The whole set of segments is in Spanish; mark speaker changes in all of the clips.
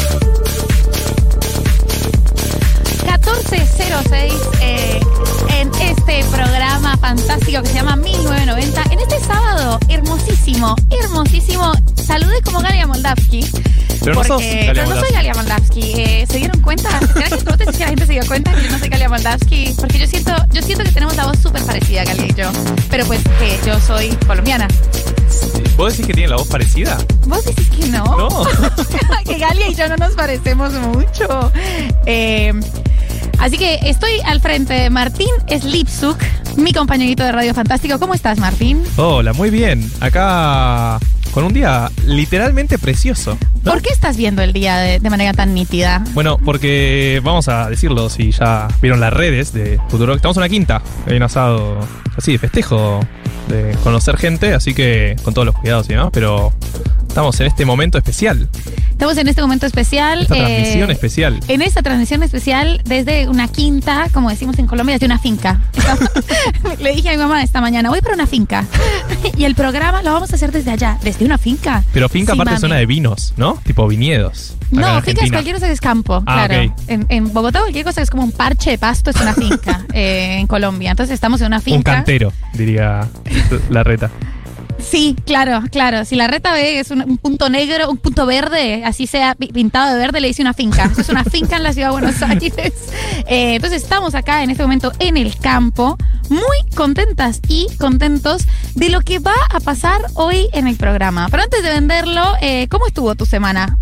Speaker 1: eh, clásico este que se llama 1990. En este sábado, hermosísimo, hermosísimo, saludé como Galia Moldavsky.
Speaker 2: Pero no sos
Speaker 1: porque-
Speaker 2: Galia
Speaker 1: no, no soy
Speaker 2: Moldavsky.
Speaker 1: Galia Moldavsky. Eh, ¿Se dieron cuenta? ¿Será que, ¿Vos te decís que la gente se dio cuenta que yo no soy Galia Moldavsky? Porque yo siento, yo siento que tenemos la voz súper parecida, Galia y yo. Pero pues que yo soy colombiana.
Speaker 2: ¿Vos decís que tiene la voz parecida?
Speaker 1: ¿Vos decís que no?
Speaker 2: No.
Speaker 1: que Galia y yo no nos parecemos mucho. Eh, así que estoy al frente de Martín Slipsuk, mi compañerito de Radio Fantástico. ¿Cómo estás, Martín?
Speaker 2: Hola, muy bien. Acá con un día literalmente precioso. ¿no?
Speaker 1: ¿Por qué estás viendo el día de, de manera tan nítida?
Speaker 2: Bueno, porque vamos a decirlo, si ya vieron las redes de Futuro, estamos en una quinta. Hay un asado así de festejo, de conocer gente, así que con todos los cuidados y demás, pero estamos en este momento especial,
Speaker 1: Estamos en este momento especial.
Speaker 2: esta
Speaker 1: eh,
Speaker 2: transmisión especial.
Speaker 1: En esta transmisión especial desde una quinta, como decimos en Colombia, desde una finca. Le dije a mi mamá esta mañana, voy para una finca. y el programa lo vamos a hacer desde allá, desde una finca.
Speaker 2: Pero finca
Speaker 1: Sí,
Speaker 2: aparte
Speaker 1: mami.
Speaker 2: es zona de vinos, ¿no? Tipo viñedos. acá en
Speaker 1: No, finca es
Speaker 2: Argentina.
Speaker 1: cualquier cosa que es campo,
Speaker 2: Ah,
Speaker 1: claro.
Speaker 2: ok.
Speaker 1: En, en Bogotá cualquier cosa que es como un parche de pasto es una finca eh, en Colombia. Entonces estamos en una finca.
Speaker 2: Un cantero, diría la reta.
Speaker 1: Sí, claro, claro. Si la reta ve es un, un punto negro, un punto verde, así sea pi- pintado de verde, le dice una finca. Eso es una finca en la ciudad de Buenos Aires. Eh, entonces estamos acá en este momento en el campo, muy contentas y contentos de lo que va a pasar hoy en el programa. Pero antes de venderlo, eh, ¿cómo estuvo tu semana?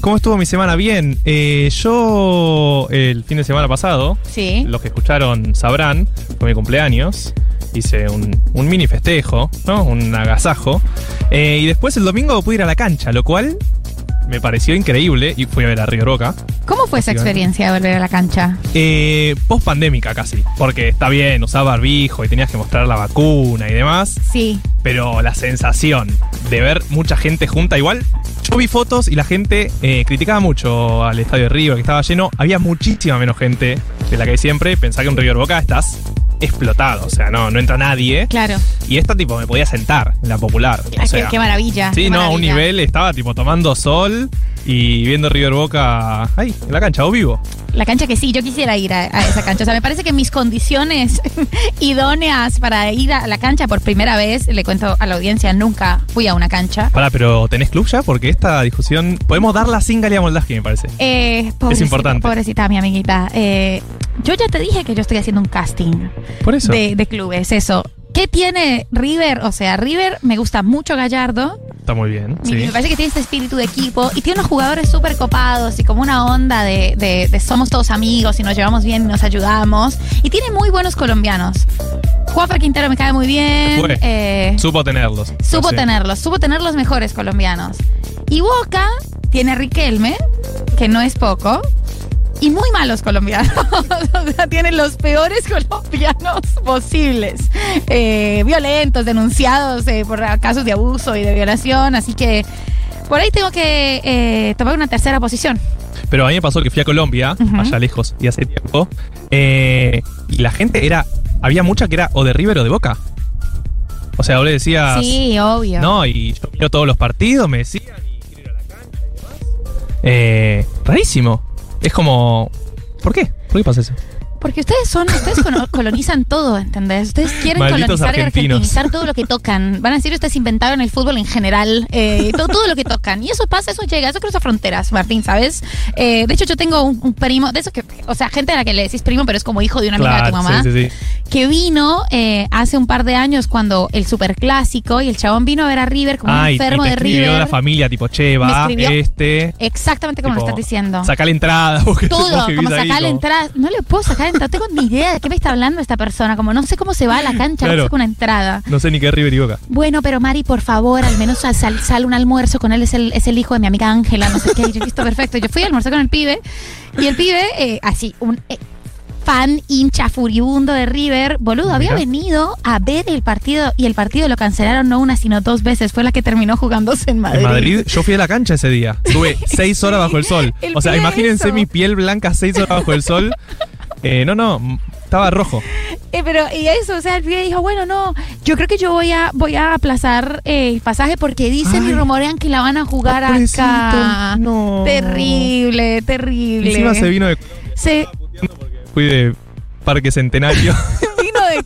Speaker 2: ¿Cómo estuvo mi semana? Bien, eh, yo el fin de semana pasado,
Speaker 1: Sí.
Speaker 2: los que escucharon sabrán, fue mi cumpleaños, hice un, un mini festejo, ¿no? Un agasajo. Eh, y después el domingo pude ir a la cancha, lo cual me pareció increíble y fui a ver a River Boca.
Speaker 1: ¿Cómo fue esa experiencia de volver a la cancha?
Speaker 2: Eh, post pandémica casi, porque está bien, usaba barbijo y tenías que mostrar la vacuna y demás.
Speaker 1: Sí.
Speaker 2: pero la sensación de ver mucha gente junta igual. Yo vi fotos y la gente eh, criticaba mucho al estadio de River que estaba lleno. Había muchísima menos gente de la que hay siempre. Pensá que en River Boca estás explotado, o sea, no, no entra nadie.
Speaker 1: Claro.
Speaker 2: Y esta tipo me podía sentar en la popular. o
Speaker 1: Ah,
Speaker 2: sea,
Speaker 1: qué, qué maravilla.
Speaker 2: sí,
Speaker 1: qué
Speaker 2: no, a un
Speaker 1: maravilla.
Speaker 2: nivel estaba tipo tomando sol y viendo River Boca ahí, en la cancha, o vivo.
Speaker 1: La cancha que sí, yo quisiera ir a, a esa cancha. O sea, me parece que mis condiciones idóneas para ir a la cancha por primera vez, le cuento a la audiencia, nunca fui a una cancha.
Speaker 2: Pará, pero ¿tenés club ya? Porque esta discusión podemos darla sin Galia Moldavsky, me parece.
Speaker 1: Eh, pobrecita-
Speaker 2: importante.
Speaker 1: Pobrecita, mi amiguita. Eh, yo ya te dije que yo estoy haciendo un casting
Speaker 2: Por eso.
Speaker 1: de, de clubes, eso. ¿Qué tiene River? O sea, River me gusta mucho Gallardo.
Speaker 2: Está muy bien.
Speaker 1: Y
Speaker 2: sí.
Speaker 1: Me parece que tiene este espíritu de equipo y tiene unos jugadores súper copados y como una onda de, de- de somos todos amigos y nos llevamos bien y nos ayudamos. Y tiene muy buenos colombianos. Juanfer Quintero me cae muy bien.
Speaker 2: Fue.
Speaker 1: eh,
Speaker 2: Supo tenerlos.
Speaker 1: supo
Speaker 2: Ah, Sí.
Speaker 1: tenerlos, supo tener los mejores colombianos. Y Boca tiene a Riquelme, que no es poco. Y muy malos colombianos. o sea, tienen los peores colombianos posibles. Eh, violentos, denunciados eh, por casos de abuso y de violación. Así que por ahí tengo que eh, tomar una tercera posición.
Speaker 2: Pero a mí me pasó que fui a Colombia,
Speaker 1: Ujú.
Speaker 2: allá lejos y hace tiempo, eh, y la gente era, había mucha que era o de River o de Boca. O sea, vos le decías,
Speaker 1: Sí, obvio.
Speaker 2: no, y yo miro todos los partidos, me decían, y quiero ir a la cancha y demás. Eh, rarísimo. Es como, ¿por qué? ¿Por qué pasa eso?
Speaker 1: Porque ustedes son, ustedes cono- colonizan todo, ¿entendés? Ustedes quieren
Speaker 2: Malditos
Speaker 1: colonizar
Speaker 2: argentinos.
Speaker 1: y argentinizar todo lo que tocan. Van a decir, ustedes inventaron el fútbol en general, eh, todo, todo lo que tocan. Y eso pasa, eso llega, eso cruza fronteras, Martín, ¿sabes? Eh, de hecho, yo tengo un, un primo, de esos que, o sea, gente a la que le decís primo, pero es como hijo de una amiga de tu mamá
Speaker 2: sí, sí, sí.
Speaker 1: que vino eh, hace un par de años cuando el superclásico y el chabón vino a ver a River como un
Speaker 2: Ay,
Speaker 1: enfermo
Speaker 2: y te
Speaker 1: de
Speaker 2: escribió
Speaker 1: River.
Speaker 2: la familia, tipo, che,
Speaker 1: Me
Speaker 2: va,
Speaker 1: escribió.
Speaker 2: este.
Speaker 1: Exactamente como
Speaker 2: tipo,
Speaker 1: lo estás diciendo.
Speaker 2: Sacá la entrada. porque
Speaker 1: todo,
Speaker 2: vos que
Speaker 1: como
Speaker 2: vivís ahí,
Speaker 1: sacar la
Speaker 2: como-
Speaker 1: entrada. No le puedo sacar entrada, no tengo ni idea de qué me está hablando esta persona. Como no sé cómo se va a la cancha, no
Speaker 2: Claro.
Speaker 1: saco una entrada.
Speaker 2: No sé ni qué es River y Boca.
Speaker 1: Bueno, pero Mari, por favor, al menos sal, sal- sal un almuerzo con él, es el, es el hijo de mi amiga Ángela, no sé qué. Y Yo listo, perfecto. Yo fui a almorzar con el pibe y el pibe, eh, así, un eh, fan hincha furibundo de River, boludo, había
Speaker 2: Mira.
Speaker 1: venido a ver el partido y el partido lo cancelaron no una, sino dos veces. Fue la que terminó jugándose en Madrid.
Speaker 2: En Madrid, yo fui a la cancha ese día. Estuve seis horas bajo el sol.
Speaker 1: El
Speaker 2: o sea,
Speaker 1: pie
Speaker 2: imagínense
Speaker 1: eso.
Speaker 2: mi piel blanca seis horas bajo el sol. Eh, no, no, m- estaba rojo.
Speaker 1: Eh, pero, y eso, o sea, el pibe dijo, bueno, no, yo creo que yo voy a, voy a aplazar eh, el pasaje porque dicen y
Speaker 2: Ay. Ah,
Speaker 1: rumorean que la van a jugar
Speaker 2: Pobrecito,
Speaker 1: acá.
Speaker 2: No.
Speaker 1: Terrible, terrible.
Speaker 2: Encima se vino de.
Speaker 1: Se
Speaker 2: Fui de Parque Centenario.
Speaker 1: vino de de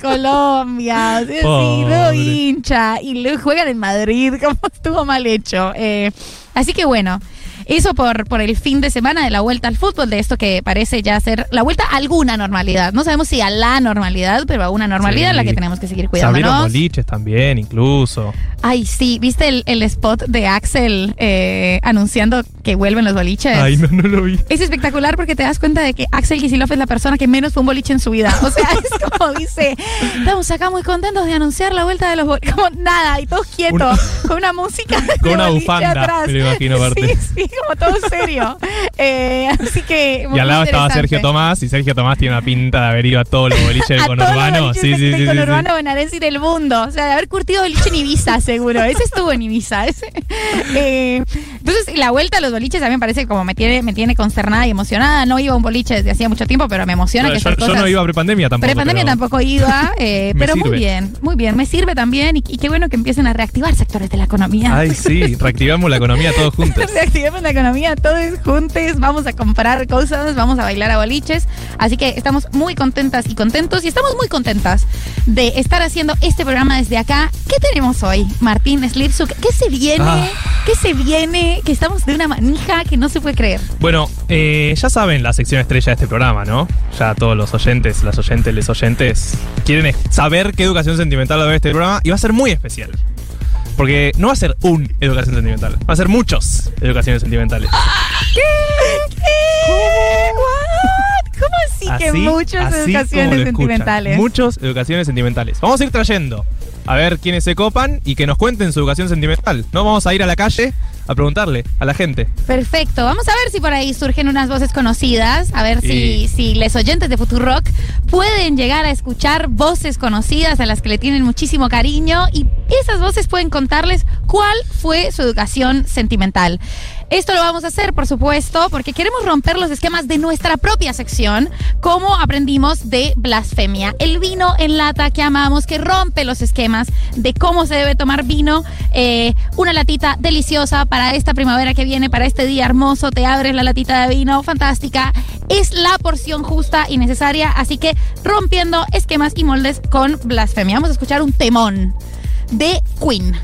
Speaker 1: Colombia. O sea, sí, no
Speaker 2: Pobre.
Speaker 1: hincha. Y luego juegan en Madrid, como estuvo mal hecho. Eh, así que bueno. Eso por, por el fin de semana de la vuelta al fútbol, de esto que parece ya ser la vuelta a alguna normalidad. No sabemos si a la normalidad, pero a una normalidad
Speaker 2: Sí.
Speaker 1: la que tenemos que seguir
Speaker 2: Se abrieron
Speaker 1: cuidándonos.
Speaker 2: boliches también, incluso.
Speaker 1: Ay, sí, ¿viste el, el spot de Axel eh, anunciando que vuelven los boliches?
Speaker 2: Ay, no, no lo vi.
Speaker 1: Es espectacular porque te das cuenta de que Axel Kicillof es la persona que menos fue un boliche en su vida. O sea, es como dice, estamos acá muy contentos de anunciar la vuelta de los boliches. Como nada, y todos quietos, con una música de
Speaker 2: Con una
Speaker 1: boliche
Speaker 2: bufanda,
Speaker 1: atrás.
Speaker 2: me lo imagino, aparte.
Speaker 1: Sí, sí, como todo serio. Eh, así que...
Speaker 2: Y
Speaker 1: muy
Speaker 2: al lado estaba
Speaker 1: interesante.
Speaker 2: Sergio Tomás, y Sergio Tomás tiene una pinta de haber ido a todos los boliches
Speaker 1: A
Speaker 2: del
Speaker 1: todos los
Speaker 2: conurbano.
Speaker 1: boliches
Speaker 2: Sí,
Speaker 1: de-
Speaker 2: sí,
Speaker 1: del
Speaker 2: sí, sí, sí.
Speaker 1: conurbano bonaerense y del mundo. O sea, de haber curtido boliche en Ibiza, seguro. Ese estuvo en Ibiza. ese. Eh, entonces, la vuelta a los boliches a mí me parece que como me tiene, me tiene consternada y emocionada. No iba a un boliche desde hacía mucho tiempo, pero me emociona
Speaker 2: Yo-
Speaker 1: que
Speaker 2: yo,
Speaker 1: estas
Speaker 2: yo
Speaker 1: cosas...
Speaker 2: no iba a prepandemia tampoco.
Speaker 1: Prepandemia
Speaker 2: pero-
Speaker 1: tampoco iba, eh,
Speaker 2: Me
Speaker 1: pero muy
Speaker 2: sirve.
Speaker 1: bien, muy bien. Me sirve también y, y qué bueno que empiecen a reactivar sectores de la economía.
Speaker 2: Ay, sí, reactivamos la economía todos juntos.
Speaker 1: Reactivemos la economía todos juntos, vamos a comprar cosas, vamos a bailar a boliches. Así que estamos muy contentas y contentos y estamos muy contentas de estar haciendo este programa desde acá. ¿Qué tenemos hoy, Martín Slipsuk? ¿Qué se viene?
Speaker 2: Ah.
Speaker 1: ¿Qué se viene? Que estamos de una manija que no se puede creer.
Speaker 2: Bueno, eh, ya saben la sección estrella de este programa, ¿no? Ya todos los oyentes, las oyentes, les oyentes quieren es- saber qué educación sentimental va a haber este programa y va a ser muy especial. Porque no va a ser un educación sentimental, va a ser muchos educaciones sentimentales.
Speaker 1: ¿Qué? What? ¿Cómo así, que muchas
Speaker 2: así como
Speaker 1: educaciones
Speaker 2: lo escuchan,
Speaker 1: sentimentales?
Speaker 2: Muchos educaciones sentimentales. Vamos a ir trayendo a ver quiénes se copan y que nos cuenten su educación sentimental. No vamos a ir a la calle a preguntarle a la gente.
Speaker 1: Perfecto, vamos a ver si por ahí surgen unas voces conocidas, a ver si,
Speaker 2: Y-
Speaker 1: si les oyentes de Futurock pueden llegar a escuchar voces conocidas a las que le tienen muchísimo cariño y esas voces pueden contarles cuál fue su educación sentimental. Esto lo vamos a hacer, por supuesto, porque queremos romper los esquemas de nuestra propia sección, como aprendimos de blasfemia. El vino en lata que amamos, que rompe los esquemas de cómo se debe tomar vino. Eh, una latita deliciosa para esta primavera que viene, para este día hermoso. Te abres la latita de vino, fantástica. Es la porción justa y necesaria, así que rompiendo esquemas y moldes con blasfemia. Vamos a escuchar un temón de Queen.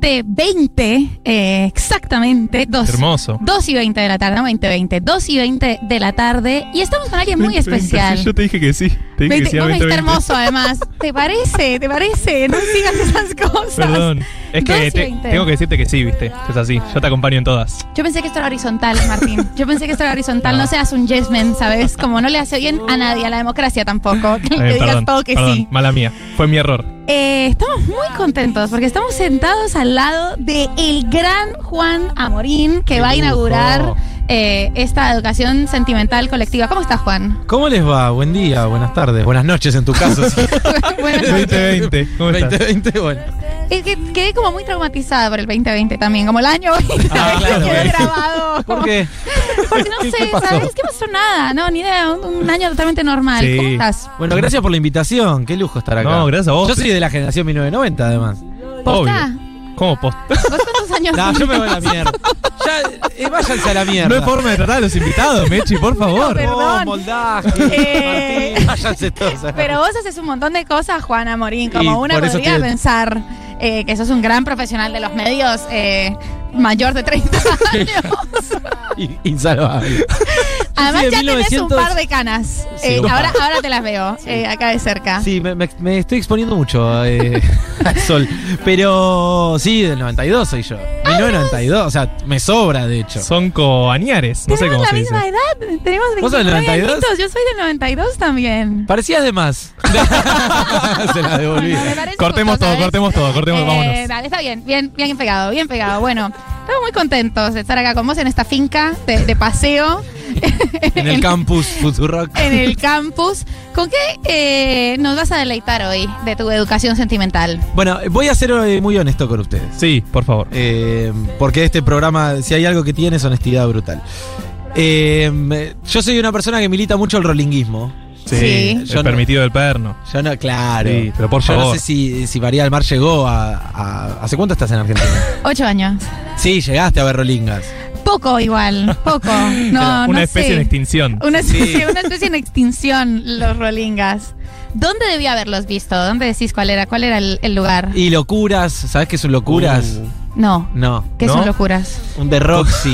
Speaker 1: 2020, eh, exactamente, dos,
Speaker 2: Hermoso.
Speaker 1: 2 y 20 de la tarde, no 20, 20, 2 y 20 de la tarde y estamos con alguien muy especial.
Speaker 2: te dije que sí. Te
Speaker 1: Veinte- vos me dijiste hermoso además. ¿Te parece? ¿Te parece? No sigas esas cosas.
Speaker 2: Perdón. Es
Speaker 1: Dos y
Speaker 2: que te-
Speaker 1: veinte.
Speaker 2: tengo que decirte que sí, viste. Es así. Yo te acompaño en todas.
Speaker 1: Yo pensé que esto era horizontal, Martín. Yo pensé que esto era horizontal. No
Speaker 2: No.
Speaker 1: seas un yes man, ¿sabes? Como no le hace bien a nadie, a la democracia tampoco. Que
Speaker 2: Eh,
Speaker 1: le digas
Speaker 2: perdón,
Speaker 1: todo que
Speaker 2: perdón,
Speaker 1: sí.
Speaker 2: Mala mía. Fue mi error.
Speaker 1: Eh, estamos muy contentos porque estamos sentados al lado de el gran Juan Amorín que
Speaker 2: Qué
Speaker 1: va a
Speaker 2: lujo.
Speaker 1: inaugurar eh, esta educación sentimental colectiva. ¿Cómo estás, Juan?
Speaker 3: ¿Cómo les va? Buen día, buenas tardes, buenas noches en tu caso. sí.
Speaker 1: Buenas noches.
Speaker 2: 2020. ¿Cómo estás?
Speaker 3: 2020, bueno.
Speaker 1: Es que quedé como muy traumatizada por el 2020 también, como el año 2020
Speaker 3: Ah, claro,
Speaker 1: quedó
Speaker 3: ok.
Speaker 1: grabado.
Speaker 3: ¿Por qué?
Speaker 1: Porque no
Speaker 3: ¿Qué-
Speaker 1: sé,
Speaker 3: qué pasó?
Speaker 1: ¿sabes? ¿Qué pasó? Nada, no, ni idea, un, un año totalmente normal.
Speaker 2: Sí.
Speaker 1: ¿Cómo estás?
Speaker 3: Bueno, gracias por la invitación, qué lujo estar acá.
Speaker 2: No, gracias a vos.
Speaker 3: Yo soy de la generación 1990, además.
Speaker 1: ¿Posta?
Speaker 2: ¿Cómo post?
Speaker 1: ¿Vos cuántos años
Speaker 3: No, yo me voy a la
Speaker 1: tenías?
Speaker 3: mierda. Ya, eh, váyanse a la mierda.
Speaker 2: No hay forma de tratar a los invitados, Mechi, por favor.
Speaker 1: pero-
Speaker 3: Oh,
Speaker 1: Perdón.
Speaker 3: moldaje,
Speaker 1: Eh.
Speaker 3: Martín, váyanse todos a la
Speaker 1: Pero vos haces un montón de cosas, Juana Morín, como
Speaker 3: Y
Speaker 1: una
Speaker 3: por eso
Speaker 1: podría
Speaker 3: te-
Speaker 1: pensar eh, que sos un gran profesional de los medios eh, mayor de 30 años.
Speaker 3: In- Insalvable.
Speaker 1: Además
Speaker 3: de
Speaker 1: ya tenés un
Speaker 3: 1900.
Speaker 1: par de canas.
Speaker 3: Sí,
Speaker 1: Eh,
Speaker 3: un par.
Speaker 1: ahora, ahora te las veo, eh, acá de cerca.
Speaker 3: Sí, me, me- me estoy exponiendo mucho eh, al sol. Pero sí, del 92 soy yo.
Speaker 1: Ah,
Speaker 3: 1992, o sea, me sobra, de hecho.
Speaker 2: Son coañares. No sé
Speaker 1: Tenemos
Speaker 2: cómo
Speaker 1: la
Speaker 2: se dice.
Speaker 1: misma edad, tenemos
Speaker 3: ¿Vos sos del
Speaker 1: 29
Speaker 3: 92?
Speaker 1: añitos, yo soy del 92 también.
Speaker 3: Parecías de más. Se la devolví.
Speaker 1: Bueno, me parece
Speaker 2: Cortemos
Speaker 1: justo,
Speaker 2: todo,
Speaker 1: ¿sabes?
Speaker 2: cortemos todo, cortemos,
Speaker 1: Eh,
Speaker 2: vámonos.
Speaker 1: Dale, está bien, bien, bien pegado, bien pegado. Bueno, estamos muy contentos de estar acá con vos en esta finca de, de paseo
Speaker 3: En el campus Futurock.
Speaker 1: en el campus. ¿Con qué eh, nos vas a deleitar hoy de tu educación sentimental?
Speaker 3: Bueno, voy a ser eh, muy honesto con ustedes.
Speaker 2: Sí, por favor.
Speaker 3: Eh, porque este programa, si hay algo que tiene, es honestidad brutal. Eh, yo soy una persona que milita mucho el rolinguismo.
Speaker 1: Sí.
Speaker 2: El
Speaker 3: Yo no-
Speaker 2: permitido del perno.
Speaker 3: Yo no, claro.
Speaker 2: Sí, pero por
Speaker 3: yo no
Speaker 2: favor.
Speaker 3: sé si, si María del Mar llegó a, a- ¿Hace cuánto estás en Argentina?
Speaker 1: Ocho años.
Speaker 3: sí, llegaste a ver rolingas.
Speaker 1: Poco igual, poco. No,
Speaker 2: una
Speaker 1: no
Speaker 2: especie
Speaker 1: sé.
Speaker 2: en extinción.
Speaker 1: Una especie, una especie en extinción, los rolingas. ¿Dónde debía haberlos visto? ¿Dónde decís cuál era? ¿Cuál era el, el lugar?
Speaker 3: Y locuras, ¿sabes qué son locuras?
Speaker 2: Uh,
Speaker 1: No.
Speaker 3: No.
Speaker 1: ¿Qué
Speaker 2: ¿No?
Speaker 1: son locuras?
Speaker 3: Un de Roxy.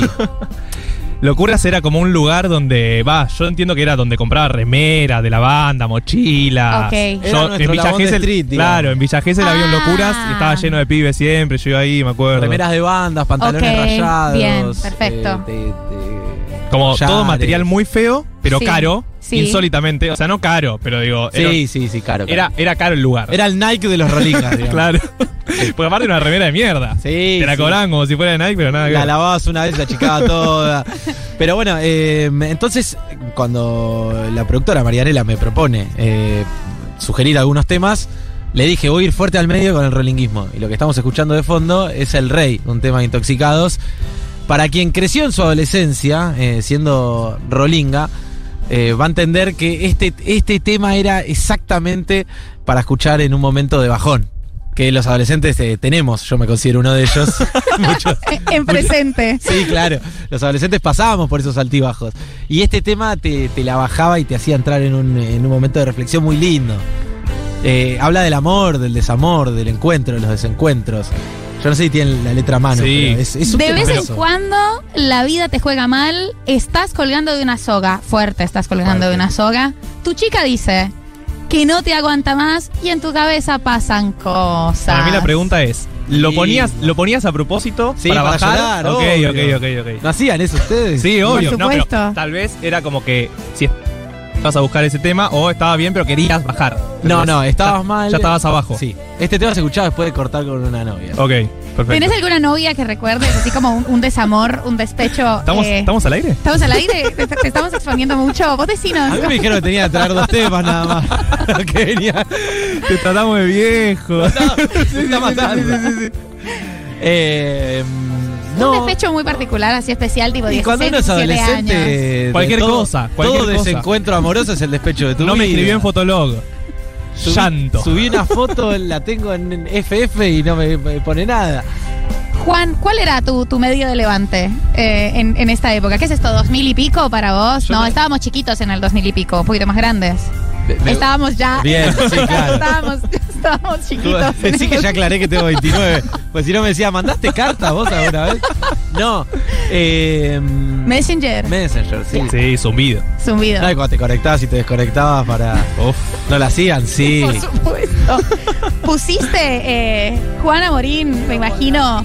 Speaker 2: Locuras era como un lugar donde, va, yo entiendo que era donde compraba remera de la banda, mochilas.
Speaker 1: Ok.
Speaker 3: Era
Speaker 2: Yo,
Speaker 3: nuestro
Speaker 2: en Villa
Speaker 3: Labón de
Speaker 2: Gesell,
Speaker 3: Street, digamos.
Speaker 2: claro, en Villa Gesell había un
Speaker 1: Ah.
Speaker 2: locuras y estaba lleno de pibes siempre, yo iba ahí, me acuerdo.
Speaker 3: Remeras de bandas, pantalones
Speaker 1: Ok,
Speaker 3: rayados.
Speaker 1: bien, perfecto.
Speaker 3: eh, te- te-
Speaker 2: Como todo
Speaker 3: collares.
Speaker 2: material muy feo, pero
Speaker 1: Sí,
Speaker 2: caro,
Speaker 1: sí.
Speaker 2: insólitamente. O sea, no caro, pero digo, era,
Speaker 3: Sí, sí, sí, claro.
Speaker 2: era,
Speaker 3: claro.
Speaker 2: era caro el lugar.
Speaker 3: Era el Nike de los rolingas, digamos.
Speaker 2: claro. Porque aparte era una remera de mierda.
Speaker 3: Sí,
Speaker 2: Te la
Speaker 3: sí.
Speaker 2: cobraban como si fuera de Nike, pero nada que
Speaker 3: La
Speaker 2: ver.
Speaker 3: lavabas una vez, la achicaba toda. Pero bueno, eh, entonces cuando la productora Marianela me propone eh, sugerir algunos temas, le dije voy a ir fuerte al medio con el rolinguismo. Y lo que estamos escuchando de fondo es El Rey, un tema de intoxicados. Para quien creció en su adolescencia, eh, siendo rolinga, eh, va a entender que este, este tema era exactamente para escuchar en un momento de bajón. Que los adolescentes eh, tenemos, yo me considero uno de ellos. Muchos.
Speaker 1: Eh, En presente.
Speaker 3: Sí, claro. Los adolescentes pasábamos por esos altibajos. Y este tema te, te la bajaba y te hacía entrar en un, en un momento de reflexión muy lindo. Eh, habla del amor, del desamor, del encuentro, de los desencuentros. Yo no sé si tienen la letra a mano.
Speaker 2: Sí.
Speaker 3: pero es, es un
Speaker 1: De vez en
Speaker 3: temazo.
Speaker 1: cuando la vida te juega mal, estás colgando de una soga, fuerte estás colgando
Speaker 3: Fuerte.
Speaker 1: de una soga. Tu chica dice que no te aguanta más y en tu cabeza pasan cosas.
Speaker 2: Para mí la pregunta es, ¿lo
Speaker 3: Sí.
Speaker 2: ponías, ¿lo ponías a propósito
Speaker 3: Sí,
Speaker 2: para,
Speaker 3: para
Speaker 2: bajar?
Speaker 3: llorar,
Speaker 2: ok,
Speaker 3: obvio.
Speaker 2: ok, ok, ok.
Speaker 3: ¿No hacían eso ustedes?
Speaker 2: Sí,
Speaker 1: Por
Speaker 2: obvio. No, pero
Speaker 1: supuesto.
Speaker 2: tal vez era como que si vas a buscar ese tema o estaba bien pero querías bajar.
Speaker 3: No, no, estabas
Speaker 2: Ya-
Speaker 3: mal.
Speaker 2: Ya estabas abajo.
Speaker 3: Sí. Este tema se escuchaba después de cortar con una novia.
Speaker 2: Ok, perfecto.
Speaker 1: ¿Tenés alguna novia que recuerdes así como un, un desamor, un despecho?
Speaker 2: ¿Estamos,
Speaker 1: eh,
Speaker 2: ¿Estamos al aire?
Speaker 1: ¿estamos al aire, te, te estamos exponiendo mucho. Vos
Speaker 3: A
Speaker 1: decinos.
Speaker 3: mí me dijeron que tenía que traer dos temas nada más. que venía.
Speaker 2: Te tratamos de viejo.
Speaker 3: Se está matando. Eh, mm, no.
Speaker 1: Un despecho muy particular, así especial, tipo
Speaker 3: Y
Speaker 1: 16,
Speaker 3: cuando uno es
Speaker 1: 17 años.
Speaker 3: adolescente, de
Speaker 2: Cualquier
Speaker 3: todo-
Speaker 2: cosa, cualquier
Speaker 3: todo
Speaker 2: cosa.
Speaker 3: desencuentro amoroso es el despecho de tu
Speaker 2: No me
Speaker 3: vida.
Speaker 2: escribió en Fotolog.
Speaker 3: Subí-
Speaker 2: Llanto.
Speaker 3: Subí una foto, la tengo en en FF y no me, me pone nada.
Speaker 1: Juan, ¿cuál era tu, tu medio de levante eh, en, en esta época? ¿Qué es esto? ¿Dos mil y pico para vos?
Speaker 2: Yo
Speaker 1: no,
Speaker 2: no-
Speaker 1: estábamos chiquitos en el dos mil y pico, un poquito más grandes. estábamos ya.
Speaker 3: Bien, sí, claro.
Speaker 1: estábamos, estábamos chiquitos. en
Speaker 3: Sí que
Speaker 1: el-
Speaker 3: ya aclaré que tengo 29. Pues si no me decía, ¿mandaste carta vos alguna vez? No. Eh, mm,
Speaker 1: Messenger,
Speaker 3: Messenger, sí.
Speaker 2: Sí, zumbido.
Speaker 1: zumbido.
Speaker 3: No, y cuando te conectabas y te desconectabas para...
Speaker 2: Uf.
Speaker 3: No la hacían, sí.
Speaker 1: Por supuesto. Pusiste, eh, Juana Morín, me imagino,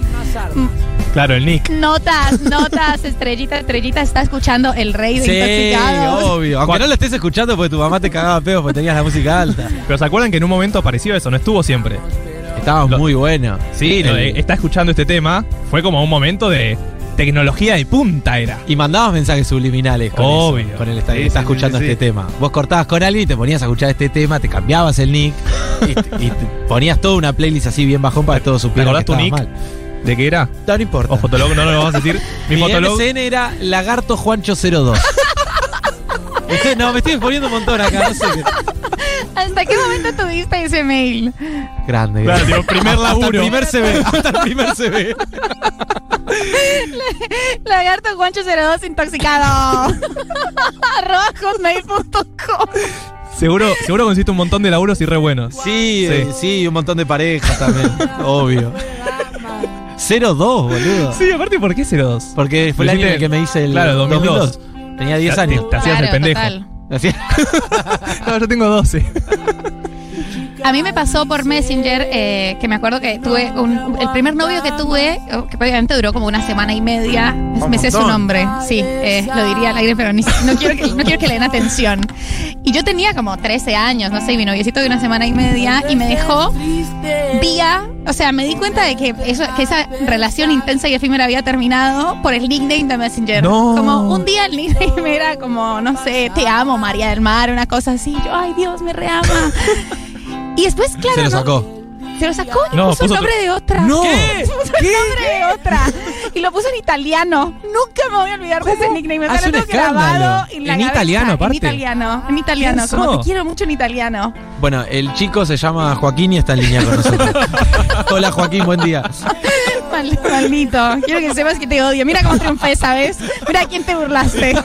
Speaker 2: Claro, el Nick.
Speaker 1: notas, notas, estrellita, estrellita, está escuchando el rey de
Speaker 3: Sí,
Speaker 1: intoxicados.
Speaker 3: obvio. Aunque
Speaker 2: Cuando-
Speaker 3: no lo estés escuchando porque tu mamá te cagaba pedo porque tenías la música alta.
Speaker 2: Pero ¿se acuerdan que en un momento apareció eso? No estuvo siempre.
Speaker 3: Estaba
Speaker 2: Lo-
Speaker 3: muy bueno.
Speaker 2: Sí, lo de,
Speaker 3: El-
Speaker 2: está escuchando este tema. Fue como un momento de tecnología de punta era.
Speaker 3: Y mandabas mensajes subliminales con,
Speaker 2: Obvio.
Speaker 3: eso, con el está,
Speaker 2: Sí,
Speaker 3: está
Speaker 2: sí,
Speaker 3: escuchando
Speaker 2: sí, sí.
Speaker 3: este tema. Vos cortabas con alguien y te ponías a escuchar este tema, te cambiabas el nick y, te- y te ponías toda una playlist así bien bajón para que todos
Speaker 2: ¿Te
Speaker 3: supieran
Speaker 2: acordás
Speaker 3: que
Speaker 2: tu nick?
Speaker 3: estabas mal.
Speaker 2: ¿De qué era?
Speaker 3: No, no importa.
Speaker 2: O Fotolog, no lo vamos a decir. Mi
Speaker 3: Mi
Speaker 2: Fotolog.
Speaker 3: MSN era Lagarto Juancho 02. Usted- no, me estoy exponiendo un montón acá. No sé qué.
Speaker 1: ¿Hasta qué momento tuviste ese mail?
Speaker 3: Grande.
Speaker 2: Claro,
Speaker 3: grande.
Speaker 2: tipo, primer
Speaker 3: Hasta el
Speaker 2: laburo.
Speaker 3: primer se ve. Hasta el primer se ve.
Speaker 1: Lagarto Guancho 02 intoxicado. Arroba hotmail.com.
Speaker 2: Seguro, seguro consiste un montón de laburos y re buenos.
Speaker 3: Sí,
Speaker 2: Sí.
Speaker 3: eh, sí, un montón de parejas también, obvio. 0-2, boludo.
Speaker 2: Sí, aparte, ¿por qué 02?
Speaker 3: Porque fue el
Speaker 2: Lo
Speaker 3: año en
Speaker 2: hiciste-
Speaker 3: el que me hice el
Speaker 2: claro,
Speaker 3: 2002.
Speaker 2: 2002.
Speaker 3: Tenía 10
Speaker 2: Te-
Speaker 3: años.
Speaker 2: Te hacías el pendejo.
Speaker 1: total.
Speaker 3: Hacía-
Speaker 2: No, yo tengo 12.
Speaker 1: A mí me pasó por Messenger eh, que me acuerdo que tuve un- el primer novio que tuve, oh, que obviamente duró como una semana y media. me sé su
Speaker 3: montón.
Speaker 1: nombre, sí, eh, lo diría al aire, pero ni- no, quiero que, no quiero que le den atención. Y yo tenía como 13 años, no sé, y mi noviecito de una semana y media y me dejó vía, o sea, me di cuenta de que, eso, que esa relación intensa y efímera había terminado por el nickname de Messenger.
Speaker 2: No.
Speaker 1: Como un día el nickname era como, no sé, te amo María del Mar, una cosa así. Yo, ay Dios, me reama. Y después, claro,
Speaker 3: Se lo
Speaker 1: ¿no?
Speaker 3: sacó.
Speaker 1: Se lo sacó y
Speaker 2: No,
Speaker 1: puso,
Speaker 2: puso
Speaker 1: el nombre
Speaker 2: otro-
Speaker 1: de otra.
Speaker 3: No.
Speaker 2: ¿Qué?
Speaker 1: Puso el nombre de otra. Y lo puso en italiano. Nunca me voy a olvidar de ese nickname. O sea,
Speaker 3: Hace
Speaker 1: lo
Speaker 3: un
Speaker 1: tengo grabado
Speaker 3: escándalo.
Speaker 1: en la
Speaker 3: En
Speaker 1: cabeza.
Speaker 3: italiano, aparte.
Speaker 1: En italiano. En italiano.
Speaker 2: ¿Quién
Speaker 1: Como
Speaker 2: sos?
Speaker 1: te quiero mucho en italiano.
Speaker 3: Bueno, el chico se llama Joaquín y está en línea con nosotros. Hola Joaquín, buen día.
Speaker 1: Mal- maldito. Quiero que sepas que te odio. Mira cómo triunfé, ¿sabes? Mira a quién te burlaste.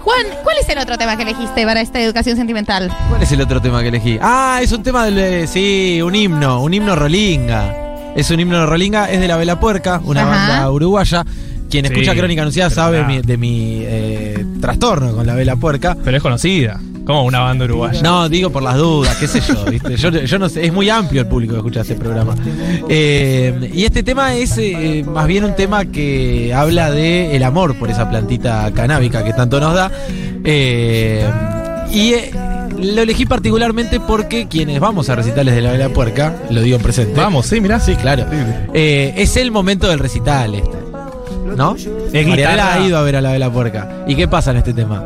Speaker 1: Juan, ¿cuál es el otro tema que elegiste para esta educación sentimental?
Speaker 3: ¿Cuál es el otro tema que elegí? Ah, es un tema del. eh, sí, un himno, un himno rolinga. Es un himno rolinga, es de la Vela Puerca, una
Speaker 1: Ajá.
Speaker 3: banda uruguaya. Quien
Speaker 2: Sí,
Speaker 3: escucha Crónica Anunciada
Speaker 2: pero
Speaker 3: sabe
Speaker 2: pará.
Speaker 3: mi- de mi eh, trastorno con la Vela Puerca.
Speaker 2: Pero es conocida. Como una banda uruguaya.
Speaker 3: No, digo por las dudas, qué sé yo, ¿viste? Yo, yo no sé, es muy amplio el público que escucha este programa. Eh, y este tema es eh, más bien un tema que habla de el amor por esa plantita canábica que tanto nos da. Eh, y eh, lo elegí particularmente porque quienes vamos a recitales de la vela puerca, lo digo en presente.
Speaker 2: Vamos, sí, mirá.
Speaker 3: Sí, claro. Eh, es el momento del recital este. ¿No? Marianela
Speaker 2: guitarra.
Speaker 3: ha ido a ver a la vela puerca. ¿Y qué pasa en este tema?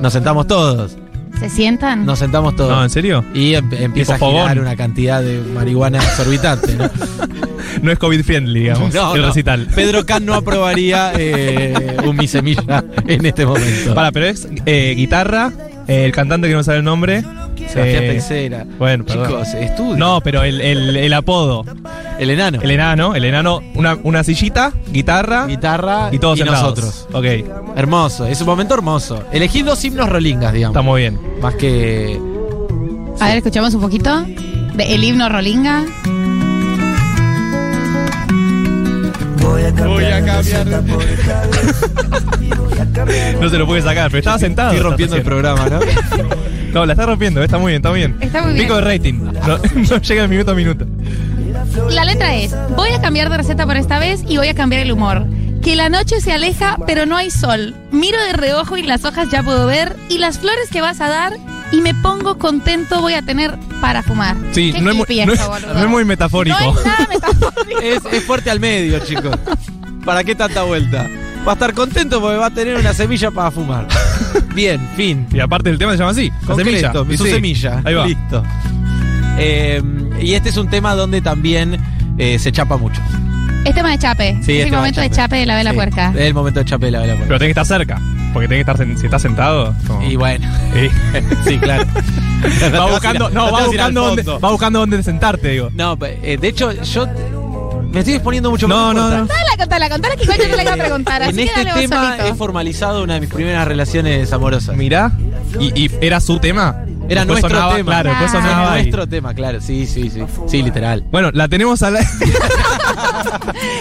Speaker 3: Nos sentamos todos.
Speaker 1: ¿Se sientan?
Speaker 3: Nos sentamos todos.
Speaker 2: No, ¿en serio?
Speaker 3: Y em- empieza
Speaker 2: Tipo
Speaker 3: a girar
Speaker 2: fogón.
Speaker 3: una cantidad de marihuana exorbitante, ¿no?
Speaker 2: No es COVID friendly, digamos,
Speaker 3: No,
Speaker 2: el
Speaker 3: no.
Speaker 2: recital.
Speaker 3: Pedro Can no aprobaría eh, un mi semilla en este momento.
Speaker 2: Para, pero es eh, guitarra, eh, el cantante que no me sale el nombre.
Speaker 3: Sebastián
Speaker 2: eh,
Speaker 3: Pensera.
Speaker 2: Bueno, perdón.
Speaker 3: Chicos, estudio.
Speaker 2: No, pero el, el- el apodo.
Speaker 3: El enano.
Speaker 2: El enano, el enano, una, una sillita, guitarra
Speaker 3: Guitarra
Speaker 2: y todos sentados.
Speaker 3: nosotros.
Speaker 2: Ok,
Speaker 3: Hermoso, es un momento hermoso. Elegí dos himnos rolingas, digamos.
Speaker 2: está muy bien.
Speaker 3: Más que.
Speaker 1: A ver, escuchamos un poquito de el himno Rolinga.
Speaker 4: Voy a cambiar, de receta por
Speaker 2: No se lo puede sacar, pero estaba sentado.
Speaker 3: Estoy rompiendo el
Speaker 2: Recién.
Speaker 3: programa, ¿no?
Speaker 2: No, la está rompiendo, está muy bien, está muy bien.
Speaker 1: Está muy bien.
Speaker 2: Pico de rating. No, no llega el minuto a minuto.
Speaker 1: La letra es, voy a cambiar de receta por esta vez y voy a cambiar el humor. Que la noche se aleja, pero no hay sol. Miro de reojo y las hojas ya puedo ver y las flores que vas a dar y me pongo contento voy a tener para fumar.
Speaker 2: Sí,
Speaker 1: Qué
Speaker 2: no es, muy,
Speaker 1: hippie
Speaker 2: no
Speaker 1: esto,
Speaker 2: es-
Speaker 1: boludo.
Speaker 2: no es muy metafórico.
Speaker 1: No es nada metafórico.
Speaker 3: es, es fuerte al medio, chicos. ¿Para qué tanta vuelta? Va a estar contento porque va a tener una semilla para fumar. Bien, fin.
Speaker 2: Y aparte el tema se llama así, la semilla.
Speaker 3: Concreto,
Speaker 2: Y
Speaker 3: Su
Speaker 2: sí,
Speaker 3: semilla.
Speaker 2: Ahí va.
Speaker 3: Listo. Eh, y este es un tema donde también eh, se chapa mucho.
Speaker 1: Es tema de chape.
Speaker 3: Sí,
Speaker 1: es
Speaker 3: este
Speaker 1: el
Speaker 3: va
Speaker 1: momento de chape de la vela
Speaker 3: Sí,
Speaker 1: puerca.
Speaker 3: Es el momento de chape de la vela
Speaker 2: Pero
Speaker 3: puerca.
Speaker 2: tenés que estar cerca, porque tenés que estar sen- si estás sentado. como-
Speaker 3: Y bueno,
Speaker 2: Sí.
Speaker 3: sí, claro.
Speaker 2: va buscando, no, va buscando dónde,
Speaker 3: donde
Speaker 2: va buscando dónde sentarte, digo.
Speaker 3: No, pe- eh, de hecho, yo te- me estoy exponiendo mucho
Speaker 2: No,
Speaker 3: más.
Speaker 2: no, no.
Speaker 1: Dale, contala, contala que igual yo te la iba a preguntar.
Speaker 3: En
Speaker 1: así que
Speaker 3: este
Speaker 1: dale vos
Speaker 3: tema
Speaker 1: solito.
Speaker 3: he formalizado una de mis primeras relaciones amorosas.
Speaker 2: Mirá, y, y era su tema.
Speaker 3: Era
Speaker 2: Después
Speaker 3: nuestro
Speaker 2: sonaba,
Speaker 3: tema.
Speaker 2: Claro, después
Speaker 1: Ah.
Speaker 3: Era
Speaker 2: sonaba. y-
Speaker 3: nuestro tema, claro. Sí, sí, sí. Sí, literal.
Speaker 2: Bueno, la tenemos a la.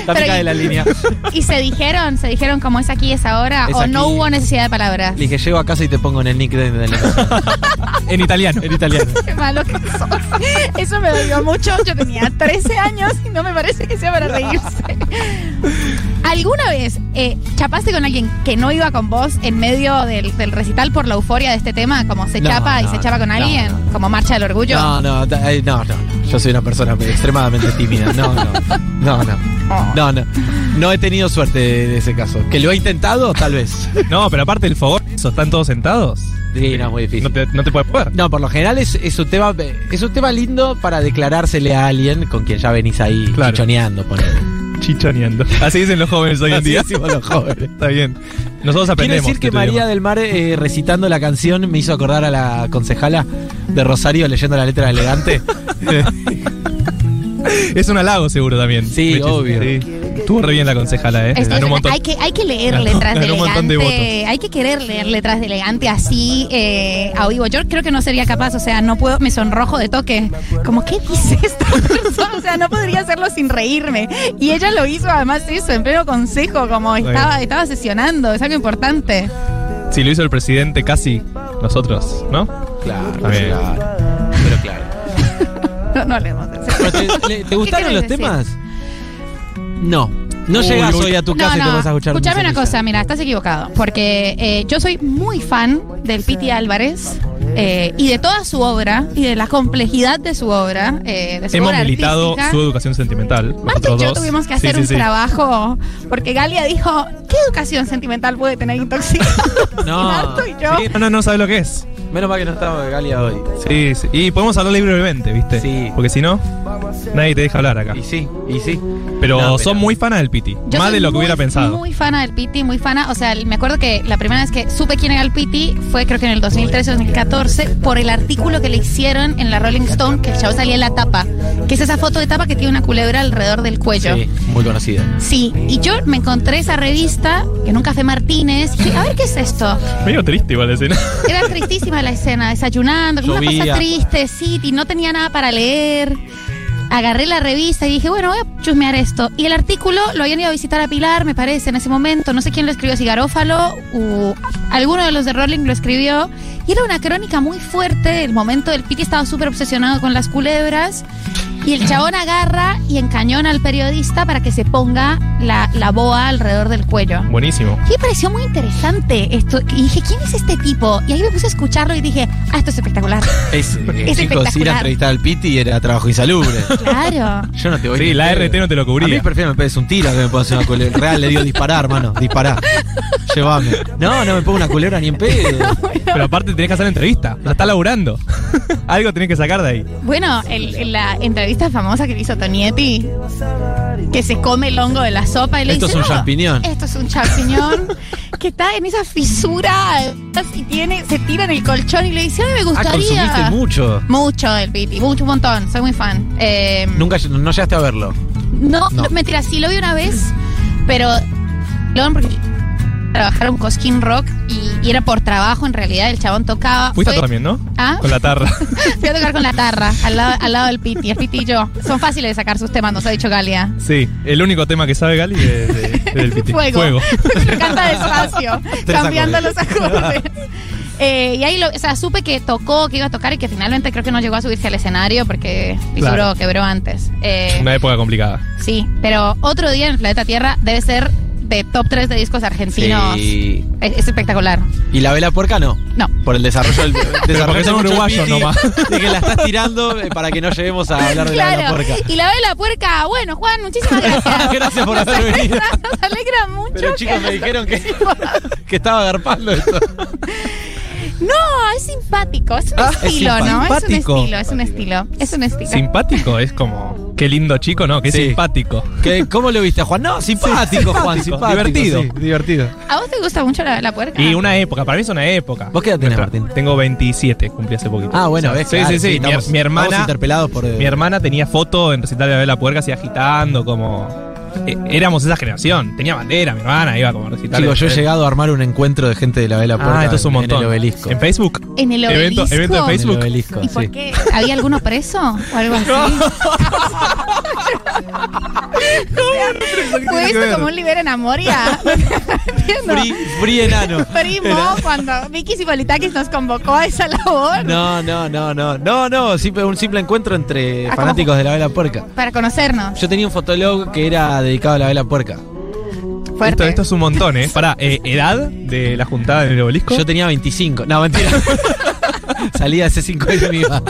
Speaker 3: La
Speaker 1: Pero
Speaker 3: pica
Speaker 1: y-
Speaker 3: de la línea.
Speaker 1: ¿Y se dijeron? ¿Se dijeron como es aquí, es ahora?
Speaker 3: Es
Speaker 1: ¿O no
Speaker 3: aquí.
Speaker 1: hubo necesidad de palabras?
Speaker 3: Le dije, llego a casa y te pongo en el nick de, de la
Speaker 2: en italiano.
Speaker 3: En italiano.
Speaker 1: Qué malo que sos. Eso me dolió mucho. Yo tenía 13 años y no me parece que sea para reírse. ¿Alguna vez eh, chapaste con alguien que no iba con vos en medio del, del recital por la euforia de este tema? Como se
Speaker 3: No,
Speaker 1: chapa y
Speaker 3: no,
Speaker 1: se chapa con
Speaker 3: no,
Speaker 1: alguien,
Speaker 3: no.
Speaker 1: como marcha del orgullo.
Speaker 3: No, no, ta- eh, no, no, no. Yo soy una persona extremadamente tímida. No, no. No, no.
Speaker 1: Oh.
Speaker 3: No, no. No he tenido suerte en ese caso. ¿Que lo he intentado? Tal vez.
Speaker 2: No, pero aparte el fogón, eso, están todos sentados.
Speaker 3: Sí, no, es muy difícil.
Speaker 2: No te, no te puedes mover.
Speaker 3: No, por lo general es, es un tema es un tema lindo para declarársele a alguien con quien ya venís ahí
Speaker 2: Claro.
Speaker 3: chichoneando, ponele.
Speaker 2: Chichoneando. Así dicen los jóvenes hoy en
Speaker 3: Así
Speaker 2: día.
Speaker 3: decimos los jóvenes.
Speaker 2: Está bien. Nosotros
Speaker 3: Quiero
Speaker 2: aprendemos.
Speaker 3: decir que
Speaker 2: este
Speaker 3: María
Speaker 2: idioma.
Speaker 3: del Mar eh, recitando la canción me hizo acordar a la concejala de Rosario leyendo la letra de elegante.
Speaker 2: Es un halago seguro también.
Speaker 3: Sí,
Speaker 2: Richie,
Speaker 3: obvio.
Speaker 2: sí. Estuvo re bien la concejala, ¿eh?
Speaker 1: Estoy
Speaker 2: Ganó un
Speaker 1: diciendo,
Speaker 2: montón.
Speaker 1: hay, que, hay que leer
Speaker 2: Ganó-
Speaker 1: letras de
Speaker 2: ganó un montón de
Speaker 1: elegante. hay que querer leer letras de elegante así eh, a vivo. Yo creo que no sería capaz, o sea, no puedo, me sonrojo de toque. Como, ¿qué dice esta persona? O sea, no podría hacerlo sin reírme. Y ella lo hizo además eso, en pleno consejo, como
Speaker 2: bien.
Speaker 1: estaba, estaba sesionando, es algo importante.
Speaker 2: Si lo hizo el presidente casi nosotros, ¿no?
Speaker 3: Claro,
Speaker 2: También.
Speaker 3: claro. Pero claro.
Speaker 1: No, no hablemos de eso.
Speaker 3: Pero ¿Te, le- te gustaron
Speaker 1: querés
Speaker 3: los
Speaker 1: decir?
Speaker 3: temas? No. No
Speaker 2: Uy,
Speaker 3: llegas
Speaker 2: uy.
Speaker 3: hoy a tu
Speaker 1: No,
Speaker 3: casa y
Speaker 1: no,
Speaker 3: te vas a
Speaker 1: Escuchame
Speaker 3: escuchar Dulce
Speaker 1: una
Speaker 3: Milla.
Speaker 1: cosa, mira, estás equivocado. Porque eh, yo soy muy fan del Piti Álvarez eh, y de toda su obra y de la complejidad de su obra. eh, de su
Speaker 2: Hemos
Speaker 1: obra
Speaker 2: militado
Speaker 1: artística.
Speaker 2: su educación sentimental.
Speaker 1: Marta y
Speaker 2: nosotros
Speaker 1: yo
Speaker 2: dos.
Speaker 1: tuvimos que
Speaker 2: Sí,
Speaker 1: hacer
Speaker 2: sí,
Speaker 1: un
Speaker 2: sí.
Speaker 1: trabajo porque Galia dijo, ¿qué educación sentimental puede tener intoxicado?
Speaker 3: No.
Speaker 1: Marto y yo.
Speaker 2: Sí, no, no, no sabe lo que es.
Speaker 3: Menos mal que no estamos de Galia hoy.
Speaker 2: Sí, sí. Y podemos hablar libremente, ¿viste?
Speaker 3: Sí.
Speaker 2: Porque si no, nadie te deja hablar acá.
Speaker 3: Y sí, y sí.
Speaker 2: Pero
Speaker 3: No,
Speaker 2: son muy fanas del Piti.
Speaker 1: Yo
Speaker 2: Más
Speaker 1: soy
Speaker 2: de lo que
Speaker 1: muy-
Speaker 2: hubiera pensado.
Speaker 1: Muy fana del Piti, muy fana. O sea, me acuerdo que la primera vez que supe quién era el Piti fue creo que en el 2013-2014 por el artículo que le hicieron en la Rolling Stone que el chavo salía en la tapa, que es esa foto de tapa que tiene una culebra alrededor del cuello.
Speaker 3: Sí, muy conocida.
Speaker 1: Sí, y yo me encontré esa revista en un café Martínez. y dije, a ver qué es esto.
Speaker 2: Medio triste igual la escena.
Speaker 1: Era tristísima la escena, desayunando, como una
Speaker 3: Llovía.
Speaker 1: cosa triste, sí, y no tenía nada para leer. Agarré la revista y dije, bueno, voy a chusmear esto. Y el artículo lo habían ido a visitar a Pilar, me parece, en ese momento. No sé quién lo escribió, si Garófalo u alguno de los de Rolling lo escribió. Y era una crónica muy fuerte. El momento del Piti estaba súper obsesionado con las culebras. Y el chabón agarra y encañona al periodista para que se ponga la, la boa alrededor del cuello.
Speaker 2: Buenísimo.
Speaker 1: Y me pareció muy interesante esto. Y dije, ¿quién es este tipo? Y ahí me puse a escucharlo y dije, ah, esto es espectacular.
Speaker 3: Es,
Speaker 1: Es
Speaker 3: eh, chicos, ir a
Speaker 1: espectacular.
Speaker 3: entrevistar al Piti era trabajo insalubre.
Speaker 1: Claro.
Speaker 3: Yo no te voy
Speaker 2: Sí,
Speaker 3: ni
Speaker 2: la
Speaker 3: en pedo.
Speaker 2: RT no te lo
Speaker 3: A mí
Speaker 2: cubría.
Speaker 3: prefiero me pegues un tiro que me puedas hacer una culebra. Real le digo disparar, hermano. Disparar. Llévame. No, no me pongo una culebra ni en pedo.
Speaker 2: Pero aparte tenés que hacer entrevista. La está laburando. Algo tenés que sacar de ahí.
Speaker 1: Bueno, el- en la entrevista famosa que le hizo Tonietti, que se come el hongo de la sopa y le
Speaker 3: Esto
Speaker 1: dice,
Speaker 3: es un
Speaker 1: "No, eh,
Speaker 3: champiñón".
Speaker 1: Esto es un champiñón que está en esa fisura. Y tiene, se tira en el colchón y le dice, ay, me
Speaker 3: Ah, consumiste
Speaker 1: gustaría.
Speaker 3: mucho.
Speaker 1: Mucho el Piti, mucho un montón, soy muy fan. Eh,
Speaker 3: Nunca ll- no llegaste a verlo.
Speaker 1: No,
Speaker 3: No.
Speaker 1: no, mentira, sí lo vi una vez, pero lo porque trabajaron Cosquín Rock y, y era por trabajo en realidad, el chabón tocaba.
Speaker 2: Fuiste
Speaker 1: fue-
Speaker 2: tú también, ¿no?
Speaker 1: Ah,
Speaker 2: Con la tarra.
Speaker 1: fui a tocar con la tarra, al lado, al lado del Piti, el Piti y yo. Son fáciles de sacar sus temas, nos ha dicho Galia.
Speaker 2: Sí. El único tema que sabe Gali es de- es del Piti.
Speaker 1: Fuego. Me encanta despacio,
Speaker 3: Tres
Speaker 1: cambiando los acordes. Eh, y ahí, lo, o sea, supe que tocó, que iba a tocar y que finalmente creo que no llegó a subirse al escenario porque fisuró,
Speaker 2: Claro.
Speaker 1: quebró antes. Eh,
Speaker 2: Una época complicada.
Speaker 1: Sí, pero otro día en el planeta Tierra debe ser de top 3 de discos argentinos.
Speaker 3: Sí.
Speaker 1: Es, es espectacular.
Speaker 3: Y la vela puerca no.
Speaker 1: No.
Speaker 3: Por el desarrollo del desarrollo
Speaker 2: porque son
Speaker 3: mucho
Speaker 2: uruguayos
Speaker 3: Piti,
Speaker 2: nomás.
Speaker 3: De que la estás tirando eh, para que no lleguemos a hablar de la vela puerca.
Speaker 1: Y la vela puerca, bueno, Juan, muchísimas gracias.
Speaker 3: Gracias por haber venido.
Speaker 1: Nos alegra mucho.
Speaker 3: Pero chicos, me
Speaker 1: que-
Speaker 3: dijeron que, que estaba agarpando esto.
Speaker 1: No, es simpático, es un
Speaker 3: Ah, es
Speaker 1: estilo, ¿no? Es un
Speaker 3: simpático.
Speaker 1: estilo, es un estilo. Es un estilo.
Speaker 2: Simpático es como. Qué lindo chico, ¿no? Qué
Speaker 3: Sí.
Speaker 2: simpático.
Speaker 3: ¿Qué- ¿Cómo lo viste a Juan? No, simpático, Juan, simpático.
Speaker 2: Divertido.
Speaker 3: sí, divertido.
Speaker 1: ¿A vos te gusta mucho la, la puerca?
Speaker 2: Y una época, para mí es una época.
Speaker 3: ¿Vos qué edad tenés,
Speaker 2: Nuestra-
Speaker 3: Martín?
Speaker 2: Tengo 27, cumplí hace poquito.
Speaker 3: Ah, bueno,
Speaker 2: O sea,
Speaker 3: ves.
Speaker 2: Sí,
Speaker 3: claro,
Speaker 2: sí, sí. Mi,
Speaker 3: estamos-
Speaker 2: mi
Speaker 3: estamos
Speaker 2: hermana.
Speaker 3: interpelados por. eh,
Speaker 2: Mi hermana tenía foto en recital de la Vela Puerca, así agitando, como. eh, éramos esa generación. Tenía bandera, mi hermana iba como a recitar.
Speaker 3: Chicos, yo he llegado a armar un encuentro de gente de la vela puerca
Speaker 2: Ah, esto es un
Speaker 3: en-
Speaker 2: montón.
Speaker 3: En el obelisco.
Speaker 2: En Facebook.
Speaker 1: En el
Speaker 2: Evento-
Speaker 1: obelisco.
Speaker 2: evento de
Speaker 3: En el
Speaker 2: Facebook.
Speaker 3: obelisco,
Speaker 1: ¿Y por
Speaker 3: sí.
Speaker 1: qué? ¿Había alguno preso o algo así? Fue
Speaker 2: que ver?
Speaker 1: eso como un liberen a Moria. Entiendo.
Speaker 3: Free, free enano.
Speaker 1: Primo, cuando Vicky Sipolitakis nos convocó a esa labor
Speaker 3: No, no, no, no. No, no, simple- un simple encuentro entre
Speaker 1: Ah, ¿cómo?
Speaker 3: fanáticos de la vela puerca.
Speaker 1: para conocernos.
Speaker 3: Yo tenía un fotolog que era dedicado a la vela puerca.
Speaker 2: Esto,
Speaker 1: Fuerte.
Speaker 2: esto es un montón, ¿eh? Para edad de la juntada en el obelisco.
Speaker 3: Yo tenía 25. No, mentira. Salía hace 5 años me iba.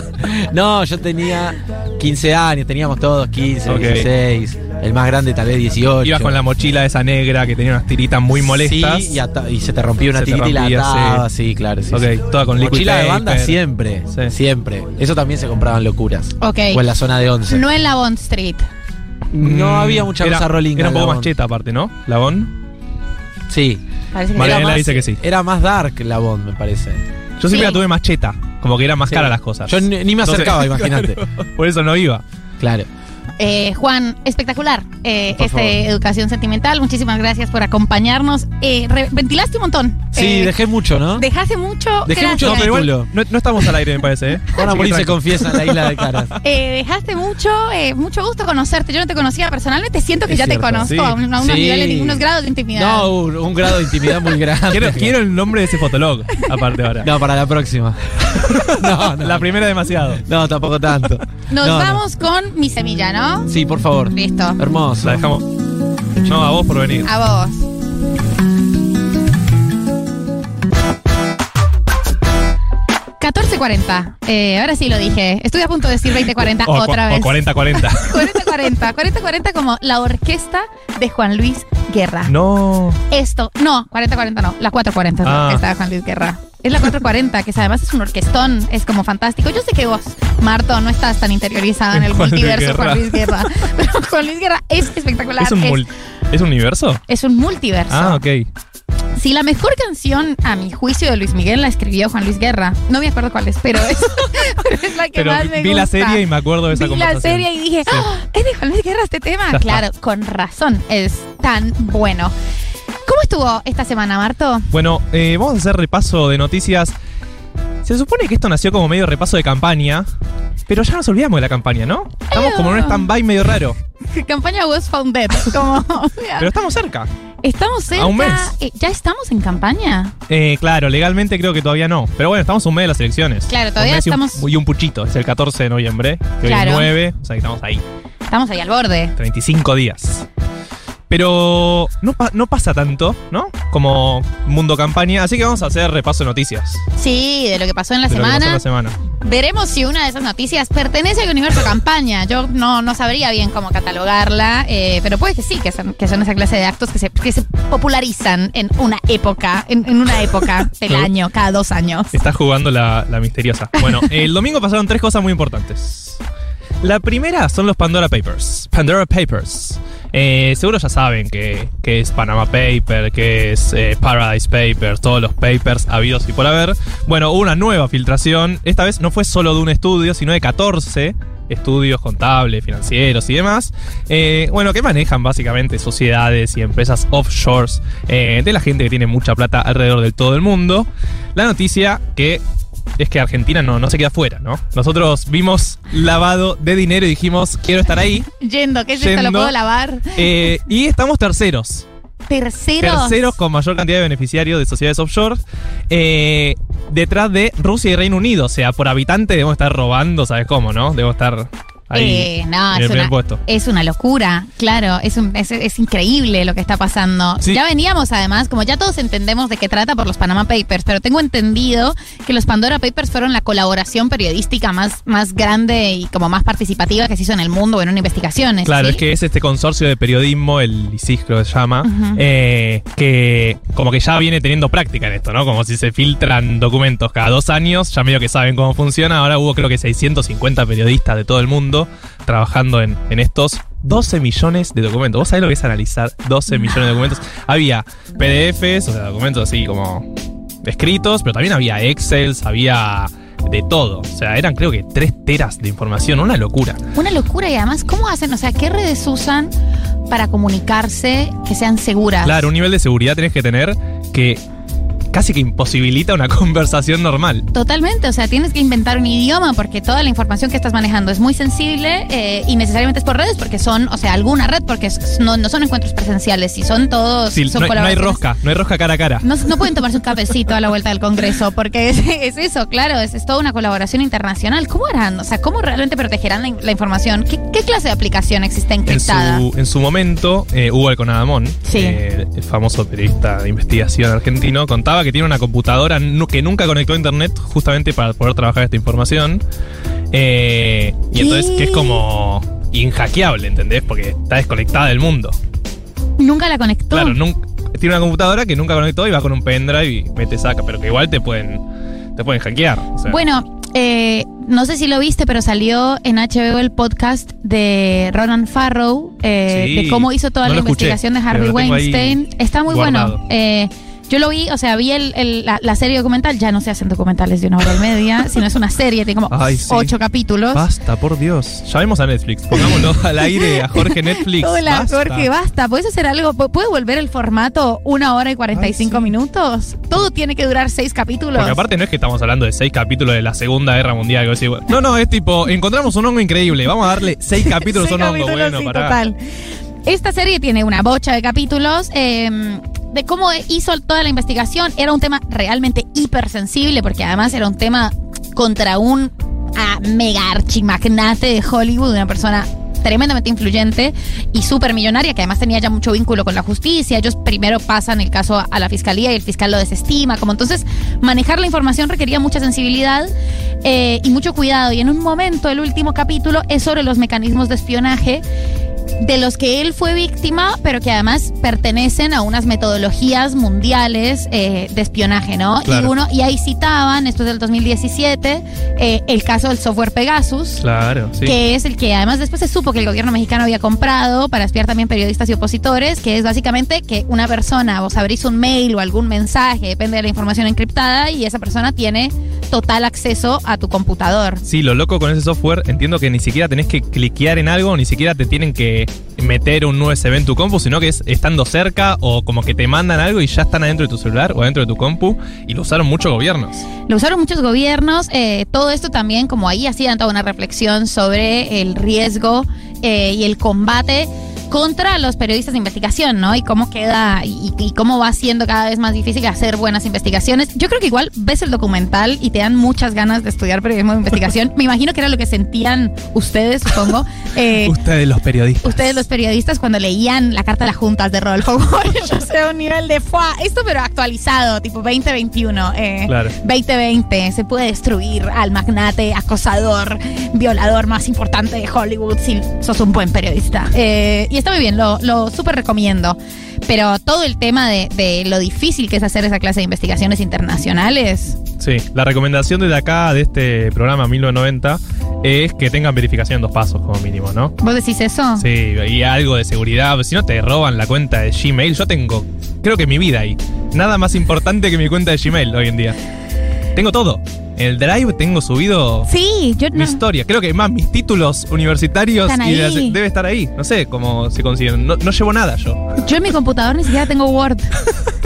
Speaker 3: No, yo tenía 15 años, teníamos todos 15,
Speaker 2: Ok.
Speaker 3: 16. El más grande tal vez 18.
Speaker 2: Ibas con la mochila esa negra que tenía unas tiritas muy molestas.
Speaker 3: Sí, y, ata- y se te rompía una
Speaker 2: Se te
Speaker 3: tirita y la
Speaker 2: rompía,
Speaker 3: ataba. Sí, claro. Sí,
Speaker 2: Ok,
Speaker 3: sí.
Speaker 2: toda con liquid
Speaker 3: Mochila de
Speaker 2: paper.
Speaker 3: banda siempre.
Speaker 2: Sí.
Speaker 3: Siempre. Eso también se compraban locuras.
Speaker 1: Ok.
Speaker 3: O en la zona de 11. No,
Speaker 1: No en la Bond Street.
Speaker 2: Mm,
Speaker 3: había mucha
Speaker 2: era-
Speaker 3: cosa rolling.
Speaker 2: Era un poco más cheta aparte, ¿no? La Bon.
Speaker 3: Sí.
Speaker 1: Parece que
Speaker 2: Vale,
Speaker 1: era
Speaker 2: él
Speaker 1: más-
Speaker 2: dice que sí.
Speaker 3: Era más dark la Bond, me parece.
Speaker 2: Yo siempre
Speaker 1: Sí.
Speaker 2: la tuve más cheta. Como que eran más
Speaker 3: Sí.
Speaker 2: caras las cosas.
Speaker 3: Yo ni, ni me
Speaker 2: Entonces-
Speaker 3: acercaba, imagínate.
Speaker 2: Por eso no iba.
Speaker 3: Claro.
Speaker 1: Eh, Juan, espectacular eh,
Speaker 3: Por
Speaker 1: este
Speaker 3: favor.
Speaker 1: Educación Sentimental. Muchísimas gracias por acompañarnos. Eh, re- ventilaste un montón.
Speaker 3: Sí,
Speaker 1: Eh,
Speaker 3: dejé mucho, ¿no?
Speaker 1: dejaste mucho.
Speaker 3: Dejé
Speaker 1: gracias.
Speaker 3: mucho
Speaker 2: No, pero igual
Speaker 3: Culo.
Speaker 2: no, no estamos al aire, me parece, ¿eh?
Speaker 3: Juan
Speaker 2: Así que
Speaker 3: Amorín se
Speaker 2: tranqui.
Speaker 3: confiesa en la isla de caras.
Speaker 1: Eh, dejaste mucho, eh, mucho gusto conocerte. Yo no te conocía personalmente, siento que
Speaker 3: Es
Speaker 1: ya
Speaker 3: cierto,
Speaker 1: te conozco
Speaker 2: sí.
Speaker 1: a, un- a unos
Speaker 3: Sí.
Speaker 1: niveles, unos grados de intimidad.
Speaker 3: No, un, un grado de intimidad muy grande.
Speaker 2: Quiero, quiero el nombre de ese fotolog, aparte ahora. Ah,
Speaker 3: No, para la próxima. No, no.
Speaker 2: La primera demasiado.
Speaker 3: No, tampoco tanto.
Speaker 1: Nos
Speaker 3: No, no.
Speaker 1: vamos con mi semilla, ¿no?
Speaker 3: Sí, por favor.
Speaker 1: Listo.
Speaker 3: Hermoso.
Speaker 2: La dejamos. No, a vos por venir.
Speaker 1: A vos. ¿14.40? Eh, ahora sí lo dije. Estuve a punto de decir 20.40
Speaker 2: O,
Speaker 1: Ah, otra
Speaker 2: cua-
Speaker 1: vez.
Speaker 2: o 40-40.
Speaker 1: 40.40. 40.40 como la orquesta de Juan Luis Guerra.
Speaker 2: No.
Speaker 1: Esto, no, 40.40 no, la 4.40 es la
Speaker 2: Ah.
Speaker 1: orquesta de Juan Luis Guerra. Es la 440, que es- además es un orquestón, es como fantástico. Yo sé que vos, Marto, no estás tan interiorizado en el
Speaker 2: Juan Luis
Speaker 1: multiverso Juan
Speaker 2: Guerra.
Speaker 1: Luis Guerra, pero Juan Luis Guerra es espectacular.
Speaker 2: ¿Es un, mul- ¿Es un universo?
Speaker 1: es un multiverso.
Speaker 2: Ah, ok.
Speaker 1: Si la mejor canción, a mi juicio, de Luis Miguel la escribió Juan Luis Guerra. No me acuerdo cuál es, pero es, pero es la que
Speaker 2: Pero
Speaker 1: más
Speaker 2: vi
Speaker 1: me
Speaker 2: vi la
Speaker 1: gusta.
Speaker 2: serie y me acuerdo de esa
Speaker 1: Vi la
Speaker 2: conversación.
Speaker 1: serie y dije,
Speaker 2: Sí.
Speaker 1: "Ah, es de Juan Luis Guerra este tema.
Speaker 2: Ya está.
Speaker 1: claro, con razón, es tan bueno. ¿Cómo estuvo esta semana, Marto?
Speaker 2: Bueno, eh, vamos a hacer repaso de noticias. Se supone que esto nació como medio repaso de campaña, pero ya nos olvidamos de la campaña, ¿no? Estamos como en un stand-by medio raro,
Speaker 1: Campaña Was Found Dead. Como, o sea,
Speaker 2: pero estamos cerca.
Speaker 1: estamos cerca.
Speaker 2: a un mes.
Speaker 1: eh, ¿Ya estamos en campaña?
Speaker 2: Eh, claro, legalmente creo que todavía no, pero bueno, estamos un mes de las elecciones.
Speaker 1: Claro,
Speaker 2: Un
Speaker 1: todavía
Speaker 2: mes y un-
Speaker 1: estamos-
Speaker 2: Y un puchito, es el 14 de noviembre, que hoy es
Speaker 1: Claro.
Speaker 2: 9, o sea que estamos ahí,
Speaker 1: Estamos ahí al borde.
Speaker 2: 35 días. Pero no, pa- no pasa tanto, ¿no? Como mundo campaña, así que vamos a hacer repaso de noticias.
Speaker 1: Sí, de lo que pasó en la
Speaker 2: de lo que pasó
Speaker 1: semana.
Speaker 2: en la semana.
Speaker 1: Veremos si una de esas noticias pertenece al universo campaña. Yo no, no sabría bien cómo catalogarla, eh, pero puede que sí, que son, que son esa clase de actos que se, que se popularizan en una época, en, en una época del
Speaker 2: Claro.
Speaker 1: año, cada dos años.
Speaker 2: Está jugando la, la misteriosa. Bueno, el domingo pasaron tres cosas muy importantes. La primera son los Pandora Papers. Pandora Papers. Eh, seguro ya saben que, que es Panama Paper, que es eh, Paradise Papers, todos los papers habidos y por haber. Bueno, hubo una nueva filtración. Esta vez no fue solo de un estudio, sino de 14 estudios contables, financieros y demás. Eh, bueno, que manejan básicamente sociedades y empresas offshores eh, de la gente que tiene mucha plata alrededor del todo el mundo. La noticia que es que Argentina no, no se queda fuera, ¿no? Nosotros vimos lavado de dinero y dijimos, quiero estar ahí.
Speaker 1: Yendo, ¿qué es esto? ¿Lo
Speaker 2: Yendo.
Speaker 1: puedo lavar?
Speaker 2: Eh, y estamos terceros.
Speaker 1: Terceros.
Speaker 2: Terceros con mayor cantidad de beneficiarios de sociedades offshore. eh, detrás de Rusia y Reino Unido. O sea, por habitante debemos estar robando, ¿sabes cómo, no? Debemos estar ahí.
Speaker 1: Eh, no,
Speaker 2: en el
Speaker 1: es
Speaker 2: primer
Speaker 1: una,
Speaker 2: puesto.
Speaker 1: es una locura, claro, es, un- es, es increíble lo que está pasando.
Speaker 2: Sí.
Speaker 1: Ya veníamos además, como ya todos entendemos de qué trata por los Panama Papers, pero tengo entendido que los Pandora Papers fueron la colaboración periodística más, más grande y como más participativa que se hizo en el mundo en una investigación. ¿es
Speaker 2: Claro,
Speaker 1: así?
Speaker 2: es que es este consorcio de periodismo, el ISIS creo que se llama,
Speaker 1: Ujú.
Speaker 2: eh, que como que ya viene teniendo práctica en esto, ¿no? Como si se filtran documentos cada dos años, ya medio que saben cómo funciona. Ahora hubo creo que 650 periodistas de todo el mundo trabajando en, en estos 12 millones de documentos. ¿Vos sabés lo que es analizar 12 millones de documentos? Había PDFs, o sea, documentos así como escritos, pero también había Excel, había de todo. O sea, eran creo que 3 teras de información, una locura.
Speaker 1: Una locura y además, ¿cómo hacen? O sea, ¿qué redes usan para comunicarse que sean seguras?
Speaker 2: Claro, un nivel de seguridad tenés que tener que casi que imposibilita una conversación normal.
Speaker 1: Totalmente, o sea, tienes que inventar un idioma porque toda la información que estás manejando es muy sensible eh, y necesariamente es por redes porque son, o sea, alguna red porque es- no, no son encuentros presenciales y son todos...
Speaker 2: Sí,
Speaker 1: son
Speaker 2: no, hay- no hay
Speaker 1: colaboraciones.
Speaker 2: rosca, no hay rosca cara a cara.
Speaker 1: No, no pueden tomarse un cafecito a la vuelta del Congreso porque es, es eso, claro, es, es toda una colaboración internacional. ¿Cómo harán? O sea, ¿cómo realmente protegerán la, in- la información? ¿Qué, qué clase de aplicación existe
Speaker 2: En
Speaker 1: encriptada?
Speaker 2: su, en su momento, eh, Hugo Alconadamón,
Speaker 1: Sí.
Speaker 2: eh, el famoso periodista de investigación argentino, contaba que tiene una computadora nu- que nunca conectó a internet justamente para poder trabajar esta información. Eh, y entonces que es como inhackeable, ¿entendés? Porque está desconectada del mundo.
Speaker 1: Nunca la conectó.
Speaker 2: Claro, nunca- tiene una computadora que nunca conectó y va con un pendrive y mete saca, pero que igual te pueden, te pueden hackear. o sea.
Speaker 1: Bueno, eh, no sé si lo viste, pero salió en HBO el podcast de Ronan Farrow, eh,
Speaker 2: Sí,
Speaker 1: de cómo hizo toda
Speaker 2: no
Speaker 1: la
Speaker 2: lo escuché,
Speaker 1: investigación de
Speaker 2: pero
Speaker 1: Harvey
Speaker 2: lo tengo ahí
Speaker 1: Weinstein. Está muy
Speaker 2: guardado.
Speaker 1: bueno. Eh, yo lo vi, o sea, vi el- el- la, la serie documental, ya no se hacen documentales de una hora y media, sino es una serie, tiene como
Speaker 2: Ay, sí.
Speaker 1: ocho capítulos.
Speaker 2: Basta, por Dios. Llamemos a Netflix, pongámoslo al aire a Jorge Netflix.
Speaker 1: Hola,
Speaker 2: basta.
Speaker 1: Jorge, basta. ¿Puedes hacer algo? ¿Pu- ¿Puede volver el formato una hora y 45
Speaker 2: Ay, sí.
Speaker 1: minutos? Todo tiene que durar seis capítulos.
Speaker 2: Porque aparte no es que estamos hablando de seis capítulos de la Segunda Guerra Mundial. que vos decís, bueno, No, no, es tipo, encontramos un hongo increíble. Vamos a darle seis capítulos a
Speaker 1: Sí,
Speaker 2: un hongo.
Speaker 1: capítulos,
Speaker 2: Bueno,
Speaker 1: sí,
Speaker 2: pará.
Speaker 1: total. Esta serie tiene una bocha de capítulos. eh, de cómo hizo toda la investigación. Era un tema realmente hipersensible, porque además era un tema contra un ah, mega archimagnate de Hollywood, una persona tremendamente influyente y súper millonaria, que además tenía ya mucho vínculo con la justicia. Ellos primero pasan el caso a- a la fiscalía y el fiscal lo desestima. Como entonces, manejar la información requería mucha sensibilidad eh, y mucho cuidado. Y en un momento, el último capítulo es sobre los mecanismos de espionaje de los que él fue víctima, pero que además pertenecen a unas metodologías mundiales eh, de espionaje, ¿no?
Speaker 2: Claro.
Speaker 1: Y uno y ahí citaban, esto es del 2017, eh, el caso del software Pegasus.
Speaker 2: Claro, sí.
Speaker 1: que es el que además después se supo que el gobierno mexicano había comprado para espiar también periodistas y opositores, que es básicamente que una persona, vos abrís un mail o algún mensaje, depende de la información encriptada, y esa persona tiene total acceso a tu computador.
Speaker 2: Sí, lo loco con ese software, entiendo que ni siquiera tenés que cliquear en algo, ni siquiera te tienen que meter un USB en tu compu, sino que es estando cerca o como que te mandan algo y ya están adentro de tu celular o adentro de tu compu y lo usaron muchos gobiernos.
Speaker 1: Lo usaron muchos gobiernos. eh, todo esto también, como ahí hacían toda una reflexión sobre el riesgo eh, y el combate contra los periodistas de investigación, ¿no? Y cómo queda y, y cómo va siendo cada vez más difícil hacer buenas investigaciones. Yo creo que igual ves el documental y te dan muchas ganas de estudiar periodismo de investigación. Me imagino que era lo que sentían ustedes, supongo. eh,
Speaker 2: Ustedes los periodistas.
Speaker 1: Ustedes los periodistas cuando leían la carta de las juntas de Rodolfo Walsh, o sea, un nivel de ¡fua! Esto pero actualizado, tipo 2021, eh,
Speaker 2: Claro.
Speaker 1: 2020, se puede destruir al magnate, acosador, violador más importante de Hollywood si sos un buen periodista. Eh, y está muy bien, lo, lo súper recomiendo. Pero todo el tema de, de lo difícil que es hacer esa clase de investigaciones internacionales.
Speaker 2: Sí, la recomendación desde acá, de este programa 1990, es que tengan verificación en dos pasos como mínimo, ¿no?
Speaker 1: ¿Vos decís eso?
Speaker 2: Sí, y algo de seguridad, si no te roban la cuenta de Gmail, yo tengo, creo que mi vida ahí. Nada más importante que mi cuenta de Gmail hoy en día. Tengo todo. En el Drive tengo subido
Speaker 1: Sí, yo
Speaker 2: mi
Speaker 1: no.
Speaker 2: historia. Creo que más mis títulos universitarios
Speaker 1: Están
Speaker 2: y de las-
Speaker 1: ahí.
Speaker 2: debe estar ahí. No sé cómo se consiguen. No, no llevo nada yo.
Speaker 1: Yo en mi computador ni siquiera tengo Word.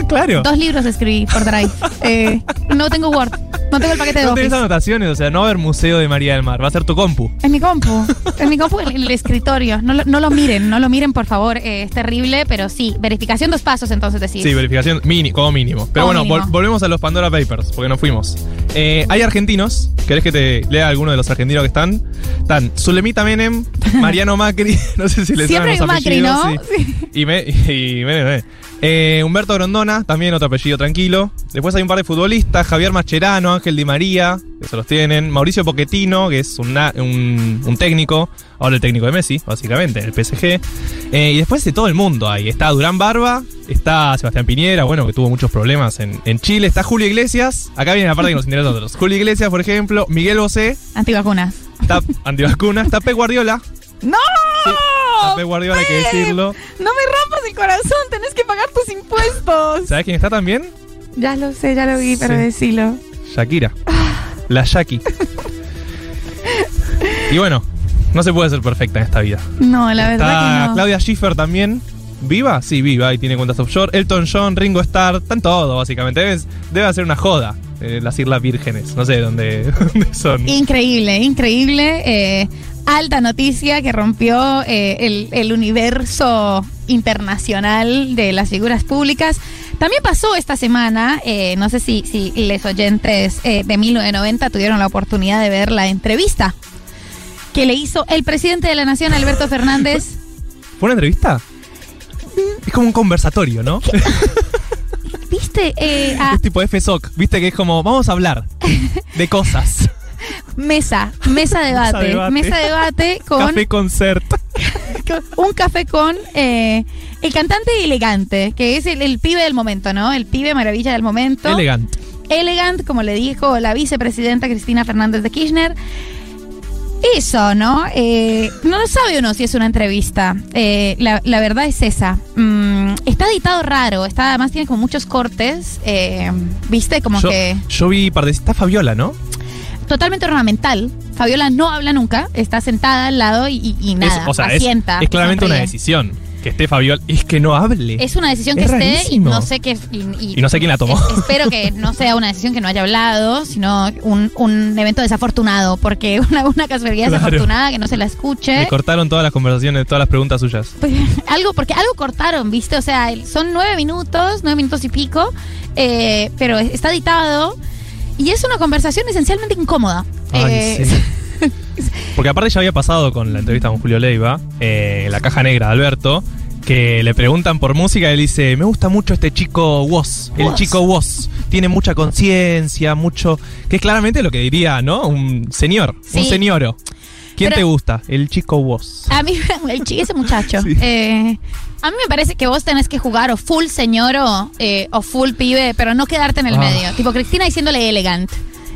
Speaker 2: claro.
Speaker 1: Dos libros escribí por Drive. Eh, no tengo Word. No tengo el paquete de
Speaker 2: No tenés
Speaker 1: Office.
Speaker 2: anotaciones, o sea, no va a haber museo de María del Mar, va a ser tu compu.
Speaker 1: En mi compu. En mi compu, el, el escritorio. No lo, no lo miren, no lo miren, por favor. Eh, es terrible, pero sí. Verificación dos pasos, entonces decís.
Speaker 2: Sí, verificación mini, como mínimo. Pero
Speaker 1: Como
Speaker 2: bueno, vol-
Speaker 1: mínimo.
Speaker 2: volvemos a los Pandora Papers, porque nos fuimos. Eh, hay argentinos. ¿Querés que te lea alguno de los argentinos que están? Están Zulemita Menem, Mariano Macri, no sé si les
Speaker 1: Siempre hay
Speaker 2: saben los
Speaker 1: un Macri,
Speaker 2: apellidos,
Speaker 1: ¿no?
Speaker 2: sí. Y, me, y Menem, eh. Eh, Humberto Grondona, también otro apellido tranquilo. Después hay un par de futbolistas, Javier Mascherano, Ángel Di María, que se los tienen. Mauricio Pochettino, que es un, na- un, un técnico, ahora el técnico de Messi, básicamente, en el PSG. Eh, y después de todo el mundo ahí. Está Durán Barba, está Sebastián Piñera, bueno, que tuvo muchos problemas en, en Chile. Está Julio Iglesias, acá viene la parte que nos interesa a nosotros. Julio Iglesias, por ejemplo, Miguel Bosé,
Speaker 1: Antivacunas.
Speaker 2: está antivacuna, está Pep Guardiola.
Speaker 1: ¡No!
Speaker 2: Está Pep Guardiola, hay que
Speaker 1: Oh, Pep.
Speaker 2: decirlo.
Speaker 1: No me rompas el corazón, tenés que pagar tus impuestos.
Speaker 2: ¿Sabes quién está también?
Speaker 1: Ya lo sé, ya lo vi, pero
Speaker 2: Sí.
Speaker 1: decilo.
Speaker 2: Shakira. La Shaki. Y bueno, no se puede ser perfecta en esta vida.
Speaker 1: No, la
Speaker 2: Está
Speaker 1: verdad que no.
Speaker 2: Claudia Schiffer también. ¿Viva? Sí, viva. Y tiene cuentas offshore. Elton John, Ringo Starr. Están todos, básicamente. Deben, debe ser una joda. eh, las Islas Vírgenes. No sé dónde, dónde son.
Speaker 1: Increíble, increíble. eh, alta noticia que rompió eh, el, el universo internacional de las figuras públicas. También pasó esta semana, eh, no sé si, si les oyentes eh, de 1990 tuvieron la oportunidad de ver la entrevista que le hizo el presidente de la Nación, Alberto Fernández.
Speaker 2: ¿Fue una entrevista? Es como un conversatorio, ¿no?
Speaker 1: ¿Viste? Eh, a
Speaker 2: Es tipo FSOC. Viste que es como, vamos a hablar de cosas.
Speaker 1: mesa, mesa debate, mesa
Speaker 2: debate.
Speaker 1: debate, con...
Speaker 2: Café concert.
Speaker 1: un café con eh, el cantante elegante, que es el, el pibe del momento, ¿no? El pibe maravilla del momento.
Speaker 2: Elegante.
Speaker 1: Elegant, como le dijo la vicepresidenta Cristina Fernández de Kirchner. Eso, ¿no? Eh, no lo sabe uno si es una entrevista. Eh, la, la verdad es esa. Mm, está editado raro. Está, además tiene como muchos cortes. eh, ¿Viste? Como
Speaker 2: yo,
Speaker 1: que
Speaker 2: yo vi partecita Fabiola, ¿no?
Speaker 1: totalmente ornamental. Fabiola no habla nunca. Está sentada al lado y, y- y nada.
Speaker 2: es, o sea, es-
Speaker 1: asienta,
Speaker 2: es, claramente una
Speaker 1: sonríe.
Speaker 2: decisión. Que esté Fabiola. Es que no hable.
Speaker 1: Es una decisión que
Speaker 2: Es
Speaker 1: esté
Speaker 2: rarísimo.
Speaker 1: y no sé qué y,
Speaker 2: Y no sé quién la tomó.
Speaker 1: es- espero que no sea una decisión que no haya hablado, sino un, un evento desafortunado, porque una, una casualidad
Speaker 2: Claro.
Speaker 1: desafortunada que no se la escuche.
Speaker 2: Le cortaron todas las conversaciones, todas las preguntas suyas.
Speaker 1: Pues, algo, porque algo cortaron, ¿viste? O sea, el- son nueve minutos, nueve minutos y pico, eh, pero está editado y es una conversación esencialmente incómoda. Eh,
Speaker 2: Ay, sí. Porque aparte ya había pasado con la entrevista con Julio Leiva, eh, en la caja negra de Alberto, que le preguntan por música y él dice, me gusta mucho este chico Woz, el
Speaker 1: Woz.
Speaker 2: chico Woz. Tiene mucha conciencia, mucho... Que es claramente lo que diría, ¿no? Un señor, un
Speaker 1: Sí.
Speaker 2: señoro. ¿Quién
Speaker 1: Pero-
Speaker 2: te gusta? El chico vos.
Speaker 1: A mí, el chi- ese muchacho.
Speaker 2: Sí.
Speaker 1: Eh, a mí me parece que vos tenés que jugar o full señor o, eh, o full pibe, pero no quedarte en el
Speaker 2: Ah.
Speaker 1: medio. Tipo Cristina diciéndole elegante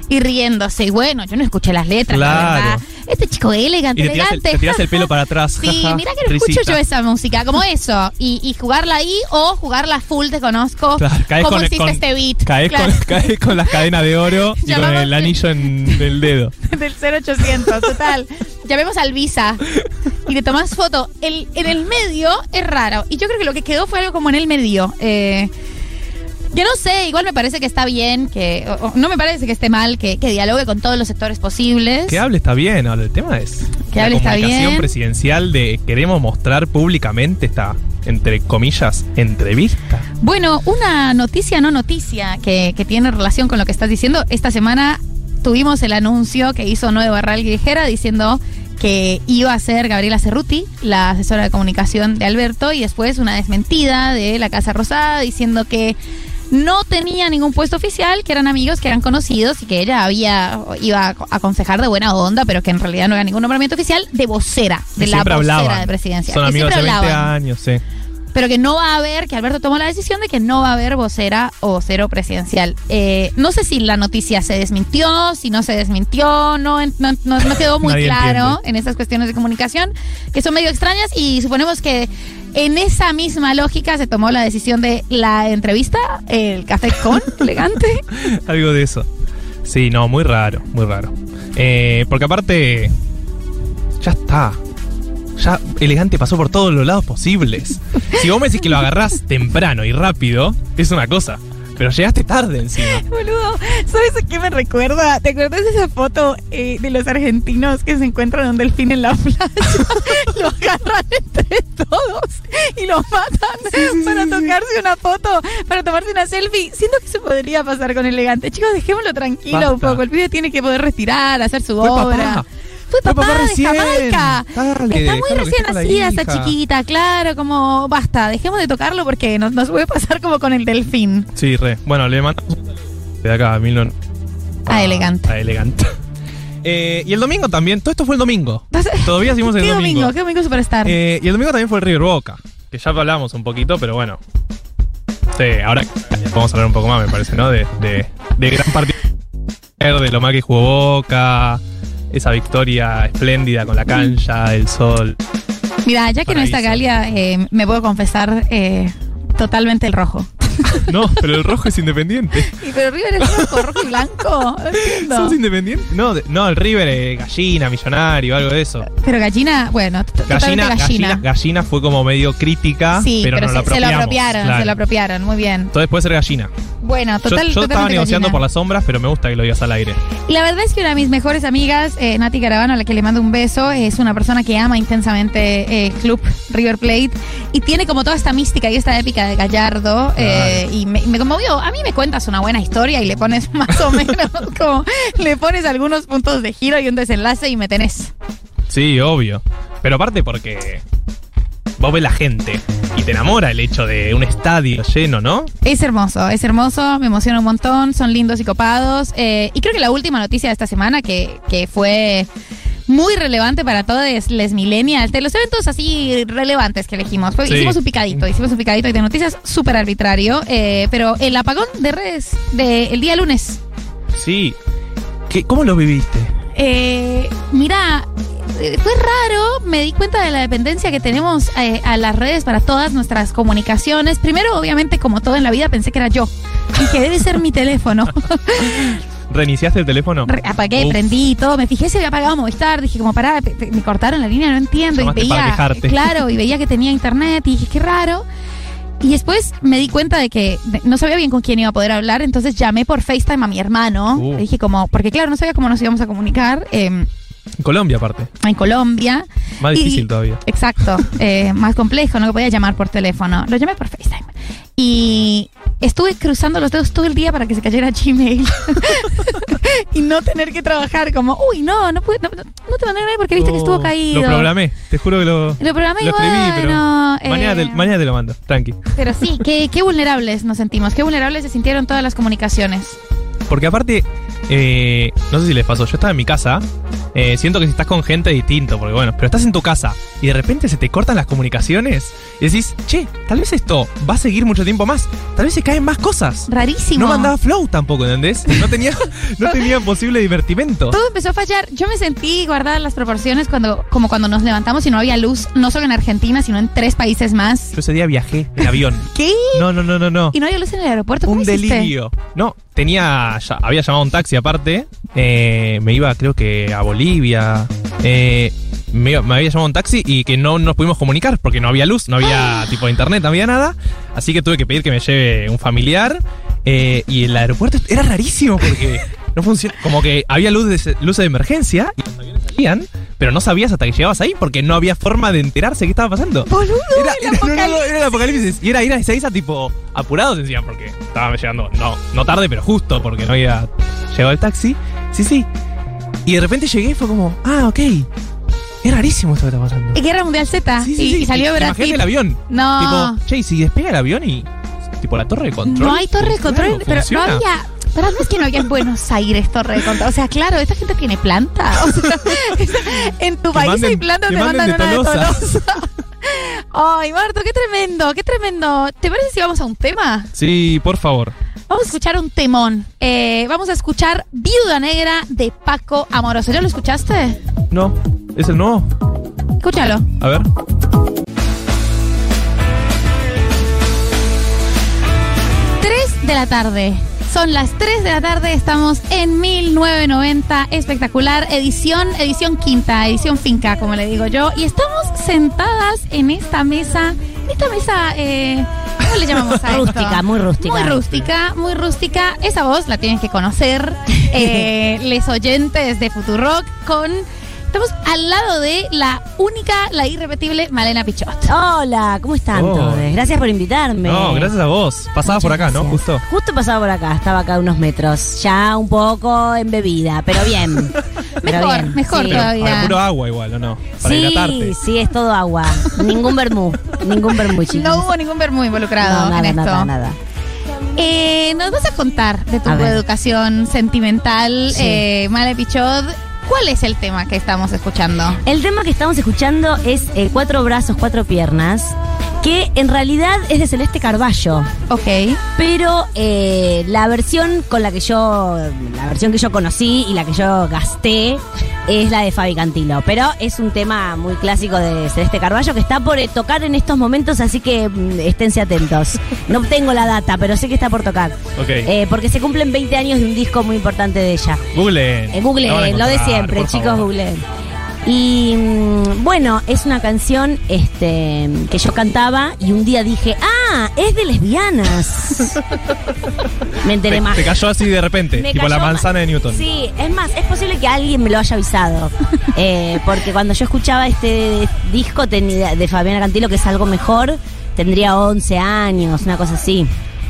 Speaker 1: y riéndose. Y bueno, yo no escuché las letras, la
Speaker 2: Claro.
Speaker 1: verdad. Este chico elegante,
Speaker 2: Y te tirás, el,
Speaker 1: elegante.
Speaker 2: te tirás el pelo para atrás.
Speaker 1: Sí,
Speaker 2: jaja,
Speaker 1: mira que no
Speaker 2: risita.
Speaker 1: escucho yo esa música, como eso. Y, y jugarla ahí o jugarla full, te conozco.
Speaker 2: Claro, caes
Speaker 1: ¿Cómo
Speaker 2: con-
Speaker 1: hiciste
Speaker 2: con-
Speaker 1: este beat?
Speaker 2: Caes,
Speaker 1: Claro.
Speaker 2: con, caes con las cadenas de oro y con
Speaker 1: Llamamos-
Speaker 2: el anillo en el dedo.
Speaker 1: del 0800, total. Llamemos al Visa y te tomás foto. El, en el medio es raro. Y yo creo que lo que quedó fue algo como en el medio. Eh, yo no sé, igual me parece que está bien, que o- o no me parece que esté mal, que, que dialogue con todos los sectores posibles.
Speaker 2: Que hable está bien, ahora el tema es.
Speaker 1: Que
Speaker 2: la
Speaker 1: hable está
Speaker 2: comunicación
Speaker 1: bien.
Speaker 2: presidencial de queremos mostrar públicamente esta, entre comillas, entrevista.
Speaker 1: Bueno, una noticia no noticia que, que tiene relación con lo que estás diciendo. Esta semana tuvimos el anuncio que hizo Noé Barral Grijera diciendo que iba a ser Gabriela Cerruti, la asesora de comunicación de Alberto, y después una desmentida de la Casa Rosada diciendo que no tenía ningún puesto oficial, que eran amigos, que eran conocidos y que ella había iba a aconsejar de buena onda, pero que en realidad no era ningún nombramiento oficial de vocera, de
Speaker 2: Y
Speaker 1: la
Speaker 2: siempre
Speaker 1: vocera
Speaker 2: hablaban.
Speaker 1: de presidencia.
Speaker 2: Son
Speaker 1: Que
Speaker 2: amigos
Speaker 1: siempre
Speaker 2: hace 20
Speaker 1: hablaban
Speaker 2: años, sí.
Speaker 1: pero que no va a haber, que Alberto tomó la decisión de que no va a haber vocera o vocero presidencial. Eh, no sé si la noticia se desmintió, si no se desmintió, no, en- no, no- no quedó muy
Speaker 2: Nadie
Speaker 1: claro
Speaker 2: entiende.
Speaker 1: en estas cuestiones de comunicación, que son medio extrañas y suponemos que en esa misma lógica se tomó la decisión de la entrevista, el café con, elegante.
Speaker 2: Algo de eso. Sí, no, muy raro, muy raro. Eh, porque aparte, ya está. Ya elegante pasó por todos los lados posibles. Si vos me decís que lo agarrás temprano y rápido, es una cosa. Pero llegaste tarde encima.
Speaker 1: Boludo, ¿sabes a qué me recuerda? ¿Te acuerdas de esa foto eh, de los argentinos que se encuentran un delfín en la playa? lo agarran entre todos y lo matan para tocarse una foto, para tomarse una selfie. Siento que se podría pasar con elegante. Chicos, dejémoslo tranquilo un
Speaker 2: Basta.
Speaker 1: poco. El pibe tiene que poder retirar, hacer su
Speaker 2: Fue papá.
Speaker 1: obra. Fue
Speaker 2: Fue
Speaker 1: papá,
Speaker 2: papá
Speaker 1: de
Speaker 2: recién.
Speaker 1: Jamaica.
Speaker 2: Dale,
Speaker 1: Está
Speaker 2: dejalo
Speaker 1: muy
Speaker 2: que
Speaker 1: recién
Speaker 2: esté con la
Speaker 1: nacida esa
Speaker 2: hija.
Speaker 1: chiquita, claro, como basta, dejemos de tocarlo porque nos, nos puede pasar como con el delfín.
Speaker 2: Sí, re. Bueno, le mandamos un saludo de acá a Milon.
Speaker 1: Ah, elegante.
Speaker 2: A elegante. Eh, y el domingo también. Todo esto fue el domingo. Todavía seguimos el
Speaker 1: ¿Qué
Speaker 2: domingo.
Speaker 1: domingo? ¿Qué domingo superstar?
Speaker 2: Eh, y el domingo también fue el River Boca, que ya hablamos un poquito, pero bueno. Sí, ahora vamos a hablar un poco más, me parece, ¿no? De, de, de gran partido, de lo mal que jugó Boca, esa victoria espléndida con la cancha, el sol.
Speaker 1: Mira, ya que no está
Speaker 2: paraíso.
Speaker 1: Galia, eh, me puedo confesar eh, totalmente el rojo.
Speaker 2: No, pero el rojo es independiente.
Speaker 1: Pero River es rojo, rojo y blanco. No entiendo.
Speaker 2: ¿Sos independiente? No, de- no el River, eh, gallina, millonario, algo de eso.
Speaker 1: Pero gallina, bueno, t- totalmente
Speaker 2: Gallina,
Speaker 1: gallina.
Speaker 2: gallina, gallina fue como medio crítica,
Speaker 1: sí,
Speaker 2: pero,
Speaker 1: pero,
Speaker 2: nos
Speaker 1: se,
Speaker 2: la
Speaker 1: se lo
Speaker 2: apropiamos,
Speaker 1: apropiaron,
Speaker 2: claro.
Speaker 1: se lo apropiaron, muy bien.
Speaker 2: Entonces puede ser gallina.
Speaker 1: Bueno,
Speaker 2: Yo-
Speaker 1: total,
Speaker 2: yo estaba
Speaker 1: totalmente
Speaker 2: negociando
Speaker 1: gallina.
Speaker 2: por las sombras, pero me gusta que lo digas al aire.
Speaker 1: Y la verdad es que una de mis mejores amigas, eh, Nati Caravano, a la que le mando un beso, es una persona que ama intensamente eh, el club River Plate y tiene como toda esta mística y esta épica de Gallardo eh, y me, me conmovió. A mí me cuentas una buena historia y le pones más o menos como le pones algunos puntos de giro y un desenlace y me tenés.
Speaker 2: Sí, obvio. Pero aparte porque vos ves la gente y te enamora el hecho de un estadio lleno, ¿no?
Speaker 1: Es hermoso, es hermoso, me emociona un montón, son lindos y copados. eh, y creo que la última noticia de esta semana que, que fue muy relevante para todos les millennials, de los eventos así relevantes que elegimos. Fue-
Speaker 2: Sí.
Speaker 1: Hicimos un picadito, hicimos un picadito de noticias súper arbitrario, eh, pero el apagón de redes del día lunes.
Speaker 2: Sí. ¿Qué, ¿Cómo lo viviste?
Speaker 1: Eh, mira, eh, fue raro, me di cuenta de la dependencia que tenemos eh, a las redes para todas nuestras comunicaciones. Primero, obviamente, como todo en la vida, pensé que era yo y que debe ser mi teléfono.
Speaker 2: ¿Reiniciaste el teléfono? Uh,
Speaker 1: Re- Apagué,
Speaker 2: Uf.
Speaker 1: prendí y todo, me fijé si había apagado Movistar, dije como pará, pe- pe- me cortaron la línea, no entiendo. Y
Speaker 2: Llamaste
Speaker 1: veía,
Speaker 2: para quejarte.
Speaker 1: claro, y veía que tenía internet y dije, qué raro. Y después me di cuenta de que de- no sabía bien con quién iba a poder hablar, entonces llamé por FaceTime a mi hermano.
Speaker 2: Uh.
Speaker 1: Le dije como, porque claro, no sabía cómo nos íbamos a comunicar em,
Speaker 2: En Colombia aparte.
Speaker 1: en Colombia.
Speaker 2: Más
Speaker 1: Y-
Speaker 2: difícil todavía.
Speaker 1: Exacto, eh, más complejo, no lo podía llamar por teléfono. Lo llamé por FaceTime. Y estuve cruzando los dedos todo el día para que se cayera Gmail y no tener que trabajar como, uy, no, no, pude, no, no- no te mandé nada porque viste que estuvo
Speaker 2: Oh,
Speaker 1: caído.
Speaker 2: Lo programé, te juro que lo...
Speaker 1: Lo programé y
Speaker 2: lo escribí,
Speaker 1: bueno,
Speaker 2: pero... Mañana,
Speaker 1: eh,
Speaker 2: te, mañana te lo mando, tranqui.
Speaker 1: Pero sí, qué, qué vulnerables nos sentimos, qué vulnerables se sintieron todas las comunicaciones.
Speaker 2: Porque aparte, eh, no sé si les pasó, yo estaba en mi casa, eh, siento que si estás con gente distinto, porque bueno, pero estás en tu casa y de repente se te cortan las comunicaciones y decís, che, tal vez esto va a seguir mucho tiempo más, tal vez se caen más cosas.
Speaker 1: Rarísimo.
Speaker 2: No mandaba flow tampoco, ¿entendés? No tenía, no tenía posible divertimento.
Speaker 1: Todo empezó a fallar. Yo me sentí guardar las proporciones cuando, como cuando nos levantamos y no había luz, no solo en Argentina, sino en tres países más.
Speaker 2: Yo ese día viajé en avión.
Speaker 1: ¿Qué?
Speaker 2: No, no, no, no, no.
Speaker 1: Y no había luz en el aeropuerto. ¿Cómo
Speaker 2: Un
Speaker 1: hiciste?
Speaker 2: delirio. No, tenía. ya- había llamado un taxi aparte. eh, me iba, creo que, a Bolivia. eh, me, iba- me había llamado un taxi y que no nos pudimos comunicar porque no había luz, no
Speaker 1: Ah.
Speaker 2: había tipo de internet, no había nada. Así que tuve que pedir que me lleve un familiar. eh, y el aeropuerto era rarísimo porque no funciona. Como que había luces luces de emergencia y los aviones salían, pero no sabías hasta que llegabas ahí porque no había forma de enterarse qué estaba pasando.
Speaker 1: Boludo,
Speaker 2: Era,
Speaker 1: el
Speaker 2: era- no, no, no,
Speaker 1: apocalipsis.
Speaker 2: era el apocalipsis. Y era ir a Ezeiza, tipo, apurados encima, porque estaba llegando, no, no tarde, pero justo, porque no había llegado el taxi. Sí, sí. Y de repente llegué y fue como, ah, ok. Es rarísimo esto que está pasando.
Speaker 1: Guerra Mundial Z.
Speaker 2: Sí, sí,
Speaker 1: ah, y,
Speaker 2: sí.
Speaker 1: y salió Brad
Speaker 2: Imagínate
Speaker 1: Pitt.
Speaker 2: el avión.
Speaker 1: No.
Speaker 2: Tipo, che, y si despega el avión y. Tipo, la torre de control.
Speaker 1: no hay torre de
Speaker 2: Claro,
Speaker 1: control, pero no
Speaker 2: funciona.
Speaker 1: había. Pero no es que no había en Buenos Aires torre de control. O sea, claro, esta gente tiene planta. O sea, en tu
Speaker 2: Que
Speaker 1: país hay
Speaker 2: manden-
Speaker 1: planta,
Speaker 2: que
Speaker 1: te mandan,
Speaker 2: manden de
Speaker 1: una de
Speaker 2: Tolosa.
Speaker 1: Tolosa. Ay, Marto, qué tremendo, qué tremendo. ¿Te parece si vamos a un tema?
Speaker 2: Sí, por favor.
Speaker 1: Vamos a escuchar un temón. Eh, vamos a escuchar Viuda Negra de Paco Amoroso. ¿Ya lo escuchaste?
Speaker 2: No, es el nuevo.
Speaker 1: Escúchalo.
Speaker 2: A ver.
Speaker 1: Tres de la tarde. Son las 3 de la tarde, estamos en 1990, espectacular, edición, edición quinta, edición finca, como le digo yo, y estamos sentadas en esta mesa, en esta mesa, eh, ¿cómo le llamamos a esto?
Speaker 5: Rústica, muy rústica.
Speaker 1: Muy rústica, muy rústica. Esa voz la tienen que conocer, eh, les oyentes de Futurock, con... Estamos al lado de la única, la irrepetible Malena Pichot.
Speaker 5: Hola, ¿cómo están
Speaker 2: Oh.
Speaker 5: todos? Gracias por invitarme.
Speaker 2: No, gracias a vos. Pasaba por acá, ¿no? Justo.
Speaker 5: Justo pasaba por acá, estaba acá a unos metros. Ya un poco embebida, pero bien. Pero
Speaker 1: Mejor,
Speaker 5: bien,
Speaker 1: mejor
Speaker 5: sí.
Speaker 2: Pero,
Speaker 1: todavía.
Speaker 2: para puro agua igual, ¿o no? Para hidratarte.
Speaker 5: Sí, sí, es todo agua. Ningún vermú. Ningún vermú, chicos.
Speaker 1: No hubo ningún vermú involucrado
Speaker 5: No, nada,
Speaker 1: en esto.
Speaker 5: nada, nada.
Speaker 1: Eh, Nos vas a contar de tu
Speaker 5: A ver.
Speaker 1: educación sentimental,
Speaker 5: Sí.
Speaker 1: eh, Male Pichot. ¿Cuál es el tema que estamos escuchando?
Speaker 5: El tema que estamos escuchando es eh, Cuatro Brazos, Cuatro Piernas, que en realidad es de Celeste Carballo.
Speaker 1: Ok.
Speaker 5: Pero eh, la versión con la que yo, la versión que yo conocí y la que yo gasté es la de Fabi Cantilo. Pero es un tema muy clásico de Celeste Carballo que está por eh, tocar en estos momentos, así que mm, esténse atentos. No tengo la data, pero sé que está por tocar.
Speaker 2: Ok.
Speaker 5: Eh, porque se cumplen 20 años de un disco muy importante de ella.
Speaker 2: Google.
Speaker 5: Eh, Google, lo de siempre, chicos, Google. Y mm, bueno, es una canción este, que yo cantaba y un día dije, ah, es de lesbianas. me enteré
Speaker 2: Te,
Speaker 5: más.
Speaker 2: te cayó así de repente,
Speaker 5: Me
Speaker 2: tipo
Speaker 5: cayó
Speaker 2: la
Speaker 5: más.
Speaker 2: manzana de Newton.
Speaker 5: Sí, es más, es posible que alguien me lo haya avisado. Eh, porque cuando yo escuchaba este disco tenía- de Fabiana Cantilo, que es algo mejor, tendría 11 años, una cosa así.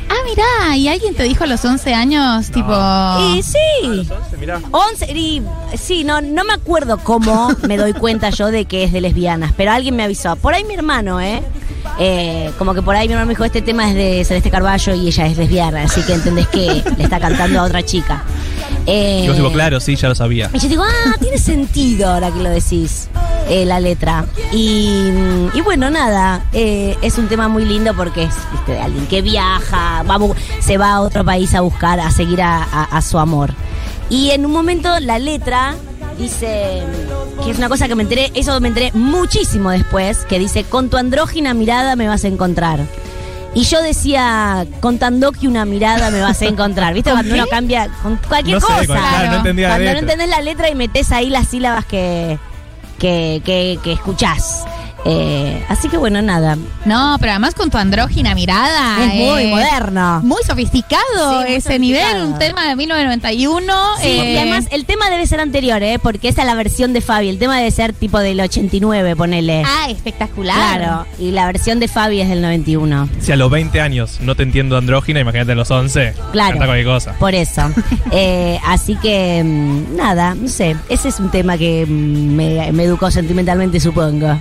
Speaker 1: Ah, mirá, y alguien te dijo a los 11 años, tipo.
Speaker 5: Y sí. 11, y, sí, no, no me acuerdo cómo me doy cuenta yo de que es de lesbianas, pero alguien me avisó. Por ahí mi hermano, ¿eh? Eh, como que por ahí mi hermano me dijo, este tema es de Celeste Carballo y ella es lesbiana, así que entendés que le está cantando a otra chica. Eh,
Speaker 2: Y vos tipo, claro, sí, ya lo sabía.
Speaker 5: y yo digo, ah, tiene sentido ahora que lo decís, eh, la letra. Y, y bueno, nada, eh, es un tema muy lindo porque es ¿viste? de alguien que viaja, va a bu- se va a otro país a buscar, a seguir a, a- a su amor. Y en un momento la letra dice, que es una cosa que me enteré, eso me enteré muchísimo después, que dice, con tu andrógina mirada me vas a encontrar. Y yo decía, contando que una mirada me vas a encontrar. ¿Viste? Cuando uno cambia con cualquier
Speaker 2: no
Speaker 5: cosa.
Speaker 2: Sé, claro, no entendía la
Speaker 5: Cuando no
Speaker 2: letra.
Speaker 5: entendés la letra y metes ahí las sílabas que, que, que, que escuchás. Eh, así que bueno, nada.
Speaker 1: No, pero además con tu andrógina mirada.
Speaker 5: es muy
Speaker 1: eh,
Speaker 5: moderno.
Speaker 1: Muy sofisticado
Speaker 5: Sí, muy
Speaker 1: ese
Speaker 5: sofisticado.
Speaker 1: nivel, un tema de 1991.
Speaker 5: Sí,
Speaker 1: eh,
Speaker 5: y además el tema debe ser anterior, ¿eh? porque esa es la versión de Fabi. El tema debe ser tipo del 89, ponele.
Speaker 1: Ah, espectacular.
Speaker 5: claro. Y la versión de Fabi es del 91.
Speaker 2: Si a los 20 años no te entiendo andrógina, imagínate a los 11.
Speaker 5: Claro.
Speaker 2: Canta cualquier cosa.
Speaker 5: Por eso. Eh, así que, mm, nada, no sé. Ese es un tema que mm, me, me educó sentimentalmente, supongo.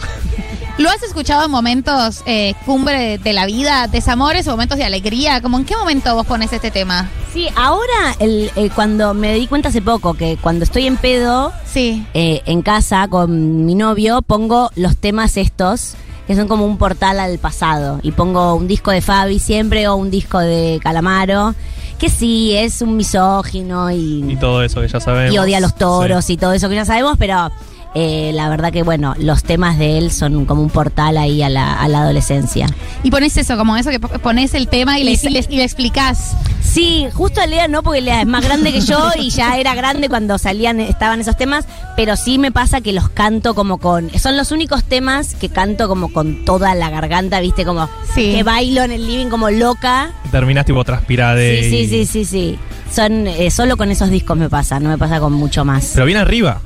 Speaker 1: ¿Lo has escuchado en momentos eh, cumbre de la vida, desamores o momentos de alegría? Como en qué momento vos pones este tema?
Speaker 5: Sí, ahora el, eh, cuando me di cuenta hace poco que cuando estoy en pedo
Speaker 1: Sí.
Speaker 5: eh, en casa con mi novio pongo los temas estos que son como un portal al pasado y pongo un disco de Fabi siempre o un disco de Calamaro que sí es un misógino
Speaker 2: Y todo eso que ya sabemos.
Speaker 5: y odia a los toros
Speaker 2: Sí.
Speaker 5: y todo eso que ya sabemos, pero eh, la verdad que bueno, los temas de él son como un portal ahí a la, a la adolescencia.
Speaker 1: Y pones eso, como eso que po- pones el tema y le,
Speaker 5: Y sí.
Speaker 1: y le- y le explicás.
Speaker 5: Sí, justo a Lea no, porque Lea es más grande que yo y ya era grande cuando salían, estaban esos temas, pero sí me pasa que los canto como con, son los únicos temas que canto como con toda la garganta, viste, como
Speaker 1: Sí.
Speaker 5: que bailo en el living como loca.
Speaker 2: Terminás tipo transpirade.
Speaker 5: Sí, sí,
Speaker 2: y-
Speaker 5: sí, sí, sí. Son, eh, solo con esos discos me pasa, no me pasa con mucho más.
Speaker 2: Pero bien arriba.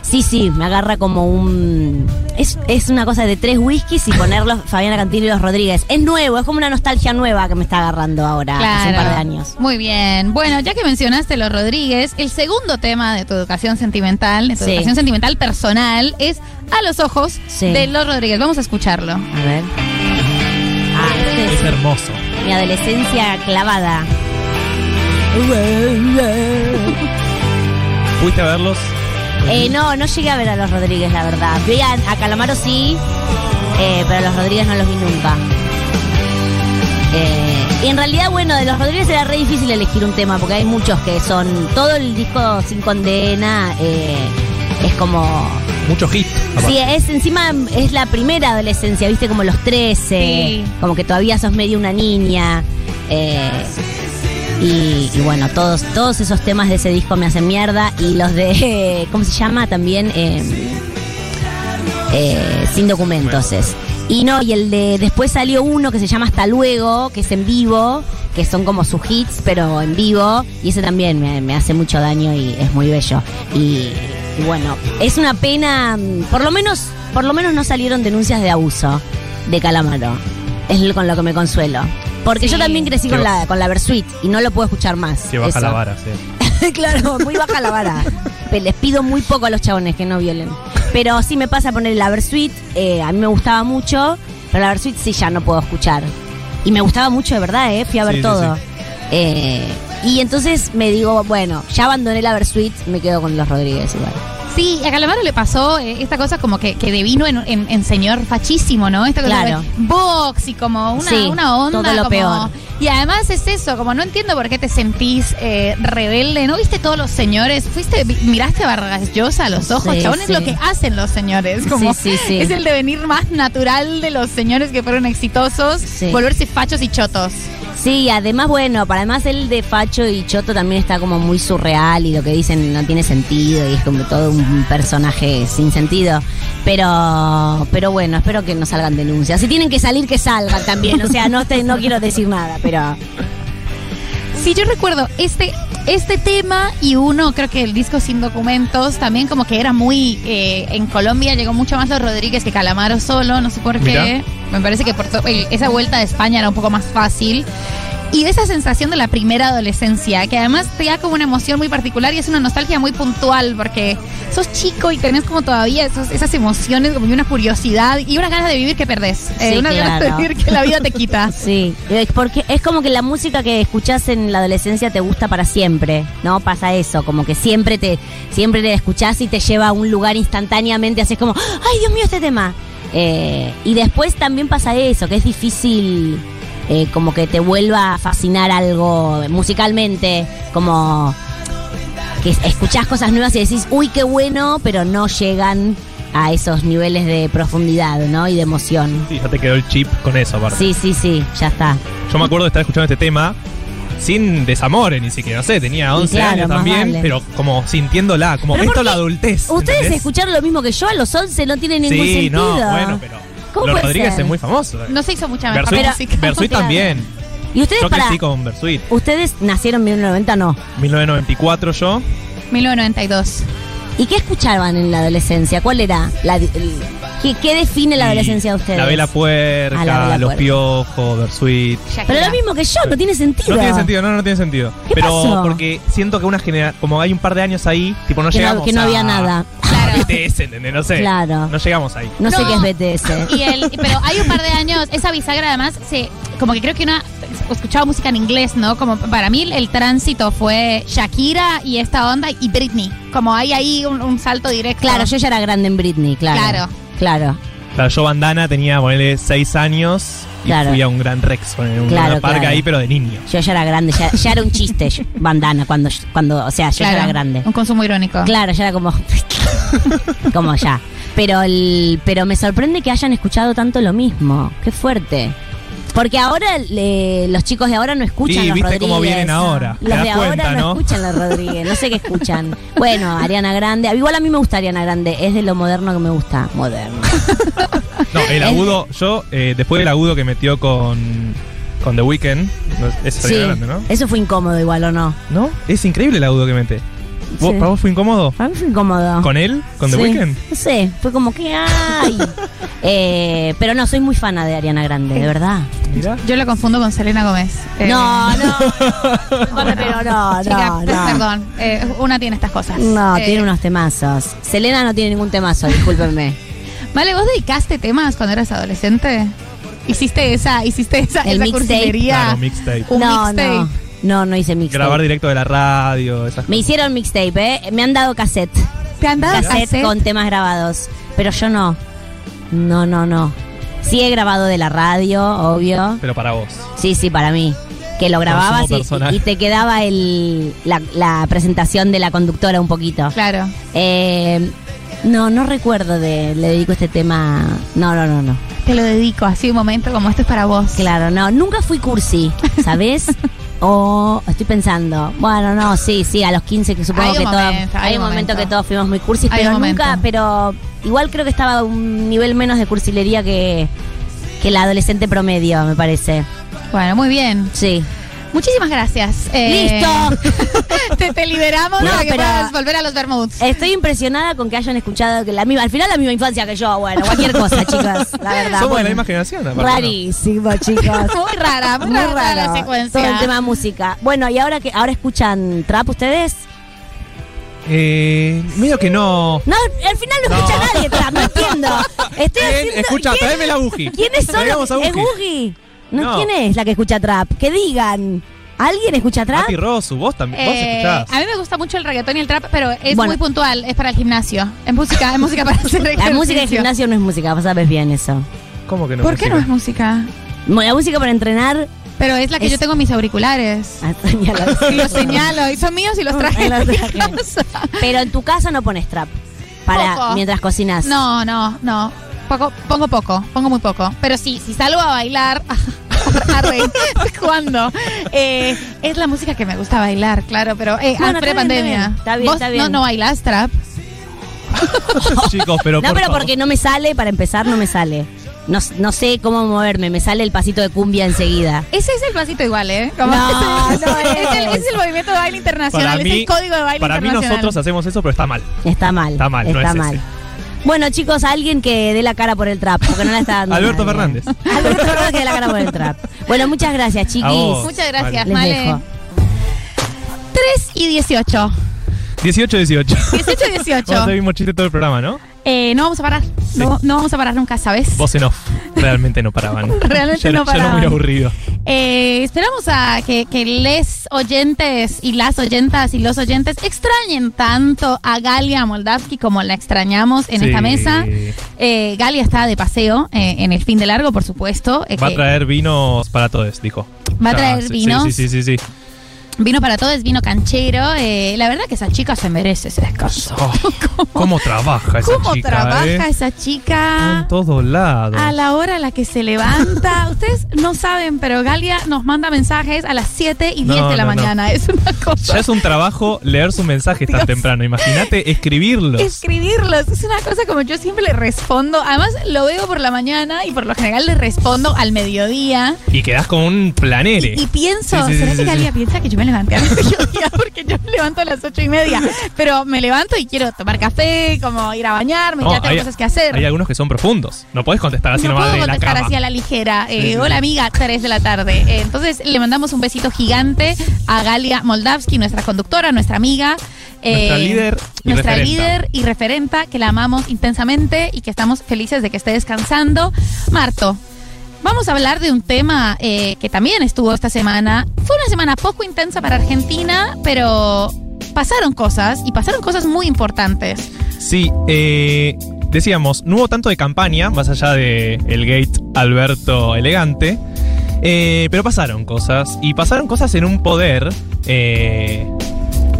Speaker 5: Sí, sí, me agarra como un... Es, es una cosa de tres whiskies y ponerlos Fabiana Cantilo y los Rodríguez. Es nuevo, es como una nostalgia nueva que me está agarrando ahora, hace un par de años.
Speaker 1: Muy bien. Bueno, ya que mencionaste los Rodríguez, el segundo tema de tu educación sentimental, de tu
Speaker 5: Sí.
Speaker 1: educación sentimental personal, es A los ojos
Speaker 5: Sí.
Speaker 1: de los Rodríguez. Vamos a escucharlo.
Speaker 5: A ver. Ah, este
Speaker 2: Es hermoso.
Speaker 5: es mi adolescencia clavada.
Speaker 2: ¿Fuiste a verlos?
Speaker 5: Eh, no, no llegué a ver a los Rodríguez, la verdad. Vi a, a Calamaro sí, eh, pero a los Rodríguez no los vi nunca. Eh, y en realidad, bueno, de los Rodríguez era re difícil elegir un tema, porque hay muchos que son. Todo el disco sin condena eh, es como.
Speaker 2: Muchos hits.
Speaker 5: Sí, es encima es la primera adolescencia, viste, como los 13,
Speaker 1: Sí.
Speaker 5: como que todavía sos medio una niña. eh, y, y bueno, todos, todos esos temas de ese disco me hacen mierda. Y los de, ¿cómo se llama? También eh, eh, Sin Documentos. es. Y no, y el de después salió uno que se llama Hasta Luego, que es en vivo, que son como sus hits, pero en vivo. Y ese también me, me hace mucho daño y es muy bello. Y, y bueno, es una pena, mm, por lo menos, por lo menos no salieron denuncias de abuso de Calamaro. Es lo- con lo que me consuelo. Porque
Speaker 1: Sí.
Speaker 5: yo también crecí con
Speaker 2: Que-
Speaker 5: la, con la Versuit y no lo puedo escuchar más.
Speaker 2: Que baja
Speaker 5: eso.
Speaker 2: la vara, sí.
Speaker 5: claro, muy baja la vara. Pe- Les pido muy poco a los chabones que no violen. Pero sí me pasa poner la Versuit, eh, a mí me gustaba mucho, pero la Versuit sí ya no puedo escuchar. Y me gustaba mucho, de verdad, eh, fui a ver
Speaker 2: Sí, sí,
Speaker 5: todo.
Speaker 2: sí.
Speaker 5: Eh, y entonces me digo, bueno, ya abandoné la Versuit, me quedo con los Rodríguez igual.
Speaker 1: Sí, a Calamaro le pasó eh, esta cosa como que, que devino en, en- en señor fachísimo, ¿no? Esta cosa
Speaker 5: Claro.
Speaker 1: de box y como una,
Speaker 5: Sí,
Speaker 1: una onda.
Speaker 5: todo lo
Speaker 1: como-
Speaker 5: peor.
Speaker 1: Y además es eso, como no entiendo por qué te sentís eh, rebelde. ¿No viste todos los señores? Fuiste, vi- miraste a Vargas Llosa a los ojos,
Speaker 5: Sí,
Speaker 1: chabón, es
Speaker 5: sí.
Speaker 1: lo que hacen los señores. Como
Speaker 5: Sí, sí, sí.
Speaker 1: Es el devenir más natural de los señores que fueron exitosos,
Speaker 5: Sí.
Speaker 1: volverse fachos y chotos.
Speaker 5: Sí, además, bueno, para además el de Facho y Choto también está como muy surreal y lo que dicen no tiene sentido y es como todo un personaje sin sentido. Pero, pero bueno, espero que no salgan denuncias. Si tienen que salir, que salgan también. O sea, no, te- no quiero decir nada, pero
Speaker 1: Sí, yo recuerdo este, este tema y uno, creo que el disco Sin Documentos, también como que era muy... eh, en Colombia llegó mucho más los Rodríguez que Calamaro solo, no sé por qué.
Speaker 2: Mirá.
Speaker 1: Me parece que por to- el- esa vuelta de España era un poco más fácil. Y de esa sensación de la primera adolescencia, que además te da como una emoción muy particular y es una nostalgia muy puntual, porque sos chico y tenés como todavía esos- esas emociones, como una curiosidad y unas ganas de vivir que perdés. Eh,
Speaker 5: Sí,
Speaker 1: unas ganas
Speaker 5: claro.
Speaker 1: de vivir que la vida te quita.
Speaker 5: sí. Es porque es como que la música que escuchás en la adolescencia te gusta para siempre, ¿no? Pasa eso, como que siempre te, siempre la escuchás y te lleva a un lugar instantáneamente, haces como, ay Dios mío, este tema. Eh, y después también pasa eso, que es difícil eh, como que te vuelva a fascinar algo musicalmente, como que es- escuchás cosas nuevas y decís, uy, qué bueno, pero no llegan a esos niveles de profundidad, ¿no? Y de emoción.
Speaker 2: Sí, ya te quedó el chip con eso, aparte.
Speaker 5: Sí, sí, sí, ya está.
Speaker 2: Yo me acuerdo de estar escuchando este tema sin desamores ni siquiera, no sé, tenía 11
Speaker 5: claro,
Speaker 2: años
Speaker 5: más
Speaker 2: también,
Speaker 5: vale.
Speaker 2: pero como sintiéndola, como
Speaker 5: Pero
Speaker 2: esto
Speaker 5: ¿por
Speaker 2: es la
Speaker 5: qué?
Speaker 2: adultez.
Speaker 5: Ustedes
Speaker 2: ¿entendés?
Speaker 5: escucharon lo mismo que yo a los 11 no tiene ningún
Speaker 2: Sí,
Speaker 5: sentido.
Speaker 2: no, bueno, pero
Speaker 5: ¿Cómo
Speaker 2: Los
Speaker 5: puede
Speaker 2: Rodríguez
Speaker 5: ser?
Speaker 2: es muy famoso. eh.
Speaker 1: No se hizo mucha mejor
Speaker 2: Versuit,
Speaker 1: música.
Speaker 2: Versuit
Speaker 1: Claro.
Speaker 2: también.
Speaker 5: y ustedes
Speaker 2: Yo
Speaker 5: para
Speaker 2: crecí con Versuit.
Speaker 5: ustedes nacieron en 1990 no.
Speaker 2: 1994 yo.
Speaker 1: 1992.
Speaker 5: ¿Y qué escuchaban en la adolescencia? ¿Cuál era? La, el- ¿qué, qué define la
Speaker 2: y
Speaker 5: adolescencia de ustedes?
Speaker 2: La Vela Puerca,
Speaker 5: Ah, la Vela
Speaker 2: Los
Speaker 5: Puerca.
Speaker 2: Piojos, Versuit.
Speaker 5: Pero lo mismo que yo, no tiene sentido.
Speaker 2: No tiene sentido, no, no tiene sentido.
Speaker 5: ¿Qué
Speaker 2: pero
Speaker 5: pasó?
Speaker 2: porque siento que una generación, como hay un par de años ahí, tipo no
Speaker 5: Que no-
Speaker 2: llegamos
Speaker 5: que no
Speaker 2: a-
Speaker 5: había nada.
Speaker 1: Claro, Claro.
Speaker 2: BTS, ¿entendés? No sé.
Speaker 5: Claro.
Speaker 2: No llegamos ahí.
Speaker 5: No, sé
Speaker 1: No.
Speaker 5: qué es BTS.
Speaker 1: Y el- pero hay un par de años, esa bisagra además, se, como que creo que una escuchaba música en inglés, ¿no? Como para mí el, el tránsito fue Shakira y esta onda y Britney. Como hay ahí un, un salto directo.
Speaker 5: Claro, yo ya era grande en Britney, claro.
Speaker 1: Claro.
Speaker 5: Claro.
Speaker 2: Claro, yo bandana tenía, ponele, 6 años y
Speaker 5: Claro.
Speaker 2: fui a un gran Rex, ponele, un
Speaker 5: Claro,
Speaker 2: gran parque
Speaker 5: claro.
Speaker 2: ahí, pero de niño.
Speaker 5: Yo ya era grande, ya, ya era un chiste, yo- bandana, cuando, cuando, o sea, yo ya
Speaker 1: Claro,
Speaker 5: era grande.
Speaker 1: Un consumo irónico.
Speaker 5: Claro, ya era como. como ya. Pero, el, pero me sorprende que hayan escuchado tanto lo mismo. Qué fuerte. Porque ahora le- los chicos de ahora no escuchan
Speaker 2: Sí,
Speaker 5: los
Speaker 2: viste
Speaker 5: Rodríguez.
Speaker 2: cómo vienen ahora, te
Speaker 5: Los
Speaker 2: das
Speaker 5: de ahora
Speaker 2: cuenta,
Speaker 5: no,
Speaker 2: ¿no?
Speaker 5: escuchan los Rodríguez. No sé qué escuchan. Bueno, Ariana Grande. Igual a mí me gusta Ariana Grande. Es de lo moderno que me gusta. Moderno.
Speaker 2: No, el agudo, yo, eh, después del agudo que metió con, con The Weeknd, no, es
Speaker 5: Sí.
Speaker 2: sería grande, ¿no?
Speaker 5: Eso fue incómodo igual, ¿o no?
Speaker 2: ¿No? Es increíble el agudo que mete. ¿Vos,
Speaker 5: Sí.
Speaker 2: ¿Para vos fue incómodo?
Speaker 5: Para mí fue incómodo.
Speaker 2: ¿Con él? ¿Con
Speaker 5: Sí.
Speaker 2: The Weeknd?
Speaker 5: No sé, fue como que ay. Eh, pero no, soy muy fana de Ariana Grande, de verdad.
Speaker 2: Mirá.
Speaker 1: Yo lo confundo con Selena Gómez. Eh,
Speaker 5: No, no,
Speaker 1: bueno,
Speaker 5: pero no,
Speaker 1: chica,
Speaker 5: no,
Speaker 1: per-
Speaker 5: no.
Speaker 1: Perdón, eh, una tiene estas cosas.
Speaker 5: No,
Speaker 1: Eh,
Speaker 5: tiene unos temazos. Selena no tiene ningún temazo, discúlpenme.
Speaker 1: Vale, ¿vos dedicaste temas cuando eras adolescente? ¿Hiciste esa, hiciste esa,
Speaker 5: El
Speaker 1: esa
Speaker 5: mixtape.
Speaker 1: cursilería?
Speaker 2: Claro, mixtape.
Speaker 1: Un
Speaker 5: no,
Speaker 1: mixtape.
Speaker 5: no, no, no hice
Speaker 2: Grabar
Speaker 5: mixtape.
Speaker 2: directo de la radio, esas
Speaker 5: Me hicieron mixtape, ¿eh? Me han dado cassette.
Speaker 1: ¿Te han dado
Speaker 5: Cassette,
Speaker 1: Ah, cassette?
Speaker 5: con temas grabados. Pero yo no. No, no, no. Sí he grabado de la radio, obvio.
Speaker 2: Pero para vos.
Speaker 5: Sí, sí, para mí. Que lo grababas y,
Speaker 2: personal.
Speaker 5: y te quedaba el, la, la presentación de la conductora un poquito.
Speaker 1: Claro.
Speaker 5: Eh, no, no recuerdo de. Le dedico este tema. No, no, no, no.
Speaker 1: Te lo dedico así un momento como esto es para vos.
Speaker 5: Claro, no, nunca fui cursi, ¿sabes? o estoy pensando, bueno, no, sí, sí, a los 15 que
Speaker 1: Hay
Speaker 5: supongo
Speaker 1: un
Speaker 5: que todos
Speaker 1: momento, hay
Speaker 5: hay un
Speaker 1: un
Speaker 5: momento que
Speaker 1: momento.
Speaker 5: todos fuimos muy cursis,
Speaker 1: Hay
Speaker 5: pero
Speaker 1: un
Speaker 5: nunca,
Speaker 1: momento.
Speaker 5: pero igual creo que estaba a un nivel menos de cursilería que que la adolescente promedio, me parece.
Speaker 1: Bueno, muy bien.
Speaker 5: Sí.
Speaker 1: Muchísimas gracias. Eh,
Speaker 5: ¡Listo!
Speaker 1: te, te liberamos
Speaker 5: No,
Speaker 1: para que
Speaker 5: pero-
Speaker 1: puedas volver a los Bermuds.
Speaker 5: Estoy impresionada con que hayan escuchado que la misma, al final la misma infancia que yo, bueno, cualquier cosa, chicas, la verdad.
Speaker 2: Somos de
Speaker 5: bueno.
Speaker 2: la misma generación, aparte. ¿no?
Speaker 5: Rarísimo, chicos.
Speaker 1: Muy rara, muy,
Speaker 5: Muy
Speaker 1: rara, la
Speaker 5: raro.
Speaker 1: secuencia.
Speaker 5: Todo el tema música. Bueno, y ahora que ahora escuchan trap ustedes.
Speaker 2: Eh, medio que no.
Speaker 5: No, al final no,
Speaker 2: No.
Speaker 5: escucha nadie trap, no entiendo. Estoy
Speaker 2: ¿Quién
Speaker 5: haciendo-
Speaker 2: escucha?
Speaker 5: ¿quién-
Speaker 2: Traeme la Buji.
Speaker 5: ¿Quiénes son? los-
Speaker 2: Traigamos a
Speaker 5: ¿Es
Speaker 2: Buji.
Speaker 5: Buji? No,
Speaker 2: No.
Speaker 5: ¿quién es la que escucha trap? Que digan. ¿Alguien escucha trap?
Speaker 2: Mati Rosu, vos también. vos
Speaker 1: Eh,
Speaker 2: escuchás.
Speaker 1: a mí me gusta mucho el reggaetón y el trap, pero es
Speaker 5: Bueno.
Speaker 1: muy puntual, es para el gimnasio. Es música, es música para hacer
Speaker 5: La
Speaker 1: ejercicio.
Speaker 5: música de gimnasio no es música, vos sabés bien eso.
Speaker 2: ¿Cómo que no?
Speaker 1: ¿Por qué no es
Speaker 2: música?
Speaker 1: música?
Speaker 5: Mo- La música para entrenar.
Speaker 1: Pero es la que
Speaker 5: Es-
Speaker 1: yo tengo en mis auriculares.
Speaker 5: Ah, ya lo-
Speaker 1: Y los señalo, y son míos y los traje. de
Speaker 5: Ah, los
Speaker 1: mi
Speaker 5: traje.
Speaker 1: casa.
Speaker 5: Pero en tu casa no pones trap. Para
Speaker 1: Poco.
Speaker 5: mientras cocinas.
Speaker 1: No, no, no. Poco, pongo poco, pongo muy poco. Pero sí, si salgo a bailar, arre, ¿cuándo? Eh, es la música que me gusta bailar, claro, pero eh,
Speaker 5: Bueno,
Speaker 1: pre
Speaker 5: está bien,
Speaker 1: pandemia.
Speaker 5: está bien,
Speaker 1: ¿Vos
Speaker 5: está bien.
Speaker 1: No, no bailás trap.
Speaker 2: Chicos, pero.
Speaker 5: No,
Speaker 2: por
Speaker 5: pero
Speaker 2: favor.
Speaker 5: porque no me sale, para empezar no me sale. No, no sé cómo moverme, me sale el pasito de cumbia enseguida.
Speaker 1: Ese es el pasito igual, ¿eh?
Speaker 5: No,
Speaker 1: es,
Speaker 5: no es.
Speaker 1: el, es el movimiento de baile internacional,
Speaker 2: Para mí-
Speaker 1: es el código de baile
Speaker 2: Para mí
Speaker 1: internacional.
Speaker 2: nosotros hacemos eso, pero está mal.
Speaker 5: Está mal.
Speaker 2: Está mal, no es ese.
Speaker 5: Bueno, chicos, alguien que dé la cara por el trap, porque no la está dando.
Speaker 2: Alberto
Speaker 5: nadie.
Speaker 2: Fernández.
Speaker 5: Alberto Fernández que dé la cara por el trap. Bueno, muchas gracias,
Speaker 2: A vos.
Speaker 5: chiquis.
Speaker 1: Muchas gracias,
Speaker 5: Les
Speaker 1: Male.
Speaker 5: dejo.
Speaker 1: 3 y 18.
Speaker 2: 18-18.
Speaker 1: 18 y 18.
Speaker 2: Vamos a hacer el mismo chiste todo el programa, ¿no?
Speaker 1: Eh, no vamos a parar. No, no vamos a parar nunca, ¿sabes?
Speaker 2: Vos en off. Realmente no paraban.
Speaker 1: Realmente
Speaker 2: Ya era-
Speaker 1: no
Speaker 2: Ya era muy
Speaker 1: paraban.
Speaker 2: aburrido.
Speaker 1: Eh, esperamos a que, que les oyentes y las oyentas y los oyentes extrañen tanto a Galia Moldavsky como la extrañamos en
Speaker 2: Sí.
Speaker 1: esta mesa. Eh, Galia está de paseo eh, en el fin de largo, por supuesto. eh,
Speaker 2: Va a
Speaker 1: que
Speaker 2: traer vinos para todos, dijo.
Speaker 1: Va a
Speaker 2: Ya,
Speaker 1: traer
Speaker 2: sí, sí,
Speaker 1: vinos.
Speaker 2: Sí, sí, sí. sí.
Speaker 1: Vino para todos, vino canchero. eh, la verdad que esa chica se merece ese descanso.
Speaker 2: Oh, ¿cómo, trabaja esa
Speaker 1: ¿Cómo
Speaker 2: chica?
Speaker 1: trabaja
Speaker 2: eh?
Speaker 1: esa chica?
Speaker 2: En todos lados.
Speaker 1: A la hora a la que se levanta. Ustedes no saben, pero Galia nos manda mensajes a las 7 y 10
Speaker 2: No,
Speaker 1: de la
Speaker 2: no, no.
Speaker 1: mañana. Es una cosa.
Speaker 2: Ya es un trabajo leer sus mensajes tan temprano. Imagínate escribirlos.
Speaker 1: Escribirlos. Es una cosa como yo siempre le respondo. Además, lo veo por la mañana y por lo general le respondo al mediodía.
Speaker 2: Y quedás con un planere.
Speaker 1: Y, y pienso,
Speaker 2: Sí, sí,
Speaker 1: ¿será
Speaker 2: sí,
Speaker 1: que
Speaker 2: sí,
Speaker 1: Galia
Speaker 2: sí.
Speaker 1: piensa que yo me levanté al mediodía? Porque yo me levanto a las ocho y media. Pero me levanto y quiero tomar café, como ir a bañarme,
Speaker 2: No,
Speaker 1: ya tengo
Speaker 2: hay-
Speaker 1: cosas que hacer.
Speaker 2: Hay algunos que son profundos. No podés contestar así
Speaker 1: no
Speaker 2: nomás
Speaker 1: puedo
Speaker 2: de la
Speaker 1: contestar
Speaker 2: cama.
Speaker 1: así a la ligera. Eh,
Speaker 2: Sí, sí,
Speaker 1: hola
Speaker 2: sí.
Speaker 1: amiga, 3 de la tarde. Eh, entonces le mandamos un besito gigante a Galia Moldavsky, nuestra conductora, nuestra amiga. eh,
Speaker 2: Nuestra líder y
Speaker 1: nuestra
Speaker 2: referenta.
Speaker 1: líder y referenta, que la amamos intensamente y que estamos felices de que esté descansando. Marto, vamos a hablar de un tema eh, que también estuvo esta semana. Fue una semana poco intensa para Argentina, pero pasaron cosas y pasaron cosas muy importantes.
Speaker 2: Sí, eh, decíamos, no hubo tanto de campaña, más allá de el gate Alberto elegante, eh, pero pasaron cosas, y pasaron cosas en un poder, eh,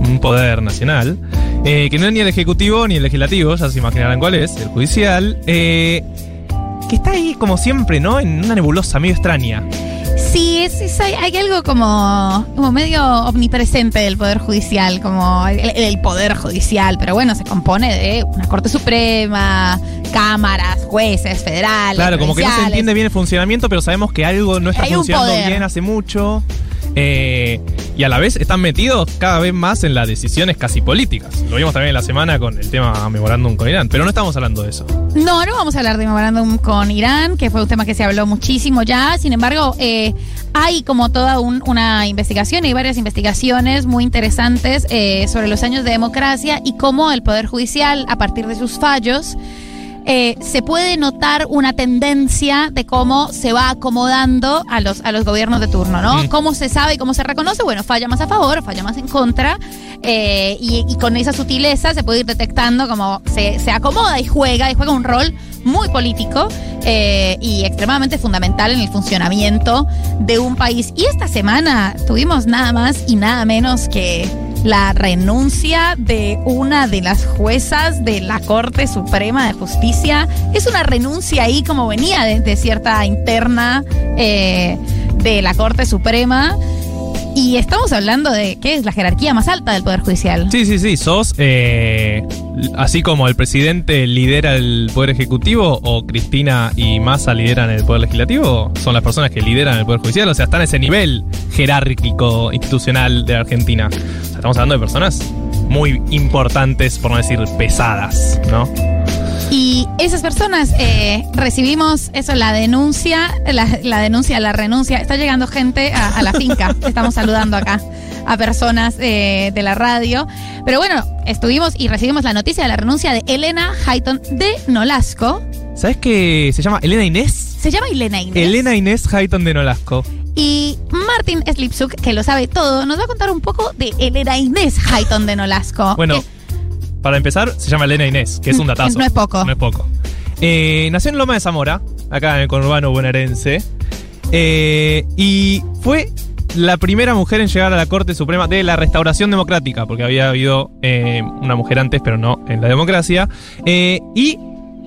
Speaker 2: un poder nacional, eh, que no es ni el ejecutivo ni el legislativo, ya se imaginarán cuál es, el judicial, eh, que está ahí como siempre, ¿no? En una nebulosa medio extraña.
Speaker 1: Sí, es, es- hay, hay algo como, como medio omnipresente del Poder Judicial, como el, el Poder Judicial, pero bueno, se compone de una Corte Suprema, cámaras, jueces federales.
Speaker 2: Claro, como que no se
Speaker 1: provinciales.
Speaker 2: entiende bien el funcionamiento, pero sabemos que algo no está
Speaker 1: Hay un
Speaker 2: funcionando
Speaker 1: poder.
Speaker 2: bien hace mucho. Eh, y a la vez están metidos cada vez más en las decisiones casi políticas. Lo vimos también en la semana con el tema memorándum con Irán, pero no estamos hablando de eso.
Speaker 1: No, no vamos a hablar de memorándum con Irán, que fue un tema que se habló muchísimo ya. Sin embargo, eh, hay como toda un- una investigación, hay varias investigaciones muy interesantes eh, sobre los años de democracia y cómo el Poder Judicial, a partir de sus fallos, eh, se puede notar una tendencia de cómo se va acomodando a los, a los gobiernos de turno, ¿no?
Speaker 2: Mm.
Speaker 1: ¿Cómo se sabe y cómo se reconoce? Bueno, falla más a favor, falla más en contra, eh, y, y con esa sutileza se puede ir detectando cómo se, se acomoda y juega, y juega un rol muy político eh, y extremadamente fundamental en el funcionamiento de un país. Y esta semana tuvimos nada más y nada menos que la renuncia de una de las juezas de la Corte Suprema de Justicia. Es una renuncia ahí como venía desde cierta interna eh, de la Corte Suprema. Y estamos hablando de qué es la jerarquía más alta del Poder Judicial.
Speaker 2: Sí, sí, sí, sos, eh, así como el presidente lidera el Poder Ejecutivo o Cristina y Massa lideran el Poder Legislativo, son las personas que lideran el Poder Judicial, o sea, están a ese nivel jerárquico institucional de la Argentina. O sea, estamos hablando de personas muy importantes, por no decir pesadas, ¿no?
Speaker 1: Y esas personas eh, recibimos eso, la denuncia, la, la denuncia, la renuncia. Está llegando gente a, a la finca. Estamos saludando acá a personas eh, de la radio. Pero bueno, estuvimos y recibimos la noticia de la renuncia de Elena Hayton de Nolasco.
Speaker 2: ¿Sabes qué se llama Elena Inés?
Speaker 1: Se llama Elena Inés.
Speaker 2: Elena Inés Hayton de Nolasco.
Speaker 1: Y Martin Slipsuk, que lo sabe todo, nos va a contar un poco de Elena Inés Hayton de Nolasco.
Speaker 2: Bueno,
Speaker 1: Que-
Speaker 2: para empezar, se llama Elena Inés, que es un
Speaker 1: Mm,
Speaker 2: datazo.
Speaker 1: no Ah, es poco.
Speaker 2: No es poco. Eh, nació en Loma de Zamora, acá en el conurbano bonaerense. Eh, y fue la primera mujer en llegar a la Corte Suprema de la Restauración Democrática, porque había habido eh, una mujer antes, pero no en la democracia. Eh, y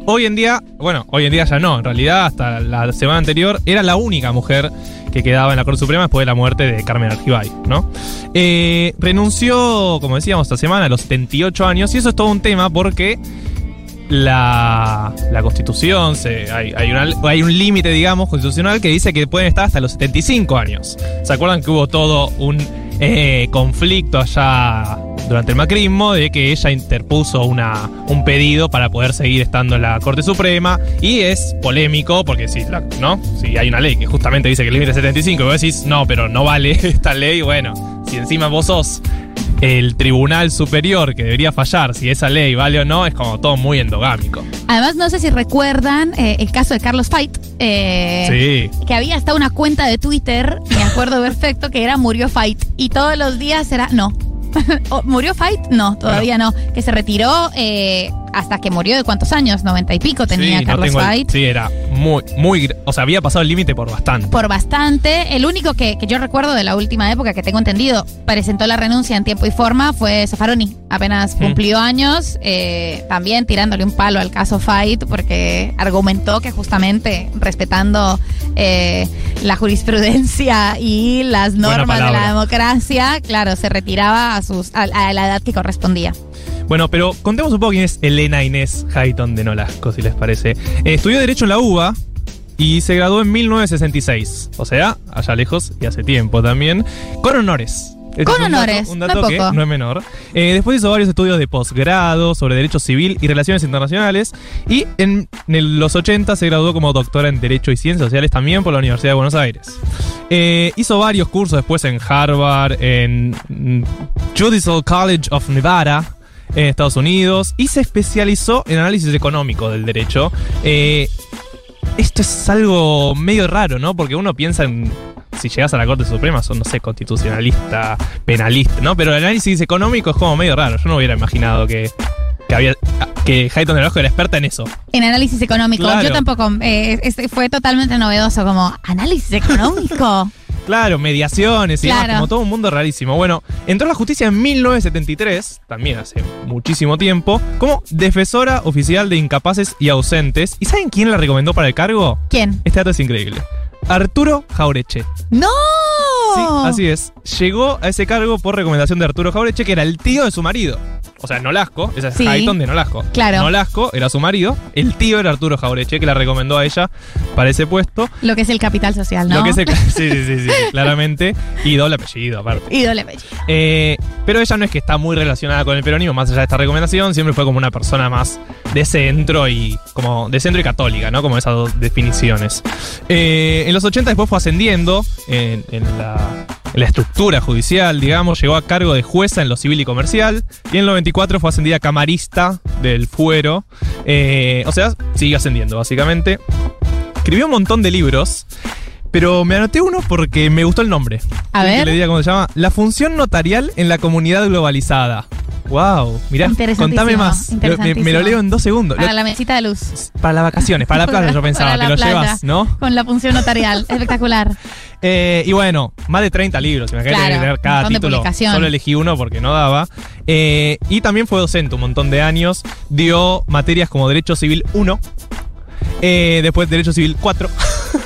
Speaker 2: hoy en día, bueno, hoy en día ya no, en realidad hasta la semana anterior era la única mujer que quedaba en la Corte Suprema después de la muerte de Carmen Argibay, ¿no? Eh, renunció, como decíamos, esta semana a los 78 años, y eso es todo un tema porque la, la constitución, se, hay, hay una- hay un límite, digamos, constitucional que dice que pueden estar hasta los 75 años. ¿Se acuerdan que hubo todo un eh, conflicto allá durante el macrismo de que ella interpuso una, un pedido para poder seguir estando en la Corte Suprema? Y es polémico porque si, la- ¿no? si hay una ley que justamente dice que el límite es 75 y vos decís, no, pero no vale esta ley, bueno, si encima vos sos el tribunal superior que debería fallar si esa ley vale o no es como todo muy endogámico.
Speaker 1: Además, no sé si recuerdan eh, el caso de Carlos Fight. eh,
Speaker 2: Sí.
Speaker 1: que había hasta una cuenta de Twitter, me acuerdo perfecto, que era Murió Fight. Y todos los días era, no. O, ¿Murió Fight? No, todavía no. Que se retiró eh, hasta que murió de cuántos años, noventa y pico tenía
Speaker 2: sí, no
Speaker 1: Carlos
Speaker 2: tengo el-
Speaker 1: Fight.
Speaker 2: sí, era muy, muy. gr- O sea, había pasado el límite por bastante.
Speaker 1: Por bastante. El único que, que yo recuerdo de la última época que tengo entendido presentó la renuncia en tiempo y forma fue Zaffaroni. Apenas cumplió años, eh, también tirándole un palo al caso Fight porque argumentó que justamente respetando eh, la jurisprudencia y las
Speaker 2: Buena
Speaker 1: normas de la
Speaker 2: palabra.
Speaker 1: democracia, claro, se retiraba a, sus, a, a la edad que correspondía.
Speaker 2: Bueno, pero contemos un poco quién es Elena Inés Hayton de Nolasco, si les parece. Eh, estudió Derecho en la UBA y se graduó en 1966. O sea, allá lejos y hace tiempo también. Con honores. Este
Speaker 1: Con
Speaker 2: es un dato-
Speaker 1: honores,
Speaker 2: un dato
Speaker 1: no es
Speaker 2: que
Speaker 1: poco.
Speaker 2: no es menor. Eh, después hizo varios estudios de posgrado sobre Derecho Civil y Relaciones Internacionales. Y en, en el- los 80 se graduó como doctora en Derecho y Ciencias Sociales también por la Universidad de Buenos Aires. Eh, hizo varios cursos después en Harvard, en mm, Judicial College of Nevada, en Estados Unidos, y se especializó en análisis económico del derecho. Eh, esto es algo medio raro, ¿no? Porque uno piensa en. Si llegas a la Corte Suprema, son, no sé, constitucionalista, penalista, ¿no? Pero el análisis económico es como medio raro. Yo no hubiera imaginado que, que había. que Hayton del Vasco era experta en eso.
Speaker 1: En análisis económico.
Speaker 2: Claro.
Speaker 1: Yo tampoco. eh, este fue totalmente novedoso, como análisis económico.
Speaker 2: Claro, mediaciones y demás,
Speaker 1: Claro.
Speaker 2: como todo un mundo rarísimo. Bueno, entró a la justicia en 1973, también hace muchísimo tiempo, como defensora oficial de incapaces y ausentes. ¿Y saben quién la recomendó para el cargo?
Speaker 1: ¿Quién?
Speaker 2: Este dato es increíble. Arturo Jaureche.
Speaker 1: ¡No!
Speaker 2: Sí,
Speaker 1: Oh.
Speaker 2: así es. Llegó a ese cargo por recomendación de Arturo Jaureche, que era el tío de su marido. O sea, Nolasco, esa es
Speaker 1: Sí.
Speaker 2: Hayton de Nolasco.
Speaker 1: Claro.
Speaker 2: Nolasco era su marido, el tío era Arturo Jaureche, que la recomendó a ella para ese puesto.
Speaker 1: Lo que es el capital social, ¿no?
Speaker 2: Lo que se, sí, sí, sí, sí, claramente. Y doble apellido, aparte.
Speaker 1: Ídole apellido.
Speaker 2: Eh, pero ella no es que está muy relacionada con el peronismo, más allá de esta recomendación, siempre fue como una persona más de centro y como de centro y católica, ¿no? Como esas dos definiciones. Eh, en los 80 después fue ascendiendo en, en la, en la estructura judicial, digamos, llegó a cargo de jueza en lo civil y comercial y en el 94 fue ascendida a camarista del fuero, Eh, o sea, sigue ascendiendo básicamente. Escribió un montón de libros, pero me anoté uno porque me gustó el nombre.
Speaker 1: A
Speaker 2: ¿Quieren que
Speaker 1: ver.
Speaker 2: le diga cómo se llama? La función notarial en la comunidad globalizada. Wow, mirá,
Speaker 1: Interesantísimo,
Speaker 2: contame más. Lo- me, me lo
Speaker 1: interesantísimo.
Speaker 2: leo en dos segundos. Lo-
Speaker 1: Para la mesita de luz.
Speaker 2: para las vacaciones, para la playa yo pensaba,
Speaker 1: Para
Speaker 2: te
Speaker 1: la
Speaker 2: lo
Speaker 1: playa.
Speaker 2: llevas, ¿no?
Speaker 1: Con la función notarial. Espectacular.
Speaker 2: Eh, y bueno, más de 30 libros, imagínate
Speaker 1: Claro,
Speaker 2: tener
Speaker 1: un
Speaker 2: cada
Speaker 1: montón de
Speaker 2: título.
Speaker 1: publicación.
Speaker 2: Solo elegí uno porque no daba. Eh, y también fue docente un montón de años. Dio materias como Derecho Civil 1, eh, después Derecho Civil 4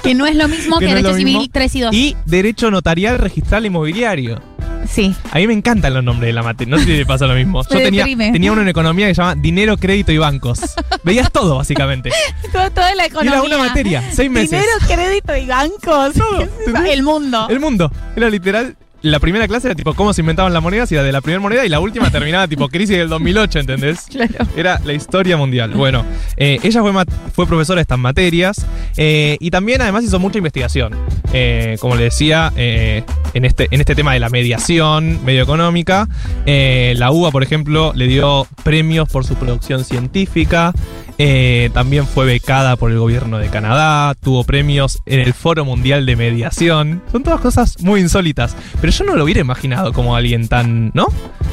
Speaker 1: Que no es lo mismo que,
Speaker 2: Que no es lo
Speaker 1: Derecho Civil
Speaker 2: mismo.
Speaker 1: 3 y 2.
Speaker 2: y Derecho Notarial Registral Inmobiliario.
Speaker 1: Sí.
Speaker 2: A mí me encantan los nombres de la materia. No sé si le pasa lo mismo. Yo
Speaker 1: Me
Speaker 2: tenía,
Speaker 1: deprime.
Speaker 2: tenía uno en economía que se llama Dinero, Crédito y Bancos. Veías todo, básicamente.
Speaker 1: Todo- toda la
Speaker 2: Y
Speaker 1: economía.
Speaker 2: era una materia, seis meses.
Speaker 1: Dinero, crédito y bancos.
Speaker 2: Todo, ¿entendés?
Speaker 1: El mundo.
Speaker 2: El mundo. Era literal. La primera clase era tipo cómo se inventaban las monedas y la de la primera moneda y la última terminaba tipo crisis del 2008, ¿entendés?
Speaker 1: Claro.
Speaker 2: Era la historia mundial. Bueno, eh, ella fue, mat- fue profesora de estas materias eh, y también además hizo mucha investigación. Eh, como le decía, eh, en, este, en este tema de la mediación medioeconómica, eh, la UBA, por ejemplo, le dio premios por su producción científica. eh, también fue becada por el gobierno de Canadá, tuvo premios en el Foro Mundial de Mediación. Son todas cosas muy insólitas, pero yo no lo hubiera imaginado como alguien tan, ¿no?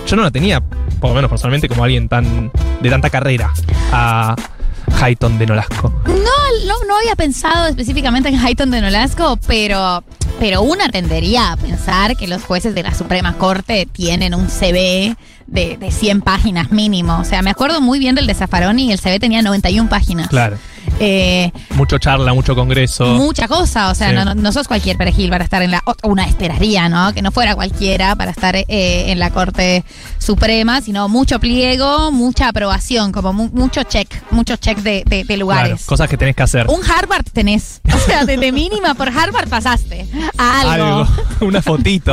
Speaker 2: Yo no la tenía, por lo menos personalmente, como alguien tan de tanta carrera a Hayton de Nolasco.
Speaker 1: No, no había pensado específicamente en Hayton de Nolasco, pero, pero una tendería a pensar que los jueces de la Suprema Corte tienen un CV de, de 100 páginas mínimo. O sea, me acuerdo muy bien del de Zaffaroni y el CV tenía 91 páginas.
Speaker 2: Claro.
Speaker 1: Eh,
Speaker 2: Mucho charla, mucho congreso.
Speaker 1: mucha cosa, o sea,
Speaker 2: Sí.
Speaker 1: no, no- no sos cualquier perejil para estar en la... o Una esperaría, ¿no? Que no fuera cualquiera para estar eh, en la Corte Suprema, sino mucho pliego, mucha aprobación, como mu- mucho check, mucho check de, de- de
Speaker 2: Claro,
Speaker 1: lugares.
Speaker 2: cosas que tenés que hacer.
Speaker 1: Un Harvard tenés. O sea, desde mínima por Harvard pasaste a algo.
Speaker 2: Una fotito,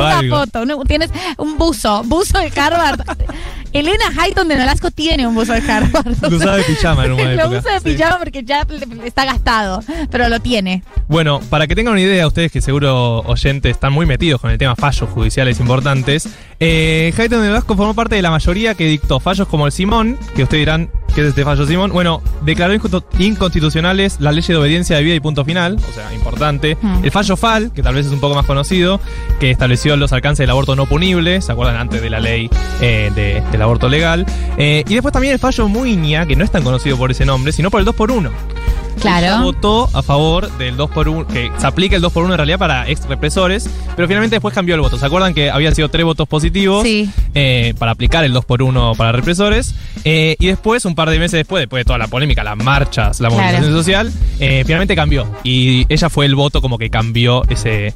Speaker 1: Una
Speaker 2: algo.
Speaker 1: foto, un- tienes un buzo, buzo de Harvard. Elena Hayton de Nolasco tiene un buzo de Harvard.
Speaker 2: Lo usaba de pijama en una
Speaker 1: Lo
Speaker 2: época.
Speaker 1: usa de
Speaker 2: Sí.
Speaker 1: pijama porque ya le- está gastado, pero lo tiene.
Speaker 2: Bueno, para que tengan una idea, ustedes que seguro oyentes están muy metidos con el tema fallos judiciales importantes, eh, Hayton de Vasco formó parte de la mayoría que dictó fallos como el Simón, que ustedes dirán, ¿qué es este fallo Simón? Bueno, declaró injusto- inconstitucionales la ley de obediencia de vida y punto final, o sea, importante.
Speaker 1: Mm.
Speaker 2: El fallo FAL, que tal vez es un poco más conocido, que estableció los alcances del aborto no punible, ¿se acuerdan antes de la ley eh, de- del aborto legal? Eh, y después también el fallo Muiña, que no es tan conocido por ese nombre, sino por el 2x1. Ella
Speaker 1: Claro.
Speaker 2: votó a favor del 2x1, que se aplica el 2x1 en realidad para ex represores, pero finalmente después cambió el voto. ¿Se acuerdan que habían sido tres votos positivos
Speaker 1: Sí.
Speaker 2: eh, para aplicar el 2x1 para represores? Eh, y después, un par de meses después, después de toda la polémica, las marchas, la
Speaker 1: Claro.
Speaker 2: movilización social, eh, finalmente cambió. Y ella fue el voto como que cambió ese,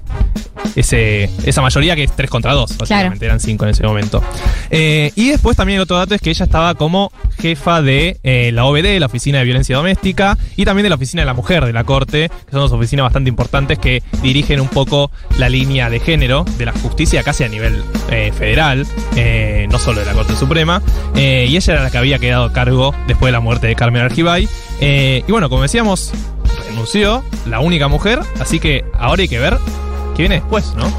Speaker 2: ese, esa mayoría que es 3 contra 2, básicamente, eran 5 en ese momento. Eh, y después también el otro dato es que ella estaba como jefa de eh, la OBD, la Oficina de Violencia Doméstica, y también de la Oficina de la Mujer de la Corte, que son dos oficinas bastante importantes que dirigen un poco la línea de género de la justicia casi a nivel eh, federal, eh, no solo de la Corte Suprema, Eh, y ella era la que había quedado a cargo después de la muerte de Carmen Argibay. Eh, y bueno, como decíamos, renunció, la única mujer, así que ahora hay que ver que viene después, ¿no?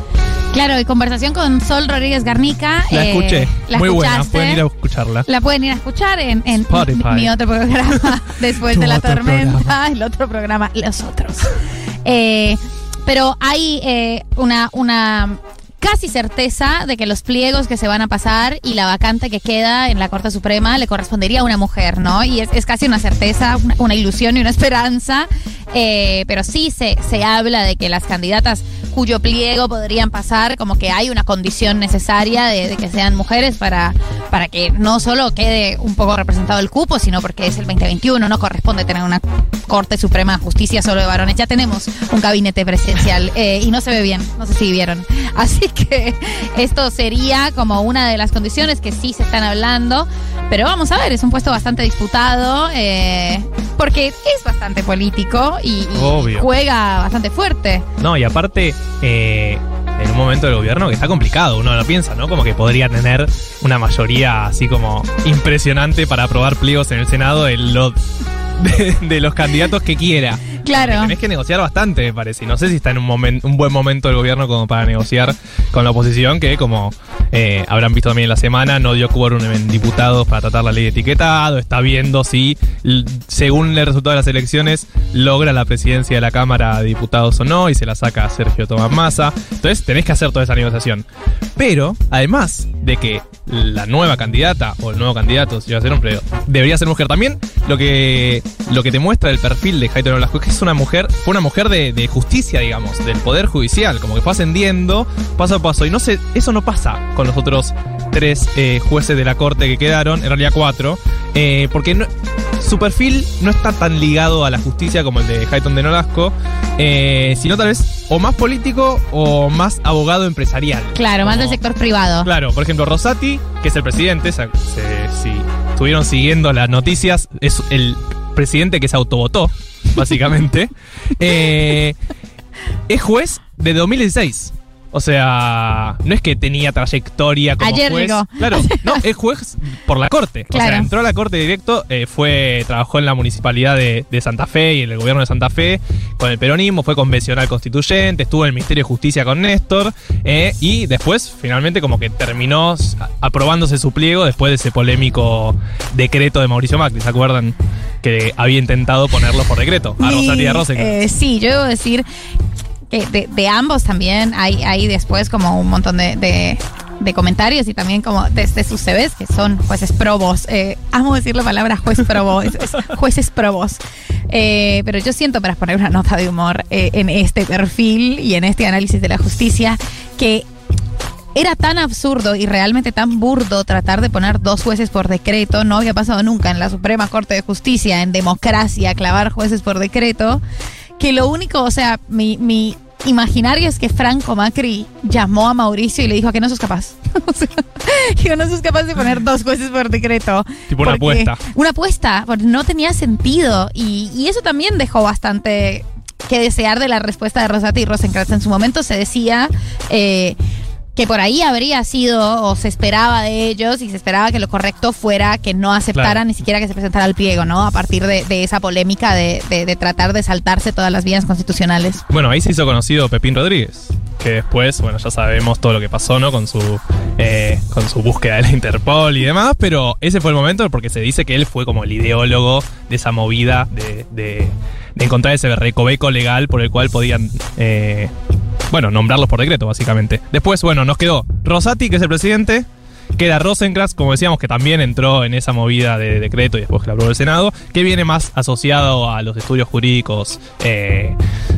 Speaker 1: Claro, y conversación con Sol Rodríguez Garnica.
Speaker 2: La
Speaker 1: eh,
Speaker 2: escuché.
Speaker 1: la
Speaker 2: Muy buena,
Speaker 1: escuchaste.
Speaker 2: pueden ir a escucharla.
Speaker 1: La pueden ir a escuchar en, en
Speaker 2: Spotify.
Speaker 1: mi, mi otro programa, después
Speaker 3: Tu
Speaker 1: de la
Speaker 3: otro
Speaker 1: tormenta,
Speaker 3: programa.
Speaker 1: el otro programa, los otros. Eh, pero hay eh, una, una casi certeza de que los pliegos que se van a pasar y la vacante que queda en la Corte Suprema le correspondería a una mujer, ¿no? Y es, es casi una certeza, una, una ilusión y una esperanza. eh, pero sí se, se habla de que las candidatas cuyo pliego podrían pasar, como que hay una condición necesaria de, de que sean mujeres para, para que no solo quede un poco representado el cupo, sino porque es el 2021, no corresponde tener una Corte Suprema de Justicia solo de varones. Ya tenemos un gabinete presidencial eh, y no se ve bien, no sé si vieron. Así que esto sería como una de las condiciones que sí se están hablando, pero vamos a ver, es un puesto bastante disputado eh, porque es bastante político y, y
Speaker 2: Obvio.
Speaker 1: juega bastante fuerte.
Speaker 2: No, y aparte, eh, en un momento del gobierno que está complicado, uno lo piensa, ¿no? Como que podría tener una mayoría así como impresionante para aprobar pliegos en el Senado de, lo- de, de los candidatos que quiera. Que
Speaker 1: Claro.
Speaker 2: Tenés que negociar bastante, me parece. Y no sé si está en un, momen- un buen momento el gobierno como para negociar con la oposición, que como eh, habrán visto también en la semana, no dio quórum en diputados para tratar la ley de etiquetado. Está viendo si, l- según el resultado de las elecciones, logra la presidencia de la Cámara de Diputados o no, y se la saca a Sergio Tomás Massa. Entonces tenés que hacer toda esa negociación. Pero, además de que la nueva candidata o el nuevo candidato, si va a ser hombre, debería ser mujer también, lo que, lo que te muestra el perfil de Jaito Nolasco es que es una mujer, fue una mujer de, de justicia, digamos, del poder judicial, como que fue ascendiendo paso a paso. Y no sé, eso no pasa con los otros tres eh, jueces de la corte que quedaron, en realidad cuatro, eh, porque no- su perfil no está tan ligado a la justicia como el de Hayton de Nolasco, eh, sino tal vez o más político o más abogado empresarial.
Speaker 1: Claro, más del
Speaker 2: Como-
Speaker 1: sector privado.
Speaker 2: Claro, por ejemplo, Rosati, que es el presidente, sa- se- si estuvieron siguiendo las noticias, es el presidente que se autovotó, básicamente. Eh, es juez de 2016. O sea, no es que tenía trayectoria como
Speaker 1: Ayer
Speaker 2: juez.
Speaker 1: llegó.
Speaker 2: Claro, no, es juez por la corte. O
Speaker 1: Claro.
Speaker 2: sea, entró a la corte directo, eh, fue, trabajó en la municipalidad de, de Santa Fe y en el gobierno de Santa Fe con el peronismo, fue convencional constituyente, estuvo en el Ministerio de Justicia con Néstor eh, y después finalmente como que terminó s- aprobándose su pliego después de ese polémico decreto de Mauricio Macri, ¿se acuerdan? Que había intentado ponerlo por decreto a Rosario
Speaker 1: Y,
Speaker 2: de Rosenkrantz.
Speaker 1: eh, sí, yo debo decir que de, de ambos también hay, hay después como un montón de, de- de comentarios y también como desde sus CVs que son jueces probos. Eh, amo decir la palabra juez probo, es- es jueces probos. Eh, pero yo siento para poner una nota de humor eh, en este perfil y en este análisis de la justicia que era tan absurdo y realmente tan burdo tratar de poner dos jueces por decreto. No había pasado nunca en la Suprema Corte de Justicia, en democracia, clavar jueces por decreto. Que lo único, o sea, mi, mi imaginario es que Franco Macri llamó a Mauricio y le dijo que no sos capaz. o sea, que no sos capaz de poner dos jueces por decreto.
Speaker 2: Tipo una
Speaker 1: Porque-
Speaker 2: apuesta.
Speaker 1: Una apuesta, porque no tenía sentido. Y, y eso también dejó bastante que desear de la respuesta de Rosati y Rosenkrantz. En su momento se decía. eh, que por ahí habría sido o se esperaba de ellos y se esperaba que lo correcto fuera que no aceptaran
Speaker 2: Claro.
Speaker 1: ni siquiera que se presentara al pliego, ¿no? A partir de, de esa polémica de, de- de tratar de saltarse todas las vías constitucionales.
Speaker 2: Bueno, ahí se hizo conocido Pepín Rodríguez, que después, bueno, ya sabemos todo lo que pasó, ¿no? Con su, eh, con su búsqueda de la Interpol y demás, pero ese fue el momento porque se dice que él fue como el ideólogo de esa movida de, de- de encontrar ese recoveco legal por el cual podían, eh, bueno, nombrarlos por decreto, básicamente. Después, bueno, nos quedó Rosati, que es el presidente. Queda Rosencrantz, como decíamos, que también entró en esa movida de decreto y después que la aprobó el Senado, que viene más asociado a los estudios jurídicos eh,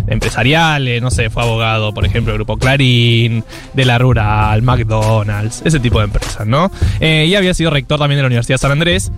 Speaker 2: empresariales, no sé, fue abogado, por ejemplo, del Grupo Clarín, de la Rural, McDonald's, ese tipo de empresas, ¿no? Eh, y había sido rector también de la Universidad de San Andrés.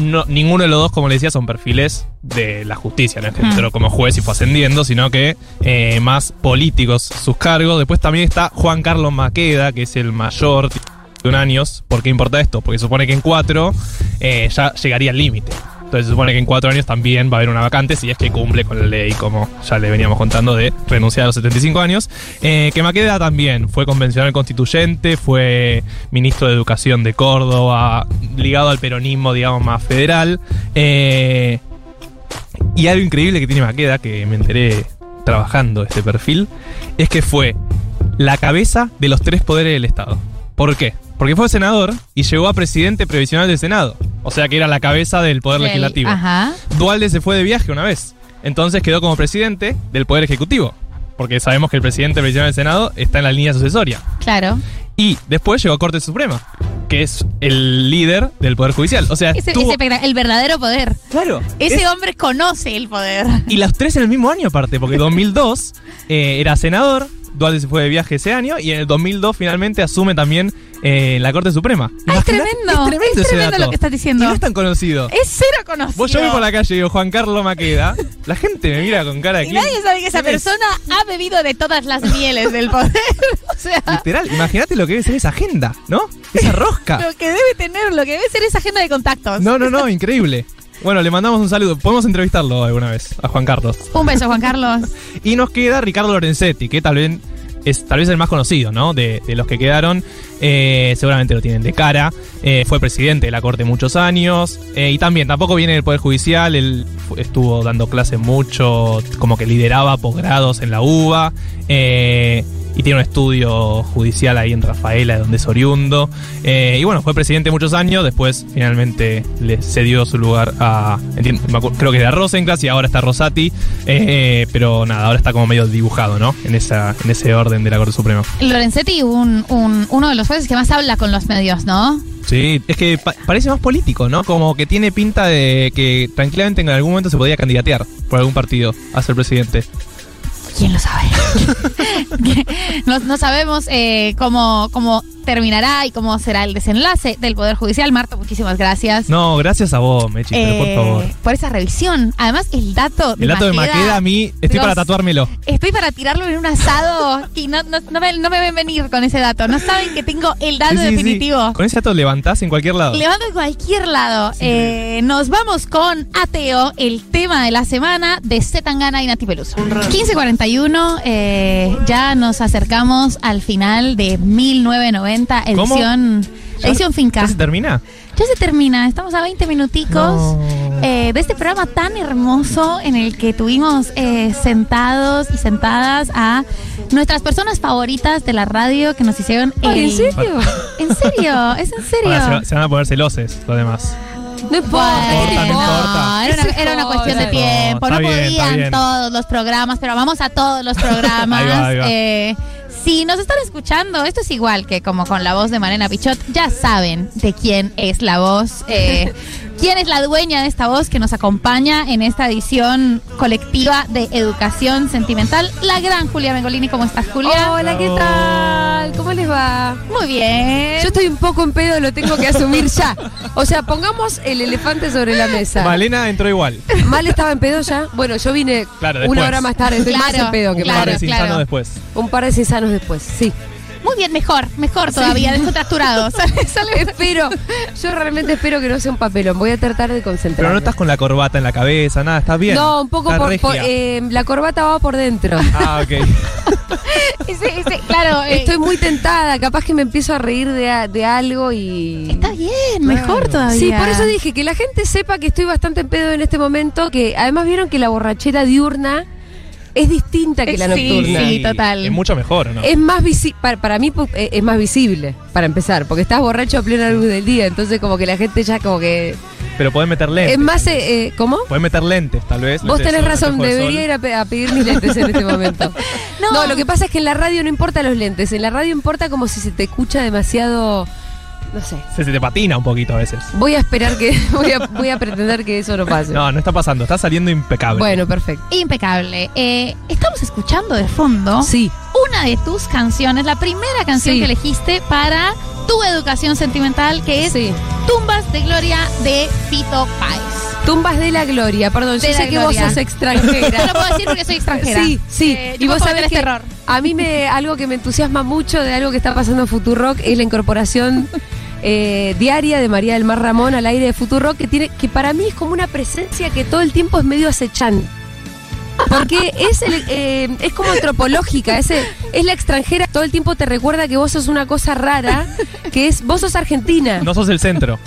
Speaker 2: No, ninguno de los dos, como le decía, son perfiles de la justicia, no es que
Speaker 1: Mm.
Speaker 2: entró como juez y fue ascendiendo, sino que eh, más políticos sus cargos. Después también está Juan Carlos Maqueda, que es el mayor, de un años. ¿Por qué importa esto? Porque supone que en cuatro eh, ya llegaría al límite. Entonces se supone que en cuatro años también va a haber una vacante si es que cumple con la ley, como ya le veníamos contando, de renunciar a los 75 años. Eh, que Maqueda también fue convencional constituyente, fue ministro de Educación de Córdoba, ligado al peronismo, digamos, más federal. Eh, y algo increíble que tiene Maqueda, que me enteré trabajando este perfil, es que fue la cabeza de los tres poderes del Estado. ¿Por qué? Porque fue senador y llegó a presidente previsional del Senado. O sea que era la cabeza del poder
Speaker 1: Del-
Speaker 2: legislativo.
Speaker 1: Ajá.
Speaker 2: Dualde se fue de viaje una vez. Entonces quedó como presidente del Poder Ejecutivo. Porque sabemos que el presidente presidente del Senado está en la línea sucesoria.
Speaker 1: Claro.
Speaker 2: Y después llegó a Corte Suprema, que es el líder del Poder Judicial. O sea,
Speaker 1: Ese-
Speaker 2: tuvo-
Speaker 1: ese pegra- el verdadero poder.
Speaker 2: claro.
Speaker 1: Ese
Speaker 2: es-
Speaker 1: hombre conoce el poder.
Speaker 2: y las tres en el mismo año aparte, porque 2002 eh, era senador, Dualde se fue de viaje ese año y en el 2002 finalmente asume también eh, la Corte Suprema.
Speaker 1: Ah, es
Speaker 2: Imagina-
Speaker 1: tremendo.
Speaker 2: Es tremendo,
Speaker 1: Es
Speaker 2: ese
Speaker 1: tremendo
Speaker 2: dato.
Speaker 1: lo que estás diciendo.
Speaker 2: Y no es tan conocido.
Speaker 1: Es cero conocido.
Speaker 2: Vos yo voy por la calle y digo Juan Carlos Maqueda, la gente me mira con cara de
Speaker 1: Y
Speaker 2: "¿Quién-
Speaker 1: nadie sabe que esa
Speaker 2: quién es?".
Speaker 1: persona ha bebido de todas las mieles del poder. O sea,
Speaker 2: Literal, imagínate lo que debe ser esa agenda, ¿no? Esa rosca.
Speaker 1: lo que debe tener, lo que debe ser esa agenda de contactos.
Speaker 2: No, no, no, increíble. Bueno, le mandamos un saludo. Podemos entrevistarlo alguna vez a Juan Carlos.
Speaker 1: Un beso, Juan Carlos.
Speaker 2: Y nos queda Ricardo Lorenzetti, que tal vez es tal vez el más conocido, ¿no? De, de los que quedaron. Eh, seguramente lo tienen de cara. Eh, fue presidente de la Corte muchos años. Eh, y también tampoco viene del Poder Judicial. Él fu- estuvo dando clases mucho, como que lideraba posgrados en la UBA. Eh, y tiene un estudio judicial ahí en Rafaela, de donde es oriundo. Eh, y bueno, fue presidente muchos años, después finalmente le cedió su lugar a, enti- me acu- creo que era Rosenclass y ahora está Rosati, Eh, eh, pero nada, ahora está como medio dibujado, ¿no? En, esa, en ese orden de la Corte Suprema.
Speaker 1: Lorenzetti, un, un- uno de los jueces que más habla con los medios, ¿no?
Speaker 2: Sí, es que pa- parece más político, ¿no? Como que tiene pinta de que tranquilamente en algún momento se podía candidatear por algún partido a ser presidente.
Speaker 1: ¿Quién lo sabe? Que no, no sabemos eh, cómo, cómo terminará y cómo será el desenlace del Poder Judicial. Marta, muchísimas gracias.
Speaker 2: No, gracias a vos, Mechi, pero por
Speaker 1: eh,
Speaker 2: favor.
Speaker 1: por esa revisión. Además, el dato de
Speaker 2: El dato de Maqueda a mí, estoy
Speaker 1: Dios.
Speaker 2: para tatuármelo.
Speaker 1: Estoy para tirarlo en un asado y no, no, no me, no me ven venir con ese dato. No saben que tengo el dato
Speaker 2: Sí, sí, sí.
Speaker 1: definitivo.
Speaker 2: Con ese dato levantás en cualquier lado.
Speaker 1: Levanto de cualquier lado. Eh, nos vamos con Ateo, el tema de la semana de Zetangana y Nati Peluso. 1541, eh, ya nos acercamos al final de 1990,
Speaker 2: ¿Cómo?
Speaker 1: edición, edición finca.
Speaker 2: ¿Ya se termina?
Speaker 1: Ya se termina, estamos a 20 minuticos eh, de este programa tan hermoso en el que tuvimos eh, sentados y sentadas a nuestras personas favoritas de la radio que nos hicieron
Speaker 5: Ay,
Speaker 1: el-
Speaker 5: ¿en serio?
Speaker 1: ¿En serio? ¿Es en serio?
Speaker 2: Ahora se, va- se van a poner celosos los demás.
Speaker 1: Bueno,
Speaker 5: No
Speaker 2: no importa.
Speaker 1: Era, una, era una cuestión de
Speaker 2: No,
Speaker 1: tiempo. No
Speaker 2: está bien, está
Speaker 1: podían
Speaker 2: bien.
Speaker 1: todos los programas, pero vamos a todos los programas.
Speaker 2: Ahí va, ahí va.
Speaker 1: Eh, si nos están escuchando, esto es igual que como con la voz de Marena Pichot, ya saben de quién es la voz, eh, quién es la dueña de esta voz que nos acompaña en esta edición colectiva de educación sentimental, la gran Julia Mengolini. ¿Cómo estás, Julia?
Speaker 5: Hola, ¿qué tal? ¿Cómo les va?
Speaker 1: Muy bien.
Speaker 6: Yo estoy un poco en pedo, lo tengo que asumir ya. O sea, pongamos el elefante sobre la mesa.
Speaker 2: Malena entró igual.
Speaker 6: Mal estaba en pedo ya. Bueno, yo vine
Speaker 2: Claro, después.
Speaker 6: una hora más tarde, estoy más
Speaker 1: Claro,
Speaker 6: en pedo que
Speaker 2: un par
Speaker 1: claro,
Speaker 2: de
Speaker 6: Male.
Speaker 2: cinzanos
Speaker 1: claro.
Speaker 2: después.
Speaker 6: Un par de cinzanos después, sí.
Speaker 1: Muy bien, mejor, mejor todavía, descontracturado. Sale- sale-
Speaker 6: Espero, yo realmente espero que no sea un papelón. Voy a tratar de concentrarme.
Speaker 2: Pero no estás con la corbata en la cabeza, nada, estás bien.
Speaker 6: No, un poco
Speaker 2: Estás
Speaker 6: por,
Speaker 2: regia.
Speaker 6: por- eh, la corbata va por dentro.
Speaker 2: Ah, ok.
Speaker 1: ese- ese- claro, eh,
Speaker 6: Estoy muy tentada, capaz que me empiezo a reír de, a- de algo y.
Speaker 1: Está bien, mejor todavía.
Speaker 6: Sí, por eso dije que la gente sepa que estoy bastante en pedo en este momento, que además vieron que la borrachera diurna es distinta que la
Speaker 1: Sí,
Speaker 6: nocturna.
Speaker 1: sí, total.
Speaker 2: Es mucho mejor, ¿o ¿no?
Speaker 6: Es más visi para, para mí pu- eh, es más visible, para empezar, porque estás borracho a plena luz del día, entonces como que la gente ya como que...
Speaker 2: Pero podés meter lentes.
Speaker 6: Es más, eh, eh, ¿cómo?
Speaker 2: Podés meter lentes, tal vez.
Speaker 6: Vos
Speaker 2: lentes de
Speaker 6: tenés
Speaker 2: sol,
Speaker 6: razón,
Speaker 2: anteojos de
Speaker 6: debería ir
Speaker 2: sol.
Speaker 6: a, pe- a pedir mis lentes en este momento.
Speaker 1: No.
Speaker 6: no. lo que pasa es que en la radio no importa los lentes, en la radio importa como si se te escucha demasiado... No sé.
Speaker 2: Se, se te patina un poquito a veces.
Speaker 6: Voy a esperar que... Voy a, voy a pretender que eso no pase.
Speaker 2: No, no está pasando, está saliendo impecable.
Speaker 6: bueno, perfecto.
Speaker 1: Impecable. Eh, estamos escuchando de fondo
Speaker 6: Sí.
Speaker 1: una de tus canciones, la primera canción
Speaker 6: Sí.
Speaker 1: que elegiste para tu educación sentimental, que es
Speaker 6: Sí.
Speaker 1: Tumbas de Gloria de Fito Páez.
Speaker 6: Tumbas de la Gloria, perdón,
Speaker 1: De
Speaker 6: yo
Speaker 1: la
Speaker 6: sé que
Speaker 1: Gloria.
Speaker 6: vos sos extranjera.
Speaker 1: No lo puedo decir porque soy extranjera.
Speaker 6: Sí, sí.
Speaker 1: Eh, yo puedo cometer este error.
Speaker 6: a mí me algo que me entusiasma mucho de algo que está pasando en Futurock es la incorporación eh, diaria de María del Mar Ramón al aire de Futurock que tiene que para mí es como una presencia que todo el tiempo es medio acechante. Porque es, el, eh, es como antropológica, es, el- es la extranjera, todo el tiempo te recuerda que vos sos una cosa rara, que es vos sos argentina.
Speaker 2: No sos el centro.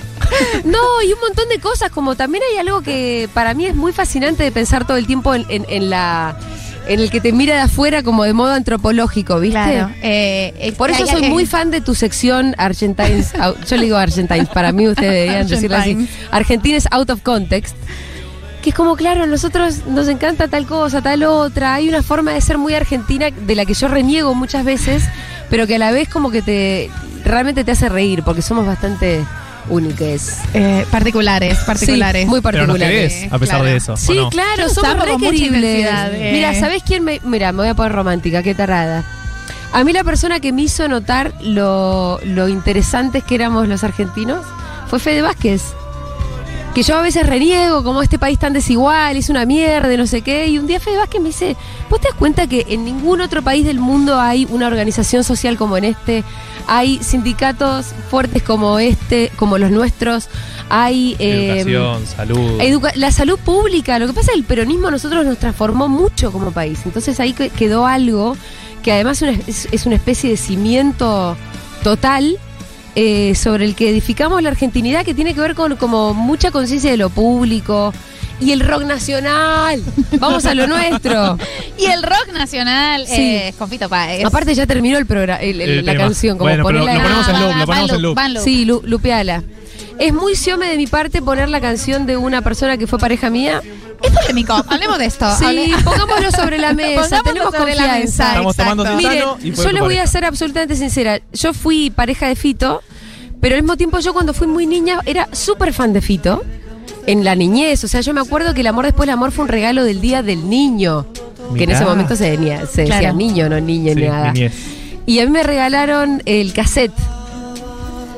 Speaker 6: No, y un montón de cosas, como también hay algo que para mí es muy fascinante de pensar todo el tiempo en, en- en la en el que te mira de afuera como de modo antropológico, ¿viste?
Speaker 1: Claro. eh, eh,
Speaker 6: Por eso
Speaker 1: ya- ya
Speaker 6: soy
Speaker 1: que-
Speaker 6: muy fan de tu sección Argentines. out- Yo le digo Argentines, para mí ustedes deberían decirlo así. Argentines out of context. Que es como, claro, a nosotros nos encanta tal cosa, tal otra. Hay una forma de ser muy argentina de la que yo reniego muchas veces, pero que a la vez como que te realmente te hace reír, porque somos bastante únicas.
Speaker 1: Eh, particulares, particulares.
Speaker 6: Sí, muy
Speaker 2: Pero nos
Speaker 6: particulares.
Speaker 2: querés, a pesar
Speaker 1: claro.
Speaker 2: de eso. ¿o
Speaker 6: Sí,
Speaker 2: no?
Speaker 6: eh, claro,
Speaker 1: Yo
Speaker 6: somos
Speaker 1: usaba
Speaker 6: re
Speaker 1: con mucha
Speaker 6: queribles.
Speaker 1: intensidad, eh.
Speaker 6: Mira, ¿sabés quién me.? Mira, me voy a poner romántica, qué tarada. A mí la persona que me hizo notar lo, lo interesantes que éramos los argentinos fue Fede Vázquez. Que yo a veces reniego, como este país tan desigual, es una mierda, no sé qué. Y un día Fede Vázquez me dice, ¿vos te das cuenta que en ningún otro país del mundo hay una organización social como en este? Hay sindicatos fuertes como este, como los nuestros. Hay... eh,
Speaker 2: Educación, salud.
Speaker 6: Educa- la salud pública, lo que pasa es que el peronismo a nosotros nos transformó mucho como país. Entonces ahí que- quedó algo que además una- es, es una especie de cimiento total eh, sobre el que edificamos la argentinidad que tiene que ver con como mucha conciencia de lo público y el rock nacional. Vamos a lo nuestro.
Speaker 1: Y el rock nacional
Speaker 6: Sí.
Speaker 1: eh, con Fito Páez.
Speaker 6: Aparte ya terminó el programa, el- el-
Speaker 2: El
Speaker 6: la
Speaker 2: tema.
Speaker 6: canción, como
Speaker 2: Bueno, pero
Speaker 6: ponerla
Speaker 2: lo
Speaker 6: en-
Speaker 2: ponemos en
Speaker 1: Ah,
Speaker 2: loop,
Speaker 1: va,
Speaker 2: lo ponemos
Speaker 1: va,
Speaker 2: en loop.
Speaker 1: va en loop.
Speaker 6: Sí, lu- lupeala. Es muy siome de mi parte poner la canción de una persona que fue pareja mía.
Speaker 1: Es polémico, hablemos de esto.
Speaker 6: Sí,
Speaker 1: hable-
Speaker 6: pongámoslo sobre la mesa,
Speaker 1: Pongámoslo
Speaker 6: tenemos
Speaker 1: sobre la
Speaker 6: confianza.
Speaker 1: mesa,
Speaker 2: Estamos tomando
Speaker 1: exacto.
Speaker 2: tinta. Sano
Speaker 6: Miren,
Speaker 2: y fue
Speaker 6: yo
Speaker 2: tu
Speaker 6: les voy a
Speaker 2: pareja.
Speaker 6: ser absolutamente sincera. Yo fui pareja de Fito, pero al mismo tiempo yo cuando fui muy niña era súper fan de Fito. En la niñez, o sea, yo me acuerdo que el amor después del amor fue un regalo del día del niño. Que en
Speaker 2: Mirá.
Speaker 6: ese momento se, venía- se decía
Speaker 1: Claro.
Speaker 6: niño, no niño
Speaker 2: Sí,
Speaker 6: ni nada.
Speaker 2: niñez.
Speaker 6: Y a mí me regalaron el cassette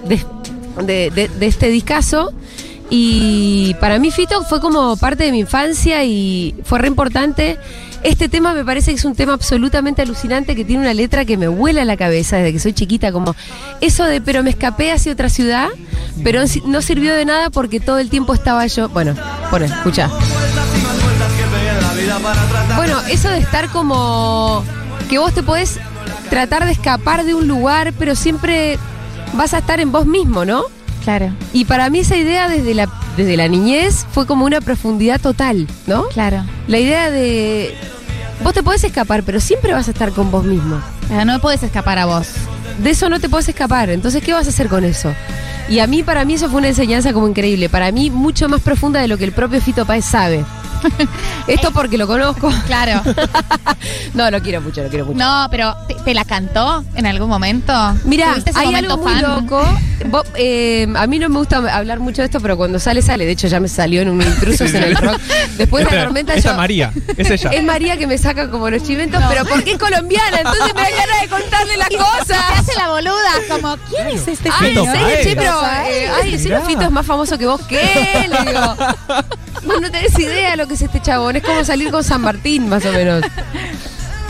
Speaker 6: de, de- de- de este discazo. Y para mí Fito fue como parte de mi infancia y fue re importante. Este tema me parece que es un tema absolutamente alucinante que tiene una letra que me vuela la cabeza desde que soy chiquita, como eso de pero me escapé hacia otra ciudad, pero si- no sirvió de nada porque todo el tiempo estaba yo. Bueno, bueno, escucha. Bueno, eso de estar como que vos te podés tratar de escapar de un lugar, pero siempre vas a estar en vos mismo, ¿no?
Speaker 1: Claro,
Speaker 6: Y para mí esa idea desde la, desde la niñez fue como una profundidad total, ¿no?
Speaker 1: claro.
Speaker 6: La idea de vos te podés escapar, pero siempre vas a estar con vos mismo.
Speaker 1: Ah, No puedes escapar a vos.
Speaker 6: De eso no te podés escapar. Entonces, ¿qué vas a hacer con eso? Y a mí, para mí, eso fue una enseñanza como increíble. Para mí, mucho más profunda de lo que el propio Fito Páez sabe. Esto porque lo conozco.
Speaker 1: Claro.
Speaker 6: No, lo quiero mucho, lo quiero mucho.
Speaker 1: No, pero ¿te, te la cantó en algún momento?
Speaker 6: Mira,
Speaker 1: ¿Tuviste ese
Speaker 6: hay
Speaker 1: momento
Speaker 6: algo muy
Speaker 1: fan?
Speaker 6: loco. Vos, eh, a mí no me gusta hablar mucho de esto, pero cuando sale, sale. De hecho, ya me salió en un intruso en el rock. Después de
Speaker 2: Esta-
Speaker 6: la tormenta
Speaker 2: esta
Speaker 6: yo.
Speaker 2: María, es ella.
Speaker 6: Es María que me saca como los chimentos, pero porque es colombiana, entonces me da ganas de contarle las
Speaker 1: Se
Speaker 6: cosas.
Speaker 1: hace la boluda, como, ¿quién es este
Speaker 6: Ay,
Speaker 2: Fito
Speaker 6: en serio,
Speaker 2: Páez.
Speaker 6: che, pero. eh, ay, en serio,
Speaker 2: Mirá.
Speaker 6: Fito es más famoso que vos. ¿Qué? Le digo. Vos no tenés idea lo que es este chabón. Es como salir con San Martín, más o menos.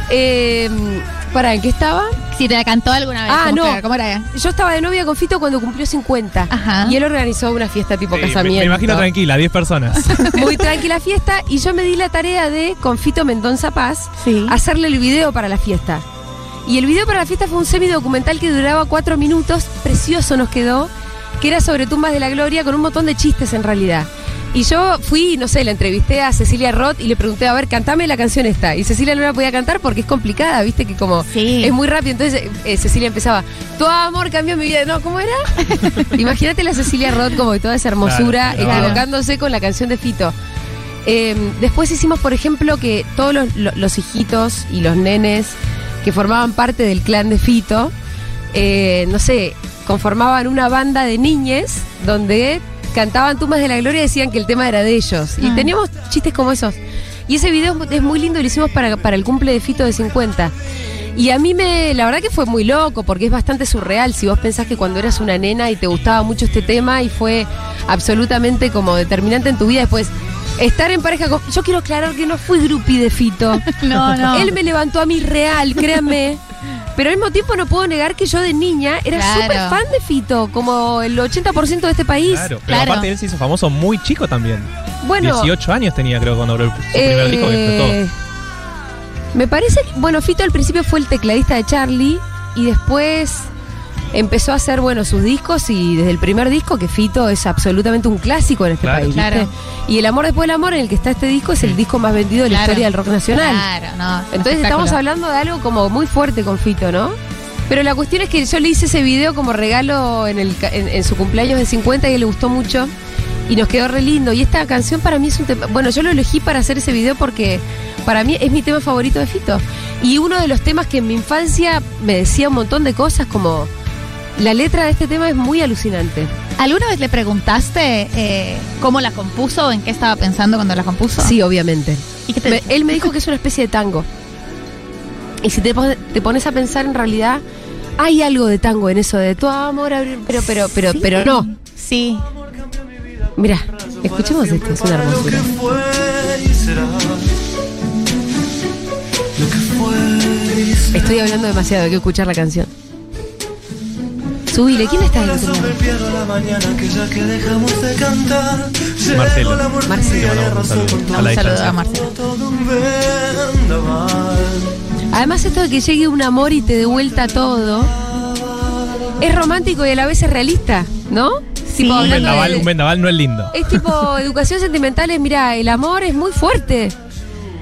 Speaker 6: Eh, ¿Para en qué estaba?
Speaker 1: Si te la cantó alguna vez.
Speaker 6: Ah,
Speaker 1: ¿cómo
Speaker 6: no.
Speaker 1: fue? ¿Cómo era?
Speaker 6: Yo estaba de novia con Fito cuando cumplió 50.
Speaker 1: Ajá.
Speaker 6: Y él organizó una fiesta tipo
Speaker 2: Sí, me- me,
Speaker 6: casamiento.
Speaker 2: imagino tranquila, 10 personas.
Speaker 6: Muy tranquila fiesta. Y yo me di la tarea de, con Fito Mendoza Paz,
Speaker 1: Sí.
Speaker 6: hacerle el video para la fiesta. Y el video para la fiesta fue un semidocumental que duraba cuatro minutos, precioso nos quedó, que era sobre Tumbas de la Gloria con un montón de chistes en realidad. Y yo fui, no sé, la entrevisté a Cecilia Roth y le pregunté, a ver, cantame la canción esta. Y Cecilia no la podía cantar porque es complicada, viste, que como
Speaker 1: Sí.
Speaker 6: es muy rápido. Entonces eh, eh, Cecilia empezaba, tu amor cambió mi vida. No, ¿cómo era? Imagínate la Cecilia Roth como de toda esa hermosura,
Speaker 2: Claro, claro.
Speaker 6: equivocándose con la canción de Fito. Eh, después hicimos, por ejemplo, que todos los, lo- los hijitos y los nenes que formaban parte del clan de Fito, eh, no sé, conformaban una banda de niñes donde cantaban tumbas de la gloria y decían que el tema era de ellos. Y
Speaker 1: Ah.
Speaker 6: teníamos chistes como esos. Y ese video es muy lindo y lo hicimos para, para el cumple de Fito de 50. Y a mí me, la verdad que fue muy loco, porque es bastante surreal si vos pensás que cuando eras una nena y te gustaba mucho este tema y fue absolutamente como determinante en tu vida después. Estar en pareja con. Yo quiero aclarar que no fui grupi de Fito.
Speaker 1: No, no.
Speaker 6: Él me levantó a mí real, créanme. Pero al mismo tiempo no puedo negar que yo de niña era
Speaker 1: Claro.
Speaker 6: súper fan de Fito, como el 80% de este país.
Speaker 2: Claro, pero
Speaker 1: Claro.
Speaker 2: aparte él se hizo famoso muy chico también.
Speaker 6: Bueno,
Speaker 2: 18 años tenía, creo, cuando abrió su
Speaker 6: eh,
Speaker 2: primer disco que explotó.
Speaker 6: me parece que, bueno, Fito al principio fue el tecladista de Charlie y después empezó a hacer, bueno, sus discos y desde el primer disco, que Fito es absolutamente un clásico en este
Speaker 2: Claro.
Speaker 6: país.
Speaker 1: Claro.
Speaker 6: ¿viste? Y El Amor Después del Amor, en el que está este disco, es el disco más vendido de la
Speaker 1: Claro.
Speaker 6: historia del rock nacional.
Speaker 1: Claro, no. es un
Speaker 6: Entonces estamos
Speaker 1: espectáculo.
Speaker 6: hablando de algo como muy fuerte con Fito, ¿no? Pero la cuestión es que yo le hice ese video como regalo en, el, ca- en, en su cumpleaños de 50 y le gustó mucho y nos quedó re lindo. Y esta canción para mí es un tema... Bueno, yo lo elegí para hacer ese video porque para mí es mi tema favorito de Fito. Y uno de los temas que en mi infancia me decía un montón de cosas como... La letra de este tema es muy alucinante.
Speaker 1: ¿Alguna vez le preguntaste eh, cómo la compuso o en qué estaba pensando cuando la compuso?
Speaker 6: Sí, obviamente.
Speaker 1: ¿Y qué te
Speaker 6: Me-
Speaker 1: dijo?
Speaker 6: él me dijo que es una especie de tango. Y si te, pon- te pones a pensar, en realidad, hay algo de tango en eso de tu amor abrir. Pero, pero, pero,
Speaker 1: Sí.
Speaker 6: pero no.
Speaker 1: Sí.
Speaker 6: Mira, escuchemos esto, es una
Speaker 4: Para lo que
Speaker 6: hermosura.
Speaker 4: fue y será. Lo que fue y será.
Speaker 6: Estoy hablando demasiado, hay que escuchar la canción. Subile, ¿quién está ahí? del otro
Speaker 4: Corazón
Speaker 6: lado?
Speaker 4: me pierdo la mañana que ya que dejamos de cantar.
Speaker 2: Marcelo.
Speaker 4: Llegó la muerte
Speaker 6: Marcelo.
Speaker 4: y
Speaker 2: Le mandamos un
Speaker 4: arrasó
Speaker 2: saludo
Speaker 4: con
Speaker 2: a
Speaker 4: todo.
Speaker 2: la
Speaker 1: Un saludo
Speaker 2: distancia.
Speaker 1: a Marcelo.
Speaker 4: Todo un vendaval.
Speaker 6: Además, esto de que llegue un amor y te dé vuelta todo. Es romántico y a la vez es realista, ¿no?
Speaker 1: Sí.
Speaker 6: Tipo,
Speaker 2: Un
Speaker 6: hablando
Speaker 2: vendaval,
Speaker 6: de-
Speaker 2: un vendaval no es lindo.
Speaker 6: Es tipo educación sentimental es, mira, el amor es muy fuerte.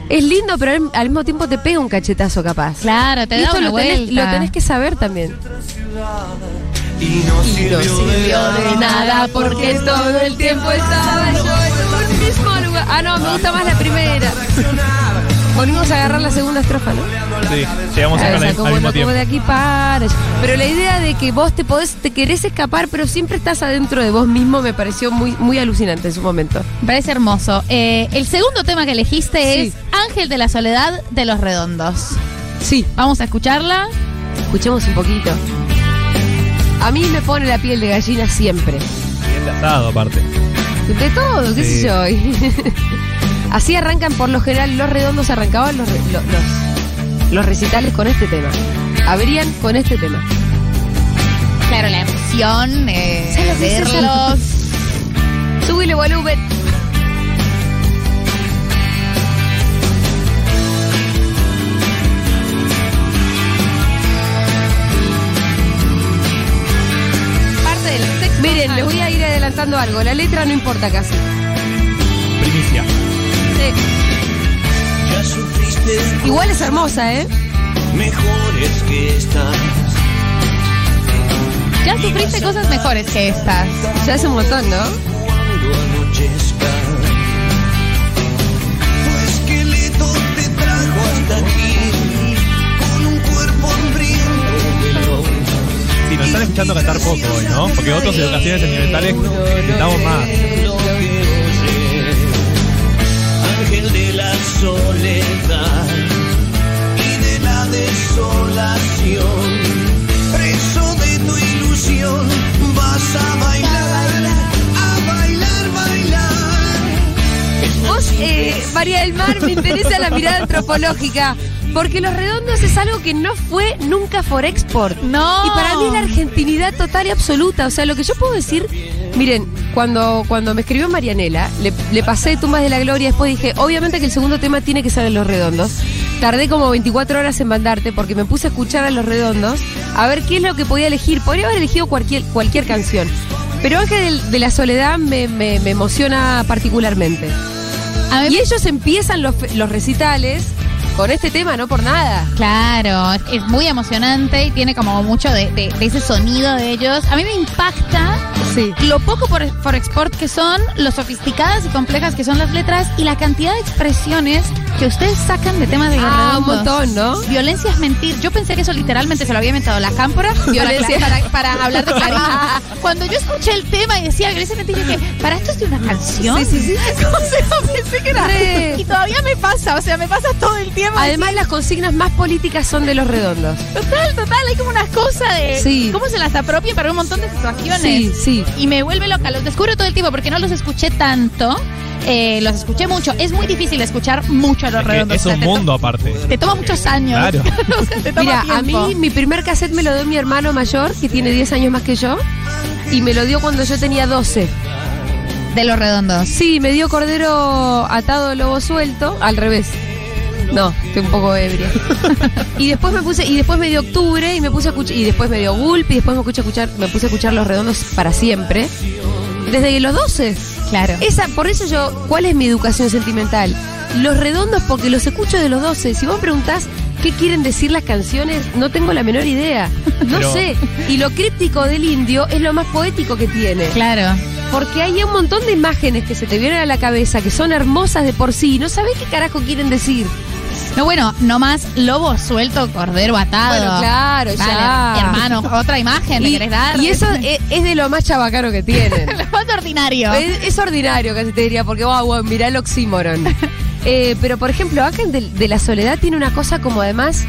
Speaker 6: Es lindo, pero al, al mismo tiempo te pega un cachetazo capaz.
Speaker 1: Claro, te
Speaker 6: Y
Speaker 1: da
Speaker 6: esto
Speaker 1: una
Speaker 6: lo
Speaker 1: vuelta.
Speaker 6: tenés, lo tenés que saber también.
Speaker 4: Y no sirvió,
Speaker 6: porque todo el tiempo estaba yo en un mismo lugar. Ah, no, me gusta más la primera. Volvimos a agarrar la segunda estrofa, ¿no?
Speaker 2: Sí, llegamos
Speaker 6: eh,
Speaker 2: acá
Speaker 6: Claro, o
Speaker 2: al,
Speaker 6: sea,
Speaker 2: al mismo
Speaker 6: como no, como
Speaker 2: tiempo.
Speaker 6: de aquí para. allá. Pero la idea de que vos te podés, te querés escapar, pero siempre estás adentro de vos mismo me pareció muy, muy alucinante en su momento.
Speaker 1: Me Parece hermoso. Eh, el segundo tema que elegiste
Speaker 6: Sí.
Speaker 1: es Ángel de la Soledad de los Redondos.
Speaker 6: Sí.
Speaker 1: Vamos a escucharla.
Speaker 6: Escuchemos un poquito. A mí me pone la piel de gallina siempre.
Speaker 2: Bien de asado, aparte.
Speaker 6: De todo, qué
Speaker 2: Sí.
Speaker 6: sé yo. Y- Así arrancan por lo general los redondos, arrancaban los, re- lo- los, los recitales con este tema. Abrían con este tema.
Speaker 1: Claro, la emoción, eh,
Speaker 6: Sí, sí, sí, sí.
Speaker 1: verlos.
Speaker 6: Súbile volumen.
Speaker 1: Parte del sexto
Speaker 6: Miren, les
Speaker 1: álbum.
Speaker 6: voy a ir adelantando algo. La letra no importa casi.
Speaker 2: Primicia.
Speaker 4: Ya sufriste
Speaker 6: Igual es hermosa, ¿eh?
Speaker 4: mejores que estas.
Speaker 1: Ya sufriste cosas mejores que estas.
Speaker 6: Ya hace un montón, ¿no?
Speaker 4: Cuando anochezca. Tu esqueleto te trajo hasta aquí. Con un cuerpo hambriento de luz.
Speaker 2: Sí, nos están escuchando cantar poco hoy, ¿no? Porque otros de ocasiones sentimentales
Speaker 6: eh,
Speaker 2: necesitamos más.
Speaker 4: Lo que oyes, ángel de la soledad y de la desolación, preso de tu ilusión, vas a bailar, a bailar, bailar.
Speaker 6: Vos, eh, María del Mar, me interesa la mirada antropológica. Porque los redondos es algo que no fue nunca for export.
Speaker 1: No.
Speaker 6: Y para mí
Speaker 1: Oh.
Speaker 6: es la argentinidad total y absoluta. O sea, lo que yo puedo decir, miren, cuando, cuando me escribió Marianela, le, le pasé Tumbas de la Gloria, después dije, obviamente que el segundo tema tiene que ser de los redondos. Tardé como 24 horas en mandarte porque me puse a escuchar a los redondos, a ver qué es lo que podía elegir. Podría haber elegido cualquier, cualquier canción. Pero Ángel del- de la Soledad me- me- me emociona particularmente.
Speaker 1: A mí-
Speaker 6: Y ellos empiezan los, los recitales con este tema, no por nada.
Speaker 1: Claro, es- es muy emocionante y tiene como mucho de, de- de ese sonido de ellos. A mí me impacta
Speaker 6: Sí.
Speaker 1: lo poco por, por export que son, lo sofisticadas y complejas que son las letras y la cantidad de expresiones que ustedes sacan de temas de los
Speaker 6: Ah, un
Speaker 1: Redondos.
Speaker 6: montón, ¿no?
Speaker 1: Violencia es mentir. Yo pensé que eso literalmente se lo había inventado la cámpora
Speaker 6: Violencia.
Speaker 1: violencia para, para hablar de Clarín. Cuando yo escuché el tema y decía violencia es mentir, dije, ¿para esto es de una canción?
Speaker 6: Sí, sí, sí.
Speaker 1: O sea, pensé que era.
Speaker 6: Re.
Speaker 1: Y todavía me pasa, o sea, me pasa todo el tiempo.
Speaker 6: Además, las consignas más políticas son de los redondos.
Speaker 1: Total, total, hay como una cosa de
Speaker 6: Sí.
Speaker 1: cómo se las apropia para un montón de situaciones.
Speaker 6: Sí, sí.
Speaker 1: Y me vuelve loca, los descubro todo el tiempo porque no los escuché tanto, eh, los escuché mucho. Es muy difícil escuchar mucho a los
Speaker 2: Es, que
Speaker 1: redondos.
Speaker 2: es
Speaker 1: o sea,
Speaker 2: un
Speaker 1: te to-
Speaker 2: mundo aparte.
Speaker 1: Te toma muchos años.
Speaker 2: Claro.
Speaker 1: O sea, te toma
Speaker 6: Mira, a
Speaker 1: tiempo.
Speaker 6: mí mi primer cassette me lo dio mi hermano mayor, que tiene 10 años más que yo, y me lo dio cuando yo tenía 12.
Speaker 1: De los redondos.
Speaker 6: Sí, me dio Cordero atado lobo suelto, al revés. No, estoy un poco ebria. y después me puse, y después me dio octubre, y me puse a escuchar, y después me dio Gulp, y después me puse a escuchar, me puse a escuchar Los Redondos para siempre. Desde los 12.
Speaker 1: Claro.
Speaker 6: Esa, por eso yo, ¿cuál es mi educación sentimental? Los redondos, porque los escucho de los 12. Si vos me preguntás qué quieren decir las canciones, no tengo la menor idea. No
Speaker 2: Pero-
Speaker 6: sé. Y lo críptico del indio es lo más poético que tiene.
Speaker 1: Claro.
Speaker 6: Porque hay un montón de imágenes que se te vienen a la cabeza, que son hermosas de por sí. y No sabés qué carajo quieren decir.
Speaker 1: No, bueno, nomás lobo suelto, cordero atado.
Speaker 6: Bueno, claro, ya.
Speaker 1: Vale, Hermano, otra imagen le
Speaker 6: Y,
Speaker 1: querés dar.
Speaker 6: y eso es, es de lo más chabacano que tienen.
Speaker 1: Lo más ordinario.
Speaker 6: Es, es ordinario, casi te diría, porque wow, wow, mirá el oxímoron. Eh, pero, por ejemplo, Ángel de, de la Soledad tiene una cosa como además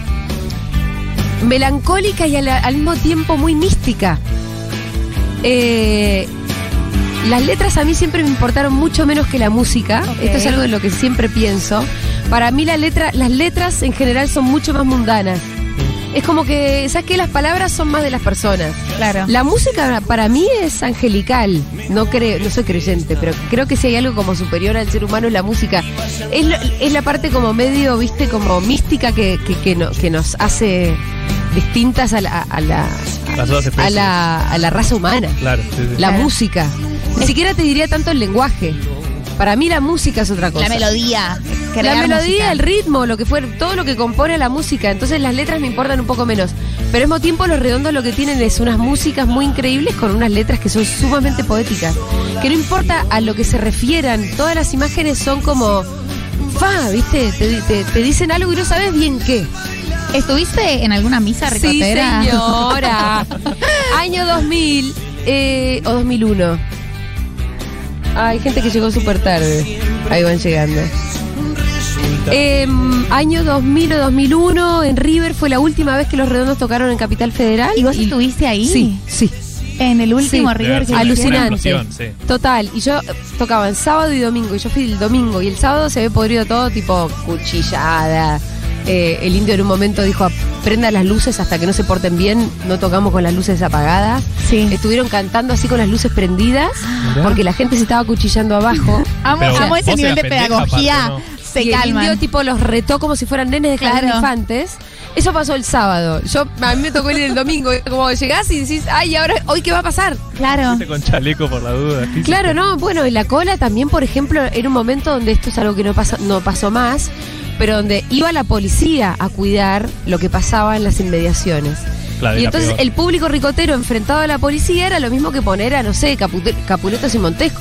Speaker 6: melancólica y al, al mismo tiempo muy mística. Eh, las letras a mí siempre me importaron mucho menos que la música.
Speaker 1: Ok.
Speaker 6: Esto es algo de lo que siempre pienso. Para mí la letra, las letras en general son mucho más mundanas. Es como que, ¿sabes qué? Las palabras son más de las personas.
Speaker 1: Claro.
Speaker 6: La música para mí es angelical. No creo, no soy creyente, pero creo que si hay algo como superior al ser humano es la música. Es, lo- es la parte como medio, viste, como mística que, que, que no- que nos hace distintas a la, a la,
Speaker 2: Las otras
Speaker 6: a
Speaker 2: especies.
Speaker 6: la, a la raza humana.
Speaker 2: Claro, sí, sí.
Speaker 6: La
Speaker 1: Claro.
Speaker 6: música. Ni siquiera te diría tanto el lenguaje. Para mí la música es otra cosa.
Speaker 1: La melodía.
Speaker 6: La
Speaker 1: crear
Speaker 6: melodía,
Speaker 1: música.
Speaker 6: el ritmo, lo que fue, todo lo que compone la música. Entonces las letras me importan un poco menos. Pero al mismo tiempo los redondos lo que tienen es unas músicas muy increíbles con unas letras que son sumamente poéticas. Que no importa a lo que se refieran, todas las imágenes son como... Fa, viste, te, te- te dicen algo y no sabes bien qué.
Speaker 1: ¿Estuviste en alguna misa
Speaker 6: Sí,
Speaker 1: ricotera?
Speaker 6: señora. Año 2000 eh, o 2001. Hay gente que llegó súper tarde. Ahí van llegando. Em, año 2000 o 2001 en River fue la última vez que los redondos tocaron en Capital Federal.
Speaker 1: ¿Y vos estuviste ahí?
Speaker 6: Sí, sí.
Speaker 1: En el último
Speaker 6: Sí.
Speaker 1: River que
Speaker 2: Una
Speaker 6: Alucinante.
Speaker 2: explosión, sí.
Speaker 6: Total. Y yo eh, tocaba en sábado y domingo. Y yo fui el domingo. Y el sábado se ve podrido todo, tipo cuchillada. Eh, el indio en un momento dijo: prenda las luces hasta que no se porten bien. No tocamos con las luces apagadas.
Speaker 1: Sí.
Speaker 6: Estuvieron cantando así con las luces prendidas. Porque la gente se estaba cuchillando abajo.
Speaker 1: Amo,
Speaker 2: Pero
Speaker 1: amo
Speaker 2: vos
Speaker 1: ese
Speaker 2: eras
Speaker 1: nivel de
Speaker 2: pendeja,
Speaker 1: pedagogía.
Speaker 2: aparte,
Speaker 1: Se
Speaker 6: y
Speaker 1: calman.
Speaker 6: el indio tipo los retó como si fueran nenes de jardín
Speaker 1: Claro.
Speaker 6: de infantes. Eso pasó el sábado. Yo a mí me tocó ir el domingo. y Como llegás y decís, ay, ahora hoy qué va a pasar.
Speaker 1: Claro.
Speaker 2: Fuiste con chaleco por la duda. ¿qué hiciste?
Speaker 6: Claro, no, bueno, en la cola también, por ejemplo, era un momento donde esto es algo que no pasó, no pasó más, pero donde iba la policía a cuidar lo que pasaba en las inmediaciones.
Speaker 2: Claro,
Speaker 6: y
Speaker 2: la
Speaker 6: entonces
Speaker 2: peor.
Speaker 6: el público ricotero enfrentado a la policía era lo mismo que poner a, no sé, Capute- Capuletos y Montesco.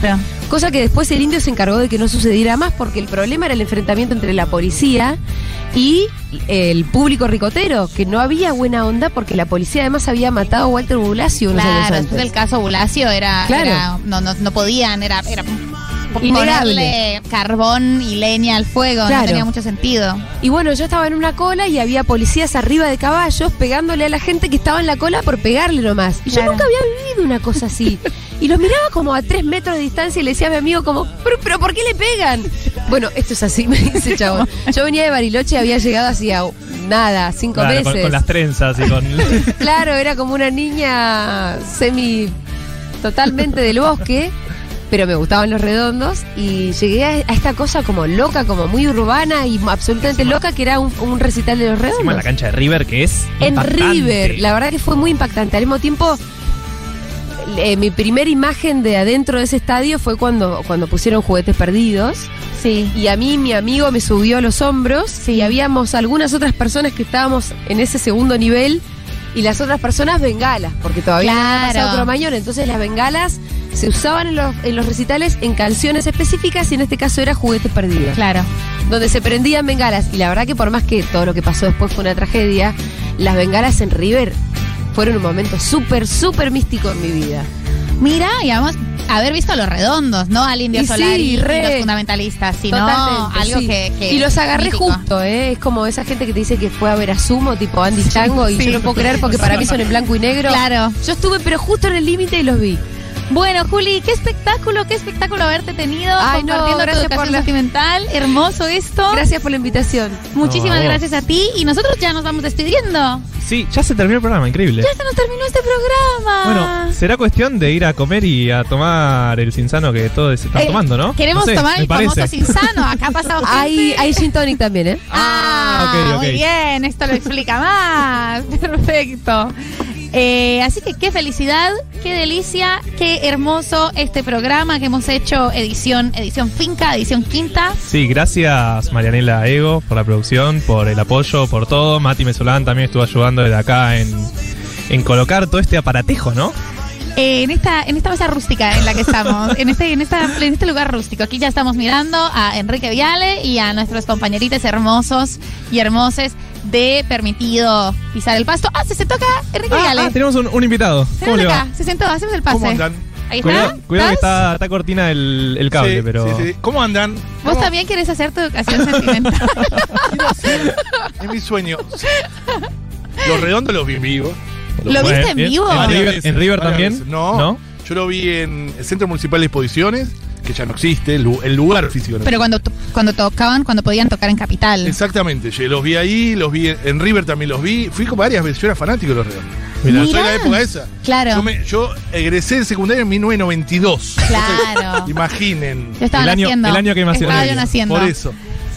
Speaker 1: Pero-
Speaker 6: Cosa que después el indio se encargó de que no sucediera más porque el problema era el enfrentamiento entre la policía y el público ricotero, que no había buena onda porque la policía además había matado a Walter Bulacio unos años
Speaker 1: Claro,
Speaker 6: antes.
Speaker 1: después del caso Bulacio era,
Speaker 6: Claro.
Speaker 1: era- no, no, no podían, era, era
Speaker 6: Innegable.
Speaker 1: ponerle carbón y leña al fuego,
Speaker 6: Claro.
Speaker 1: no tenía mucho sentido.
Speaker 6: Y bueno, yo estaba en una cola y había policías arriba de caballos pegándole a la gente que estaba en la cola por pegarle nomás. Y
Speaker 1: Claro.
Speaker 6: yo nunca había vivido una cosa así. Y los miraba como a tres metros de distancia y le decía a mi amigo como, pero, pero ¿por qué le pegan? Bueno, esto es así, me dice el chabón. Yo venía de Bariloche y había llegado hacía nada, cinco
Speaker 2: Claro,
Speaker 6: meses.
Speaker 2: con, con las trenzas y con.
Speaker 6: Claro, era como una niña semi totalmente del bosque, pero me gustaban los redondos y llegué a, a esta cosa como loca, como muy urbana y absolutamente loca que era un, un recital de los
Speaker 2: encima en la
Speaker 6: redondos.
Speaker 2: cancha de River, que es.
Speaker 6: En
Speaker 2: impactante.
Speaker 6: River, la verdad que fue muy impactante. Al mismo tiempo, eh, mi primera imagen de adentro de ese estadio fue cuando, cuando pusieron juguetes perdidos.
Speaker 1: Sí.
Speaker 6: Y a mí mi amigo me subió a los hombros y habíamos algunas otras personas que estábamos en ese segundo nivel y las otras personas bengalas, porque todavía no
Speaker 1: Claro.
Speaker 6: había pasado Cromañón, entonces las bengalas se usaban en los, en los recitales en canciones específicas y en este caso era Juguetes Perdidos,
Speaker 1: Claro.
Speaker 6: donde se prendían bengalas y la verdad que por más que todo lo que pasó después fue una tragedia, las bengalas en River fueron un momento súper, súper místico en mi vida.
Speaker 1: Mira, y además, haber visto a los redondos, ¿no? Al Indio
Speaker 6: Y sí,
Speaker 1: Solari y
Speaker 6: re.
Speaker 1: los fundamentalistas, sino
Speaker 6: Totalmente,
Speaker 1: algo
Speaker 6: sí.
Speaker 1: que, que-
Speaker 6: Y los agarré
Speaker 1: mítico.
Speaker 6: justo, ¿eh? Es como esa gente que te dice que fue a ver a Sumo, tipo Andy Chango, y yo no puedo creer porque para mí son en blanco y negro.
Speaker 1: Claro.
Speaker 6: Yo estuve, pero justo en el límite y los vi.
Speaker 1: Bueno, Juli, qué espectáculo, qué espectáculo haberte tenido
Speaker 6: Ay, no,
Speaker 1: compartiendo tu
Speaker 6: gracias por
Speaker 1: educación
Speaker 6: la-
Speaker 1: sentimental. Hermoso esto.
Speaker 6: Gracias por la invitación.
Speaker 1: Muchísimas
Speaker 2: No, a vos.
Speaker 1: gracias a ti. Y nosotros ya nos vamos despidiendo.
Speaker 2: Sí, ya se terminó el programa, increíble.
Speaker 1: Ya se nos terminó este programa.
Speaker 2: Bueno, será cuestión de ir a comer y a tomar el cinsano que todos se están
Speaker 1: Eh,
Speaker 2: tomando, ¿no?
Speaker 1: Queremos
Speaker 2: No sé,
Speaker 1: tomar
Speaker 2: me
Speaker 1: el famoso
Speaker 2: parece.
Speaker 1: sinsano. Acá ha pasado
Speaker 6: Hay,
Speaker 1: gente.
Speaker 6: hay gin tonic también, ¿eh?
Speaker 1: Ah,
Speaker 2: Ah, ok, ok.
Speaker 1: muy bien, esto lo explica más. Perfecto. Eh, así que qué felicidad, qué delicia, qué hermoso este programa que hemos hecho edición, edición finca, edición quinta.
Speaker 2: Sí, gracias Marianela Ego por la producción, por el apoyo, por todo. Mati Mesolán también estuvo ayudando desde acá en, en colocar todo este aparatejo, ¿no?
Speaker 1: Eh, en esta en esta mesa rústica en la que estamos, en este en esta en este lugar rústico. Aquí ya estamos mirando a Enrique Viale y a nuestros compañeritos hermosos y hermoses de permitido pisar el pasto. Ah, se sentó acá Enrique
Speaker 2: Ah,
Speaker 1: Viale.
Speaker 2: ah, tenemos un, un invitado. ¿Cómo
Speaker 1: Sentate
Speaker 2: le va?
Speaker 1: acá, se sentó, hacemos el pase.
Speaker 7: ¿Cómo andan?
Speaker 1: Ahí está.
Speaker 2: Cuidado, cuidado que
Speaker 1: ¿Estás?
Speaker 2: está, está cortina el, el cable,
Speaker 7: Sí,
Speaker 2: pero...
Speaker 7: sí, sí. ¿Cómo andan?
Speaker 1: Vos
Speaker 7: ¿Cómo?
Speaker 1: también querés hacer tu educación sentimental.
Speaker 7: Es mi sueño. Los redondos los vi en vivo.
Speaker 1: ¿Lo
Speaker 2: Bueno,
Speaker 1: viste en
Speaker 2: bien.
Speaker 1: vivo?
Speaker 2: ¿En
Speaker 7: Varias
Speaker 2: River,
Speaker 7: veces,
Speaker 2: en River
Speaker 7: varias
Speaker 2: también?
Speaker 7: veces. No, Yo lo vi en el Centro Municipal de Exposiciones, que ya no existe, el, lu- el lugar físico. no
Speaker 1: Pero cuando, to- cuando tocaban, cuando podían tocar en Capital.
Speaker 7: Exactamente, yo los vi ahí, los vi en, en River también los vi. Fui con varias veces, yo era fanático de los redondos.
Speaker 1: Mirá.
Speaker 7: Soy de la época esa.
Speaker 1: Claro.
Speaker 7: Yo, me- yo egresé de secundaria en 1992.
Speaker 1: Claro.
Speaker 7: Imaginen.
Speaker 1: Yo estaba
Speaker 2: El año-
Speaker 1: naciendo.
Speaker 2: el año que me hacía-
Speaker 1: Estaba yo
Speaker 2: Por eso.
Speaker 1: naciendo.
Speaker 7: Por eso.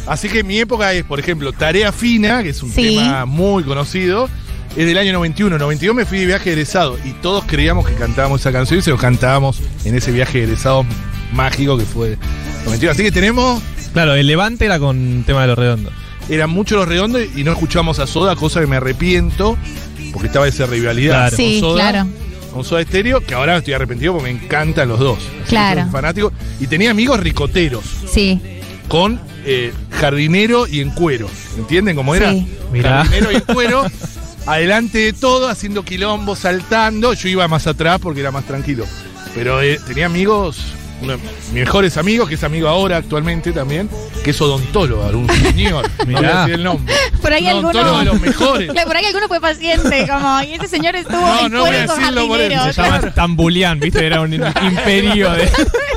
Speaker 7: Así que mi época es, por ejemplo, Tarea Fina, que es un
Speaker 1: Sí.
Speaker 7: tema muy conocido. Es del año 91. 92 me fui de viaje egresado y todos creíamos que cantábamos esa canción y se lo cantábamos en ese viaje egresado mágico que fue 91. Así que tenemos.
Speaker 2: Claro, el Levante era con tema de los redondos.
Speaker 7: Eran muchos los redondos y no escuchamos a Soda, cosa que me arrepiento porque estaba esa rivalidad
Speaker 2: Claro.
Speaker 1: Sí,
Speaker 7: con Soda.
Speaker 1: claro.
Speaker 7: Con Soda Estéreo, que ahora estoy arrepentido porque me encantan los dos. Así que
Speaker 1: Claro.
Speaker 7: soy Fanático. Y tenía amigos ricoteros.
Speaker 1: Sí.
Speaker 7: con eh, jardinero y en cuero. ¿Entienden cómo era?
Speaker 1: Sí.
Speaker 2: Mirá.
Speaker 7: Jardinero y en cuero. Adelante de todo, haciendo quilombo, saltando. Yo iba más atrás porque era más tranquilo. Pero eh, tenía amigos, uno de mis mejores amigos, que es amigo ahora actualmente también, que es odontólogo, un señor. no voy a
Speaker 2: Mirá.
Speaker 7: decir el nombre.
Speaker 1: Por ahí
Speaker 7: Un
Speaker 1: alguno.
Speaker 7: odontólogo de los mejores.
Speaker 1: Claro, Por ahí alguno fue paciente, como, y ese señor estuvo
Speaker 7: No,
Speaker 1: en
Speaker 7: no voy a
Speaker 1: cuero con
Speaker 7: decirlo por él,
Speaker 1: jardinero.
Speaker 2: Se llama Tambulián, ¿viste? Era un imperio de...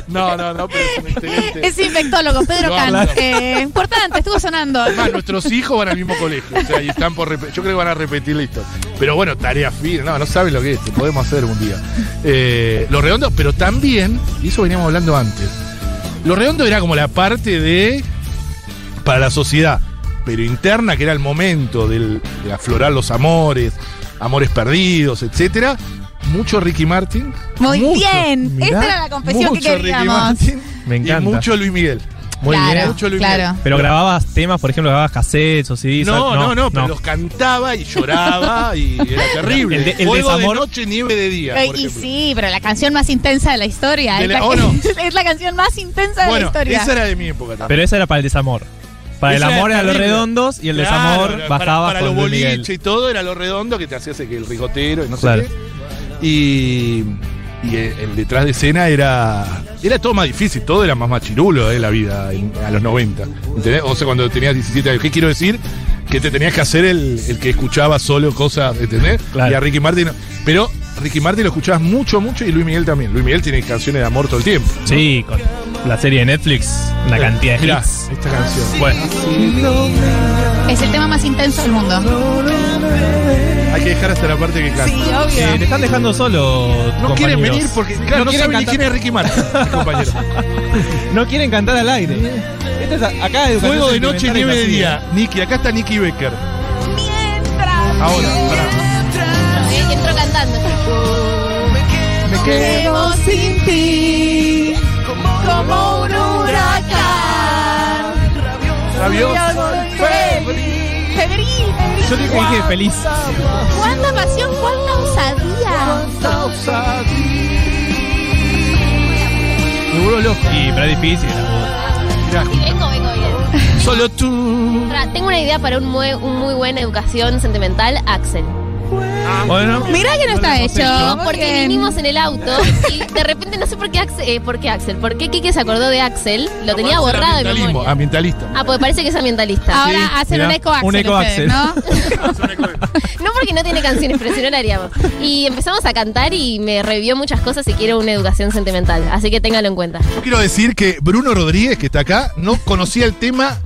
Speaker 7: No, no, no, pero es un excelente.
Speaker 1: Es infectólogo, Pedro
Speaker 7: No,
Speaker 1: Can.
Speaker 7: claro.
Speaker 1: Eh, importante, estuvo sonando.
Speaker 7: Además, nuestros hijos van al mismo colegio. O sea, y están por repe- Yo creo que van a repetir la historia. Pero bueno, tarea fina. No, no saben lo que es. Lo podemos hacer un día. Eh, los redondos, pero también, y eso veníamos hablando antes. Los redondos era como la parte de. para la sociedad. Pero interna, que era el momento del- de aflorar los amores, amores perdidos, etcétera. Mucho Ricky Martin.
Speaker 1: Muy
Speaker 7: mucho,
Speaker 1: bien.
Speaker 2: mirá,
Speaker 1: Esta era la confesión que
Speaker 7: mucho Ricky
Speaker 1: queríamos.
Speaker 7: Martin
Speaker 2: Me encanta.
Speaker 7: Y mucho Luis Miguel.
Speaker 2: Muy
Speaker 1: claro,
Speaker 2: bien.
Speaker 7: Mucho Luis
Speaker 1: claro.
Speaker 2: Pero grababas temas, por ejemplo, grababas cassettes o CDs.
Speaker 7: No, no, no, pero los cantaba y lloraba y era terrible.
Speaker 2: El de- el
Speaker 7: Fuego
Speaker 2: desamor-
Speaker 7: de noche, nieve de día.
Speaker 1: Eh,
Speaker 7: por
Speaker 1: y
Speaker 7: ejemplo.
Speaker 1: sí, pero la canción más intensa de la historia.
Speaker 7: De
Speaker 1: es,
Speaker 7: la-
Speaker 1: la,
Speaker 7: ¿o no?
Speaker 1: es la canción más intensa de la
Speaker 7: Bueno,
Speaker 1: historia.
Speaker 7: esa era de mi época también.
Speaker 2: Pero esa era para el desamor. Para
Speaker 7: Esa
Speaker 2: el amor
Speaker 7: era
Speaker 2: eran los
Speaker 7: terrible.
Speaker 2: redondos y el
Speaker 7: Claro,
Speaker 2: desamor
Speaker 7: era
Speaker 2: bajaba
Speaker 7: Para, para
Speaker 2: con
Speaker 7: los
Speaker 2: Luis Miguel.
Speaker 7: boliches y todo era lo redondo que te hacías el rigotero y no
Speaker 2: Claro.
Speaker 7: sé qué. Y, y el, el detrás de escena era. Era todo más difícil, todo era más machirulo eh, la vida en- a los 90. ¿entendés? O sea, cuando tenías 17 años. ¿Qué quiero decir? Que te tenías que hacer el, el que escuchaba solo cosas, ¿entendés?
Speaker 2: Claro.
Speaker 7: Y a Ricky Martin. no. Pero Ricky Martin lo escuchabas mucho, mucho y Luis Miguel también. Luis Miguel tiene canciones de amor todo el tiempo.
Speaker 2: Sí, con la serie de Netflix, una cantidad de
Speaker 7: Mirá,
Speaker 2: hits.
Speaker 7: esta canción.
Speaker 2: Bueno,
Speaker 1: Es el tema más intenso del mundo.
Speaker 7: Hay que dejar hasta la parte que canta.
Speaker 2: eh, te están dejando solo.
Speaker 7: No quieren
Speaker 2: compañeros.
Speaker 7: venir porque, claro, no,
Speaker 2: quieren
Speaker 7: saben ni
Speaker 2: cantar-
Speaker 7: quién es Ricky Martin, mis compañeros.
Speaker 2: No quieren cantar al aire. Esto es a- acá educación
Speaker 7: Fuego de noche,
Speaker 2: sentimental
Speaker 7: nieve
Speaker 2: es
Speaker 7: de
Speaker 2: así.
Speaker 7: día. Nicky, acá está Nicky Becker. Ahora, pará.
Speaker 1: Eh, Entro cantando.
Speaker 7: Me quedo.
Speaker 1: sin ti como un huracán.
Speaker 7: Rabioso.
Speaker 1: Febril, febril.
Speaker 2: Yo te dije feliz.
Speaker 1: ¿Cuánta pasión, cuánta osadía?
Speaker 7: Seguro loco.
Speaker 2: Y, pero es difícil. la
Speaker 7: Mirá,
Speaker 8: Vengo, vengo bien.
Speaker 7: Solo tú.
Speaker 8: Tra- Tengo una idea para un mue- un muy, buena educación sentimental, Axel.
Speaker 7: Ah,
Speaker 2: Bueno.
Speaker 1: Mirá que no está hecho.
Speaker 8: Porque
Speaker 1: bien.
Speaker 8: vinimos en el auto y de repente no sé por qué Axel, eh, por qué Axel, por qué Kike se acordó de Axel, lo
Speaker 9: Ah,
Speaker 8: tenía
Speaker 7: Aparte,
Speaker 8: borrado de
Speaker 7: ambientalismo,
Speaker 8: memoria.
Speaker 7: Ambientalista.
Speaker 8: Ah, pues parece que es ambientalista.
Speaker 1: Ahora
Speaker 7: Sí,
Speaker 1: hacen
Speaker 2: mirá,
Speaker 1: un eco Axel.
Speaker 2: un eco
Speaker 1: ustedes,
Speaker 2: Axel.
Speaker 1: ¿no?
Speaker 8: No porque no tiene canciones, pero si no la haríamos. Y empezamos a cantar y me revió muchas cosas y quiero una educación sentimental. Así que téngalo en cuenta.
Speaker 7: Yo quiero decir que Bruno Rodríguez, que está acá, no conocía el tema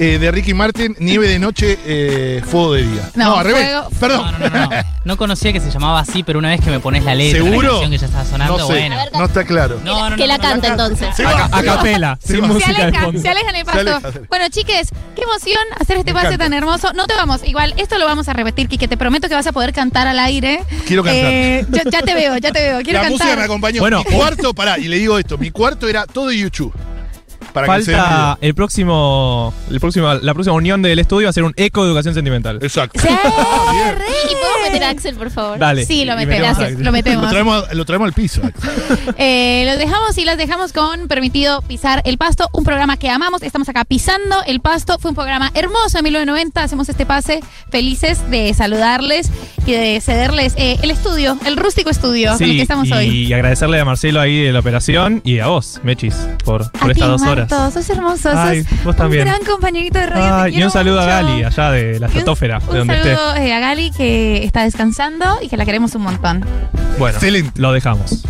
Speaker 7: eh, de Ricky Martin, nieve de noche, eh, fuego de día.
Speaker 1: No,
Speaker 7: No, al revés.
Speaker 1: fuego-
Speaker 7: Perdón.
Speaker 9: No, no, no, no. No conocía que se llamaba así, pero una vez que me pones la letra, la
Speaker 7: ¿Seguro?
Speaker 9: canción que ya estaba sonando,
Speaker 7: no sé,
Speaker 9: bueno.
Speaker 7: no está claro.
Speaker 9: No, no, no,
Speaker 8: que la
Speaker 9: no, no,
Speaker 8: canta
Speaker 9: no.
Speaker 8: entonces.
Speaker 7: Se va,
Speaker 2: A, a
Speaker 7: se va.
Speaker 2: capela,
Speaker 7: Se
Speaker 2: sin
Speaker 7: va.
Speaker 1: Se
Speaker 2: música de
Speaker 1: alejan,
Speaker 2: fondo.
Speaker 1: se alejan el
Speaker 7: Se
Speaker 1: paso.
Speaker 7: aleja, se aleja.
Speaker 1: Bueno, chiques, qué emoción hacer este
Speaker 7: Me
Speaker 1: pase
Speaker 7: encanta.
Speaker 1: tan hermoso. No te vamos, igual, esto lo vamos a repetir, Kike. Te prometo que vas a poder cantar al aire.
Speaker 7: Quiero cantar.
Speaker 1: Eh, yo- ya te veo, ya te veo. Quiero
Speaker 7: la música me
Speaker 1: cantar.
Speaker 7: acompañó.
Speaker 2: Bueno,
Speaker 7: mi cuarto, pará, y le digo esto, mi cuarto era todo YouTube. Para que se den una
Speaker 2: Falta el próximo, el próximo, la próxima unión del estudio va a ser un eco de educación sentimental.
Speaker 7: idea. Exacto.
Speaker 1: Sí,
Speaker 7: Ah, bien.
Speaker 8: Y podemos meter a Axel, por favor.
Speaker 2: Dale.
Speaker 1: Sí, lo
Speaker 2: Y
Speaker 1: metemos,
Speaker 2: a-
Speaker 1: lo metemos.
Speaker 7: Lo traemos, lo traemos al piso.
Speaker 1: Eh, los dejamos y las dejamos con Permitido Pisar el Pasto, un programa que amamos. Estamos acá pisando el pasto. Fue un programa hermoso en 1990. Hacemos este pase felices de saludarles y de cederles eh, el estudio, el rústico estudio con el que estamos
Speaker 2: y
Speaker 1: hoy.
Speaker 2: agradecerle a Marcelo ahí de la operación y a vos, Mechis, por, por
Speaker 1: A ti,
Speaker 2: estas dos horas.
Speaker 1: Marto, sos hermoso,
Speaker 2: Ay,
Speaker 1: sos
Speaker 2: vos también.
Speaker 1: un gran compañerito de radio. te
Speaker 2: Ay, y
Speaker 1: quiero
Speaker 2: un saludo
Speaker 1: mucho.
Speaker 2: a Gali, allá de la
Speaker 1: Y un-
Speaker 2: estratosfera,
Speaker 1: un,
Speaker 2: de donde esté.
Speaker 1: saludo eh, a Gali que está descansando y que la queremos un montón.
Speaker 2: Bueno,
Speaker 7: Excelente.
Speaker 2: lo dejamos.